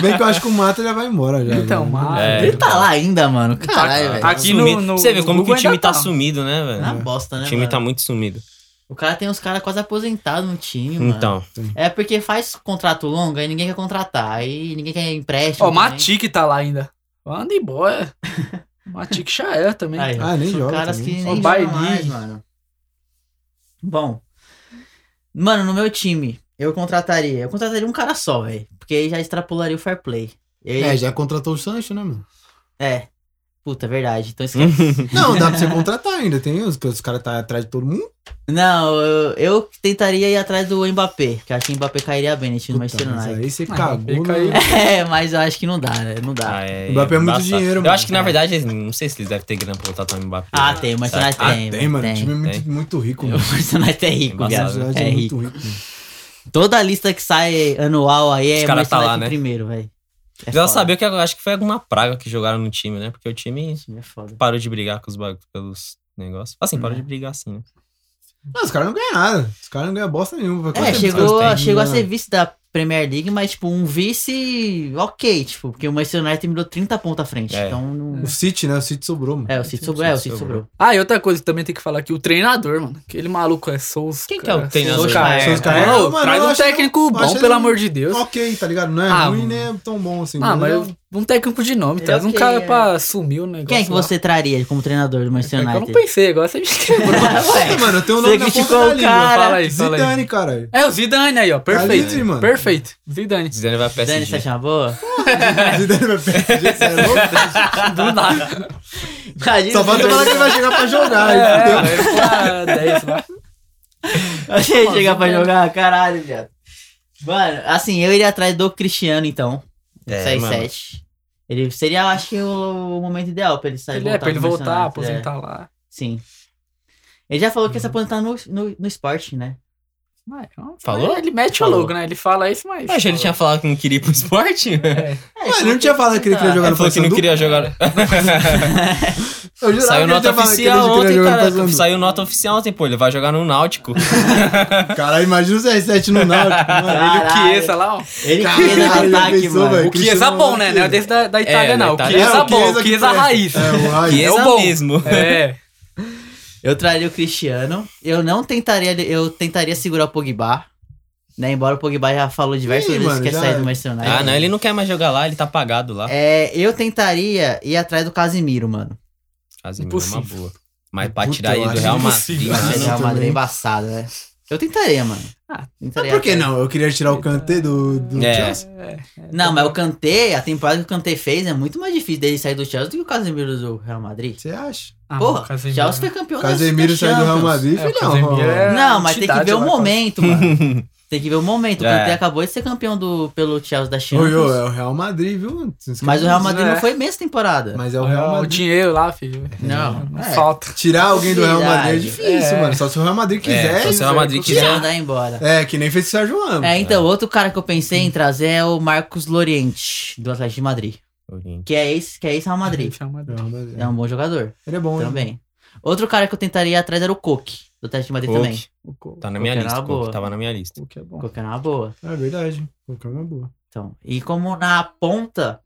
S4: Bem que eu acho que o Mata já vai embora já.
S3: Então,
S4: né?
S3: Matos.
S2: É.
S1: Ele tá lá ainda, mano. Caralho, velho.
S3: tá- Aqui no-
S2: Sumido.
S3: no-
S2: Você vê como
S3: no
S2: que o
S3: Google
S2: time
S3: ainda
S2: tá
S3: tá.
S2: sumido, né,
S1: É
S2: velho?
S1: uma bosta,
S2: O
S1: né?
S2: time
S1: mano?
S2: tá muito sumido.
S1: O cara tem uns caras quase aposentados no time, mano.
S2: Então,
S1: É porque faz contrato longo, aí ninguém quer contratar. Aí ninguém quer empréstimo.
S3: Ó, o
S1: também.
S3: Matic tá lá ainda. Manda
S1: (laughs)
S3: embora. O Matic já era também.
S1: Aí,
S4: Ah, nem
S1: são
S4: joga
S1: caras
S4: também.
S1: que
S3: Só
S1: nem
S3: Bayern.
S1: jogam mais, mano. Bom. Mano, no meu time, eu contrataria. Eu contrataria um cara só, velho. Porque aí já extrapolaria o fair play. Eu-
S4: É, já contratou o Sancho, né, mano?
S1: é. Puta, verdade. Então esquece.
S4: (laughs) Não, dá pra você contratar ainda. Tem os, os caras tá atrás de todo mundo.
S1: Não, eu, eu tentaria ir atrás do Mbappé, que eu acho que o Mbappé cairia bem no time do Manchester
S4: mas
S1: United.
S4: aí você
S3: Ah,
S4: cagou.
S3: fica
S4: né?
S1: (laughs) É, mas eu acho que não dá, né? Não dá.
S2: ah, é,
S4: O Mbappé é muito
S2: embaçado.
S4: dinheiro,
S2: Eu
S4: mano.
S2: acho que, na verdade, eles, não sei se eles devem ter grana pra voltar também o Mbappé.
S1: Ah,
S2: né?
S1: tem, o Manchester
S2: Sabe?
S1: United
S2: Ah,
S1: tem.
S4: Tem, mano.
S1: Tem.
S4: o time é
S2: tem.
S4: muito, muito rico, mano.
S1: (laughs) O Manchester United é rico,
S4: Na
S1: viado.
S4: verdade,
S1: É rico.
S4: muito rico. mano.
S1: Toda lista que sai anual aí
S2: Os
S1: é
S2: cara
S1: Manchester
S2: tá lá,
S1: United
S2: né?
S1: primeiro, velho. É
S2: Precisa
S1: foda.
S2: saber que eu acho que foi alguma praga que jogaram no time, né? Porque o time
S1: Isso é foda.
S2: parou de brigar com os bagulhos pelos negócios. Assim, parou
S1: Né?
S3: Uhum.
S2: de brigar assim, né?
S4: Não, os caras não ganham nada. Os caras não ganham bosta nenhuma.
S1: É,
S4: Quanto tempo os
S1: chegou,
S4: caras têm?
S1: chegou a
S4: Não.
S1: ser vice da Premier League, mas, tipo, um vice ok, tipo, porque o Manchester United mirou 30 pontos à frente.
S2: É.
S1: Então,
S3: Hum.
S1: não...
S4: O City, né? O City sobrou, mano.
S1: É, o City sobrou. É, o City
S2: Sobrou.
S1: sobrou.
S3: Ah, e outra coisa que também tem que falar aqui, o treinador, mano. Aquele maluco é Souls.
S2: Quem que é o treinador?
S3: Solskjaer.
S4: Solskjaer.
S3: É, ô,
S4: Mano,
S3: traz
S4: eu
S3: um
S4: acho que-
S3: técnico
S4: eu acho
S3: bom,
S4: ele-
S3: pelo amor de Deus.
S4: Ok, tá ligado? Não é
S3: Ah,
S4: ruim, nem é tão bom assim.
S3: Ah, mas
S4: é-
S3: eu- um técnico de nome,
S1: Ele
S3: traz um
S1: ok,
S3: cara
S1: é.
S3: pra assumir o negócio.
S1: Quem é que
S3: lá.
S1: você traria como treinador do
S3: Então É
S1: Manchester
S3: que Eu não
S1: United?
S3: pensei, agora você me quebrou. (laughs)
S4: Puta, (laughs) mano, eu tenho o
S1: Você
S4: nome na
S1: criticou
S4: ponta da
S1: o
S4: língua.
S1: cara.
S3: fala aí, fala aí.
S4: Zidane,
S3: (laughs)
S4: caralho.
S3: É, o Zidane aí, ó. Perfeito.
S4: livre, mano.
S3: Perfeito.
S4: (laughs)
S3: Zidane.
S2: Zidane vai
S1: Dani, você
S2: PSG.
S1: acha uma
S3: (laughs)
S1: boa?
S4: Zidane vai PSG, você é
S3: (laughs)
S4: louco?
S3: Do nada. É,
S4: Só falta falar que ele vai chegar pra jogar, entendeu?
S3: Ah, 10 lá.
S1: Achei chegar pra jogar, caralho, viado. Mano, assim, eu iria atrás do Cristiano, então.
S2: É,
S1: sai
S2: mano.
S1: 7. Ele seria, eu acho que, o, o momento ideal pra ele sair
S3: Ele é, pra ele
S1: pro
S3: voltar,
S1: Manchester United,
S3: aposentar lá.
S1: é. Sim. Ele já falou que ia se aposentar no, no, no esporte, né?
S3: Mas, não,
S2: Falou?
S3: Ele mete
S2: Falou.
S3: o logo, né? Ele fala isso, mas.
S2: Eu achei que ele tinha falado que não queria ir pro esporte.
S3: É.
S4: Mano, ele não tinha falado que ele queria jogar
S2: Ele
S4: no
S2: falou que não
S4: Paysandu?
S2: queria jogar.
S4: Eu jurava
S2: Saiu
S4: que ele
S2: nota
S4: tinha falado que ele
S2: oficial
S4: queria
S2: ontem,
S4: jogar no
S2: cara.
S4: Paysandu.
S2: Saiu nota oficial ontem, pô. Ele vai jogar no Náutico.
S4: Caralho, imagina o CR7 no Náutico, mano.
S3: Ele e o
S1: Caralho.
S3: Chiesa lá, ó.
S1: Ele
S4: Caralho,
S1: queria
S2: tá
S1: dar
S4: já
S1: ataque,
S4: pensou,
S1: mano.
S4: velho?
S3: O Chiesa
S4: Cristiano
S3: bom, né? Não é
S4: Ronaldo.
S3: desse da, da Itália,
S2: da
S3: não. O
S2: Itália.
S4: É,
S3: Chiesa
S4: o
S3: bom,
S4: Chiesa
S3: o
S4: que
S3: Chiesa
S4: presta.
S3: raiz.
S4: É, o Raiz.
S2: Chiesa
S3: o bom.
S2: mesmo.
S3: É.
S1: Eu traria o Cristiano. Eu não tentaria, eu tentaria segurar o Pogba. Né? Embora o Pogba já falou diversas
S4: Ih,
S1: vezes
S4: mano,
S1: que quer
S4: já
S1: sair
S4: é.
S1: do Manchester United.
S2: Ah, não. Ele não quer mais jogar lá. Ele tá pagado lá.
S1: É, eu tentaria ir atrás do Casimiro, mano.
S2: Casemiro é uma
S3: Impossível.
S2: boa. Mas pra
S4: Puta,
S2: tirar
S4: eu
S2: ele do
S4: acho
S2: Real Madrid,
S3: impossível.
S1: Mas
S4: Ah, não,
S1: o Real
S2: mano.
S1: Madrid é
S4: também.
S1: embaçado, né? Eu tentaria, mano.
S3: Ah,
S1: tentaria
S4: Mas por que
S1: atrás.
S4: não? Eu queria tirar o Kanté do, do
S2: É.
S4: Chelsea.
S1: Não, mas o Kanté, a temporada que o Kanté fez é muito mais difícil dele sair do Chelsea do que o Casemiro do Real Madrid.
S4: Você acha?
S3: Ah,
S1: Porra, é
S3: o Casemiro,
S1: Chelsea
S3: né?
S1: foi campeão da-
S4: Casemiro
S1: da
S4: saiu do Real
S1: tá Champions.
S3: É,
S4: Madrid,
S3: o
S4: filhão.
S3: Casemiro é-
S1: Não, mas tem que
S3: entidade
S1: ver o
S3: lá,
S1: momento, mano. Tem que ver o momento. O
S2: É.
S1: Kanté acabou de ser campeão do, pelo Chelsea da Champions.
S4: Oi, ô, é o Real Madrid, viu? Se esquece
S1: Mas o Real
S4: disso.
S1: Madrid
S3: É.
S1: não foi bem essa temporada.
S4: Mas é o Real
S3: Ah, O
S4: Madrid.
S3: dinheiro lá, filho.
S1: Não, é.
S3: Falta.
S4: Tirar alguém do Real Madrid é difícil,
S3: É.
S4: mano. Só se o Real Madrid
S2: É,
S4: quiser.
S2: só se o Real Madrid
S1: Quiser
S2: quiser.
S1: mandar embora.
S4: É, que nem fez o Sérgio Ramos.
S1: É, então, outro cara que eu pensei em trazer é o Marcos Loriente, do Atlético de Madrid. Que é esse, que é esse Real
S3: (laughs)
S1: Madrid.
S3: Real Madrid.
S4: Real Madrid.
S1: É um bom jogador
S4: Ele é bom, né?
S1: também. Outro cara que eu tentaria ir atrás era o Coque, do Atlético de Madrid também.
S2: Coke.
S3: O co-
S2: Tá na minha
S1: Coke era
S2: lista.
S1: uma
S2: Coke,
S1: boa.
S2: Tava na minha lista.
S3: o que é bom.
S1: Coque era uma boa.
S4: É verdade. Colocar é uma boa.
S1: Então, e como na ponta,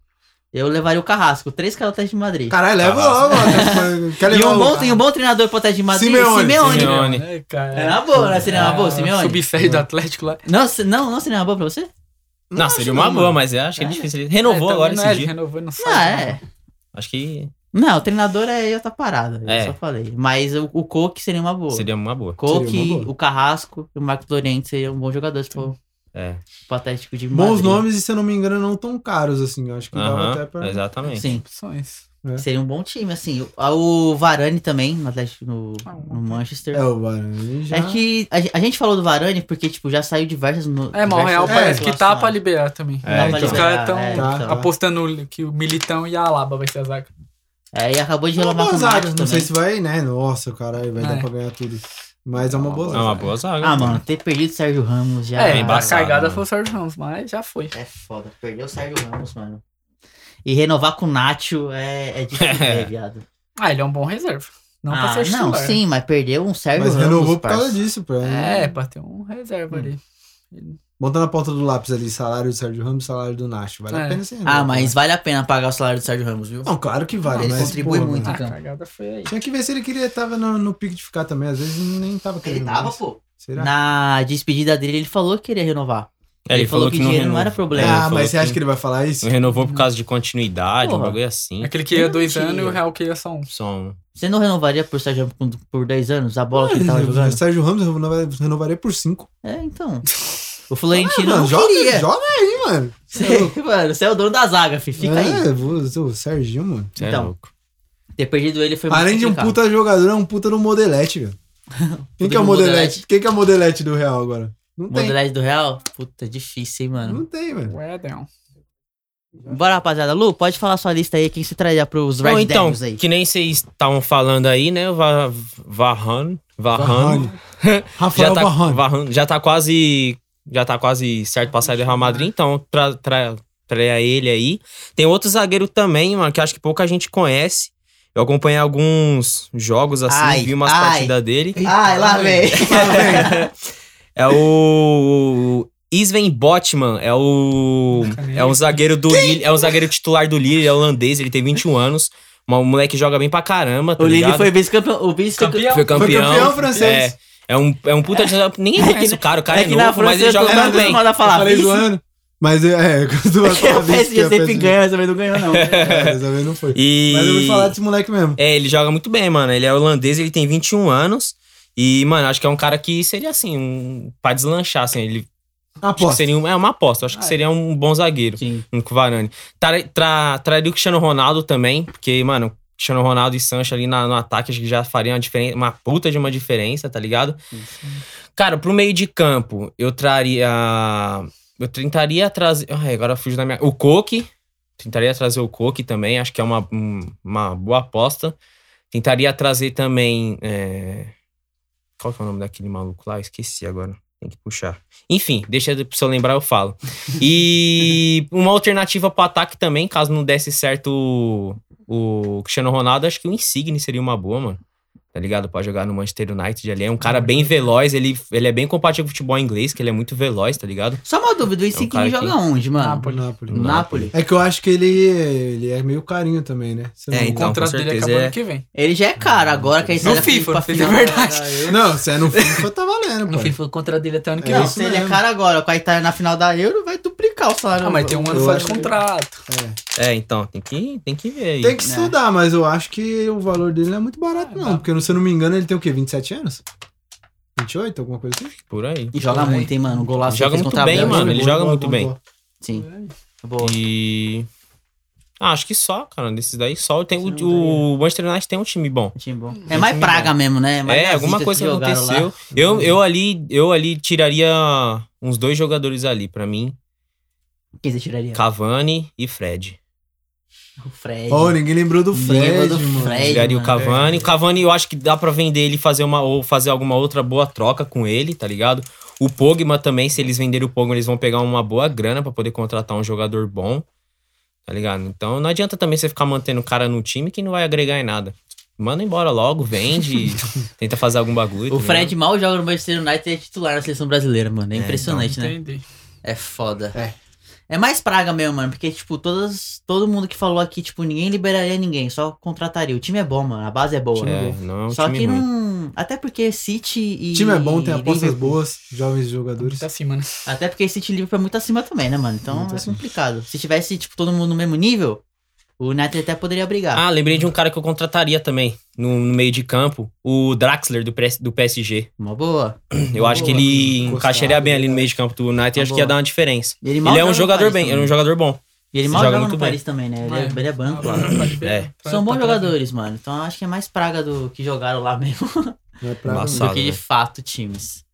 S1: eu levaria o Carrasco, três caras do Atlético de Madrid.
S4: Caralho, leva logo,
S1: (laughs)
S4: mano. Quer
S1: e
S4: levar
S1: um
S4: o-
S1: bom, e um bom treinador pro Atlético de Madrid,
S4: Simeone.
S1: Simeone. Simeone.
S2: Simeone. Simeone.
S3: É, cara.
S1: É uma boa, né? Seria uma
S2: É,
S1: boa, Simeone?
S3: Subsede Ah, do Atlético lá.
S1: Não, se- não, não seria uma boa pra você?
S2: Não,
S4: acho
S2: seria uma
S4: não,
S2: boa,
S4: mano.
S2: mas eu acho que é
S1: É.
S2: difícil. Ele Renovou
S3: É,
S2: agora
S3: também não
S2: esse
S3: é, ele
S2: dia.
S3: Renovou, não
S1: Ah,
S3: sai.
S1: é.
S2: Acho que
S1: Não, o treinador é outra parada,
S2: É.
S1: eu só falei. Mas o, o Coque seria uma boa.
S2: seria uma boa.
S4: Seria uma
S1: Coque,
S4: boa.
S1: o Carrasco e o Marcos Lorente seriam bons jogadores pro,
S2: É.
S1: pro Atlético de Madrid.
S4: Bons nomes e, se eu não me engano, não tão caros assim. Eu acho que dava
S2: Aham,
S4: até pra.
S2: Exatamente.
S1: Sim,
S3: Opções.
S1: seria um bom time, assim. O, o Varane também, no Atlético, no,
S3: Ah,
S1: no Manchester.
S4: É, o Varane já.
S1: É que a, gen- a gente falou do Varane porque, tipo, já saiu diversas... No,
S3: É, mas o
S1: diversas
S3: Real parece que tá
S1: relações.
S3: pra liberar também.
S2: É,
S1: Dá pra
S2: então.
S3: Os caras tão
S1: liberar,
S4: Tá.
S1: é, então.
S3: apostando que o Militão e a Alaba vai ser a zaga.
S1: É, e acabou de
S4: É uma
S1: renovar
S4: boa
S1: com o
S4: zaga,
S1: Matos
S4: Não
S1: também.
S4: sei se vai, né? Nossa, caralho, vai
S3: É.
S4: dar pra ganhar tudo. Mas é uma boa
S2: É
S4: zaga.
S2: uma boa zaga.
S1: Ah, mano, ter perdido o Sérgio Ramos já.
S3: É, a
S2: embaçado,
S3: cagada
S2: mano.
S3: foi o Sérgio Ramos, mas já foi.
S1: É foda, perdeu o Sérgio Ramos, mano. E renovar com o Nacho é, é difícil, né, viado.
S3: Ah, ele é um bom reserva. Não
S1: ah,
S3: pra ser
S1: não,
S3: titular.
S1: sim, mas perdeu um Sérgio
S4: Mas
S1: Ramos.
S4: renovou por
S1: parça.
S4: causa disso, pra...
S3: É, pra ter um reserva ali.
S4: Botando a ponta do lápis ali, salário do Sérgio Ramos, salário do Nacho. Vale
S3: É.
S4: a pena você
S1: Ah,
S4: renovar.
S1: mas vale a pena pagar o salário do Sérgio Ramos, viu?
S4: Não, claro que vale,
S1: Ele
S4: mas.
S1: contribui
S4: pô,
S1: muito.
S4: mano,
S3: Ah,
S1: Então.
S3: a cagada foi aí.
S4: Tinha que ver se ele queria, tava no, no pique de ficar também. Às vezes nem tava querendo.
S1: Ele tava,
S4: mais.
S1: pô.
S4: Será?
S1: Na despedida dele, ele falou que queria renovar.
S2: É, ele, falou, que,
S1: dinheiro não
S2: renovou.
S1: era problema.
S2: É, ele
S4: Ah,
S2: falou
S4: mas você acha que
S2: que
S4: ele vai falar isso?
S2: não renovou por causa de continuidade, um
S1: Uhum. Porra. É
S2: bagulho assim.
S3: Aquele que ia
S1: Eu
S3: dois
S1: não
S3: anos e o
S1: tinha.
S3: Real que ia só um.
S2: Só um-
S1: Você não renovaria por Sérgio Ramos com- por 10 anos? A bola que ele tava
S4: O
S1: jogando?
S4: Sérgio Ramos renova- renovaria por 5.
S1: É,
S4: (laughs)
S1: então. O Florentino
S4: Ah, Mano,
S1: Ah, não
S4: joga,
S1: queria.
S4: joga aí, mano.
S1: Você- (laughs) mano, você é o dono da zaga, fi. Fica
S4: é,
S1: aí.
S4: vou- o Serginho, mano.
S2: Cê
S1: Então,
S2: é louco.
S1: Ter perdido ele foi muito
S4: Além de um
S1: complicado.
S4: puta jogador, é um puta no
S1: (laughs)
S4: modelete, velho. Quem que é o
S1: do
S4: modelete?
S1: modelete.
S4: Quem que é o modelete do Real agora? Não tem.
S1: Modelagem do Real? Puta, é difícil, hein, mano.
S4: Não tem, velho.
S3: Ué, Deon.
S4: Hum?
S1: Bora, rapaziada. Lu, pode falar sua lista aí, quem se traria pros Red
S2: Bom, então,
S1: Devils aí.
S2: que nem vocês estavam falando aí, né? O Va- Varane. Varane.
S1: (laughs)
S4: Varane. Rafael
S2: já tá,
S4: Varane.
S2: Varane já tá quase já tá quase certo pra sair do Real Madrid, então tra, tra, traia ele aí. Tem outro zagueiro também, mano, que acho que pouca gente conhece. Eu acompanhei alguns jogos assim,
S1: Ai,
S2: vi umas
S1: ai.
S2: partidas dele.
S4: Ah,
S1: Ai, lá vem.
S3: (laughs)
S2: É o Sven Botman, é o é um zagueiro do Lille, é um zagueiro titular do Lille, ele é holandês, ele tem 21 anos. Um moleque que joga bem pra caramba, tá
S1: O Lille
S2: ligado?
S1: foi vice-campeão. O É vice-campeão.
S3: Campeão.
S2: Foi campeão.
S4: Foi campeão francês.
S2: É, é um, é um puta. Ninguém conhece o cara. O cara é,
S1: é que na
S2: novo, mas
S1: França
S2: ele
S1: eu tô
S2: joga
S1: dando
S2: muito bem.
S1: acostumado a falar.
S4: Eu falei
S1: vice- (laughs)
S4: zoando. Mas é, (laughs) quando eu
S1: Porque o PSG sempre ganha, mas também não ganhou,
S4: (laughs)
S1: não.
S4: Dessa vez não
S1: (laughs)
S4: foi.
S2: E...
S4: Mas eu vou falar desse moleque mesmo.
S2: É, ele joga muito bem, mano. Ele é holandês, ele tem 21 anos. E, mano, acho que é um cara que seria assim, um. Pra deslanchar, assim. Ele acho que
S4: Aposta.
S2: seria um- é uma aposta. Acho
S3: Ah,
S2: que
S3: é.
S2: seria um bom zagueiro.
S1: Sim.
S2: Um com o Varane. Tra- tra- Traria o Cristiano Ronaldo também, porque, mano. Cristiano Ronaldo e Sancho ali na- no ataque, acho que já faria uma, diferen- uma puta de uma diferença, tá ligado? Cara, pro meio de campo, eu traria. Eu tentaria trazer. Ai, agora fugiu da minha. O Coque. Tentaria trazer o Coque também. Acho que é uma, um- uma boa aposta. Tentaria trazer também. é, Qual que é o nome daquele maluco lá? Esqueci agora. Tem que puxar. Enfim, deixa eu- se eu lembrar, eu falo. E uma alternativa pro ataque também, caso não desse certo o, o Cristiano Ronaldo, acho que o Insigne seria uma boa, mano. Tá ligado? Pra jogar no Manchester United ali. É um cara bem veloz, ele, ele é bem compatível com o futebol inglês, que ele é muito veloz, tá ligado?
S1: Só uma
S3: É
S1: dúvida, o Insigne
S2: cara que-
S1: joga onde, mano?
S4: Nápoles. Nápoles.
S1: No Napoli.
S4: É que eu acho que ele, ele é meio carinho também, né? Você
S2: É,
S4: não-
S3: O
S2: então,
S3: contrato
S2: com
S3: dele
S2: certeza
S3: acabou
S2: é-
S3: ano que vem.
S1: Ele já é caro, agora que a gente
S3: No
S1: olha pra-
S3: FIFA,
S1: pra
S3: se é
S1: final, (laughs)
S3: verdade.
S1: cara, eu-
S4: Não, se é no FIFA, tá valendo,
S3: No
S4: pô.
S3: FIFA, o contrato dele é até ano que
S4: É
S1: Não,
S3: vem.
S4: isso
S1: se ele é
S4: mesmo.
S1: caro agora, com a Itália na final da Euro, vai duplicar o salário.
S3: Ah, mas tem um ano
S4: Eu
S3: só de
S4: acho que-
S3: contrato.
S2: É, então, tem que, tem que ver aí.
S4: Tem que
S1: né?
S4: estudar, mas eu acho que o valor dele não é muito barato,
S3: Ah,
S4: não.
S3: dá.
S4: Porque, se eu não me engano, ele tem o quê? 27 anos? 28, alguma coisa assim? É,
S2: Por aí.
S1: E joga muito, hein, mano. O golaço
S2: Joga
S1: que ele fez
S2: muito
S1: contra a
S2: bem,
S1: Bélgica.
S2: mano, ele
S4: Boa,
S2: joga
S4: boa,
S2: muito
S4: boa,
S2: bem.
S4: boa.
S1: Sim. Boa.
S2: E. Ah, acho que só, cara. Desses daí só. Tem,
S1: Esse
S2: o, o Manchester United tem um time bom.
S1: Time bom. É mais praga mesmo, né? mais
S2: É,
S1: nazista
S2: alguma
S1: que
S2: coisa
S1: jogaram lá.
S2: aconteceu. Eu, eu, ali, eu ali tiraria uns dois jogadores ali, pra mim.
S1: Quem você tiraria?
S2: Cavani e Fred.
S1: O Fred.
S4: Ó, ninguém lembrou do Fred,
S1: Ninguém lembrou do
S4: mano.
S1: Fred.
S2: Tiraria o
S1: É, mano.
S2: Cavani. O Cavani, eu acho que dá pra vender ele e fazer uma, ou fazer alguma outra boa troca com ele, tá ligado? O Pogba também, se eles venderem o Pogba, eles vão pegar uma boa grana pra poder contratar um jogador bom. Tá ligado? Então não adianta também você ficar mantendo o cara no time que não vai agregar em nada. Manda embora
S1: (laughs)
S2: logo, vende, tenta fazer algum bagulho.
S1: O
S2: tá
S1: Fred mal joga no Manchester United e é titular na seleção brasileira, mano. É
S2: então
S1: impressionante, né?
S3: Entendi.
S1: É foda.
S4: É.
S1: É mais praga mesmo, mano. Porque, tipo, todas, todo mundo que falou aqui, tipo, ninguém liberaria ninguém, só contrataria. O time é bom, mano. A base é boa.
S2: ligado? É, não é um
S1: só
S2: time
S1: que
S2: ruim.
S1: não. Até porque City e.
S4: O time é bom, tem
S1: e
S4: apostas
S1: Liverpool-
S4: boas, jovens jogadores.
S3: Muito acima, né?
S1: Até porque City e Liverpool é muito acima também, né, mano? Então
S4: Muito
S1: é
S4: acima.
S1: complicado. Se tivesse, tipo, todo mundo no mesmo nível, o United até poderia brigar.
S2: Ah, lembrei de um cara que eu contrataria também no, no meio de campo, o Draxler do, PS do PSG.
S1: Uma boa.
S2: Eu acho que
S4: boa.
S2: ele
S4: Encostado,
S2: encaixaria bem ali no meio de campo do United e
S1: Uma
S2: acho que ia
S1: boa.
S2: dar uma diferença.
S1: E Ele, mal
S2: Ele é
S1: joga
S2: um
S1: no
S2: jogador
S1: Paris
S2: bem, ele é
S1: também.
S2: um jogador bom.
S1: E ele mal
S2: joga
S1: joga,
S2: muito
S1: no
S2: bem.
S1: Paris também, né? Ele é, ele é banco.
S3: Ah, pode ver. tá
S2: É.
S3: Pra-
S4: tá,
S1: São bons
S3: pra-
S1: jogadores, mano. Então acho que é mais praga do que jogaram lá mesmo.
S4: Não é pra
S2: Nossa.
S1: do
S2: Sabe,
S1: que de
S2: né?
S1: fato times.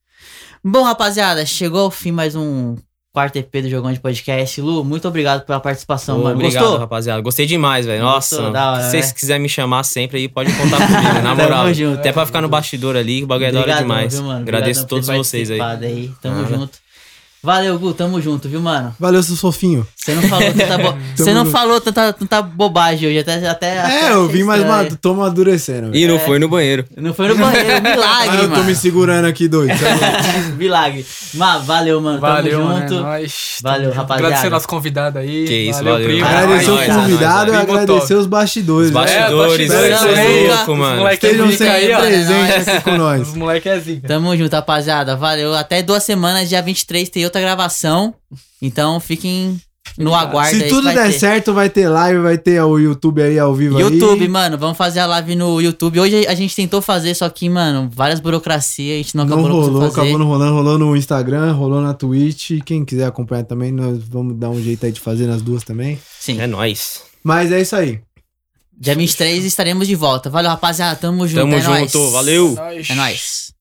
S1: Bom, rapaziada, chegou ao fim mais um quarto EP do Jogão de Podcast. Lu, muito obrigado pela participação,
S2: Ô,
S1: mano.
S2: Obrigado,
S1: Então, Gostou?
S2: rapaziada. Gostei demais, velho.
S1: Gostou?
S2: Nossa,
S1: Da hora,
S2: se vocês
S1: né?
S2: quiserem me chamar sempre aí, pode contar comigo, na
S1: (laughs) Tamo
S2: moral.
S1: junto.
S2: Até pra ficar no bastidor ali, que o bagulho é da hora
S1: Obrigadão,
S2: demais.
S1: viu, mano?
S2: Agradeço
S1: Obrigadão por
S2: todos
S1: ter
S2: vocês aí.
S1: participado aí. Tamo
S2: Nada.
S1: junto. Valeu, Gu. Tamo junto, viu, mano?
S4: Valeu, seu fofinho.
S1: Você não
S2: (laughs)
S1: falou tanta, bo... Você não
S4: junto.
S1: falou tanta, tanta bobagem hoje. Até, até,
S3: Tá
S4: É,
S1: até
S4: eu vim mais
S1: estranho.
S4: uma. Tô amadurecendo. velho.
S2: E
S1: É.
S2: não foi no banheiro.
S1: Não foi no banheiro. é um
S4: Ah,
S1: Milagre,
S4: eu tô me
S1: mano.
S4: segurando aqui, doido. tá
S1: (laughs) Milagre. Mas valeu, mano.
S3: Valeu,
S1: Tamo
S3: mano.
S1: junto.
S3: É nóis.
S1: Valeu,
S3: Tamo junto.
S1: rapaziada.
S3: Agradecer nosso convidado aí.
S2: Que isso, valeu.
S3: primo.
S2: Valeu,
S4: Agradecer
S2: é
S4: o
S2: nóis,
S4: convidado e
S3: é nóis.
S4: agradecer os bastidores.
S2: Os
S4: velho.
S2: bastidores,
S1: bastidores,
S2: velho. Você
S1: né?
S2: é louco,
S3: Os
S2: mano.
S3: moleque
S4: Estejam
S3: zica aí,
S4: sempre
S3: ó. é
S4: presentes aqui com nós.
S3: Os moleque é zica.
S1: Tamo junto, rapaziada. Valeu. Até duas semanas, dia 23, tem outra gravação. Então fiquem no aguardo aí.
S4: Se
S1: que
S4: tudo
S1: vai
S4: der
S1: ter.
S4: certo, vai ter live, vai ter o YouTube aí ao vivo
S1: YouTube,
S4: aí.
S1: mano, vamos fazer a live no YouTube. Hoje a gente tentou fazer, só que, mano, várias burocracias, a gente não
S4: Não
S1: acabou não
S4: rolou,
S1: conseguindo fazer.
S4: acabou não rolando, rolou no Instagram, rolou na Twitch. Quem quiser acompanhar também, nós vamos dar um jeito aí de fazer nas duas também.
S1: Sim.
S2: É nóis.
S4: Mas é isso aí.
S1: Dia 23 estaremos de volta. Valeu, rapaziada. Tamo junto.
S2: Tamo
S1: é
S2: junto,
S1: nóis.
S2: valeu.
S1: É nóis.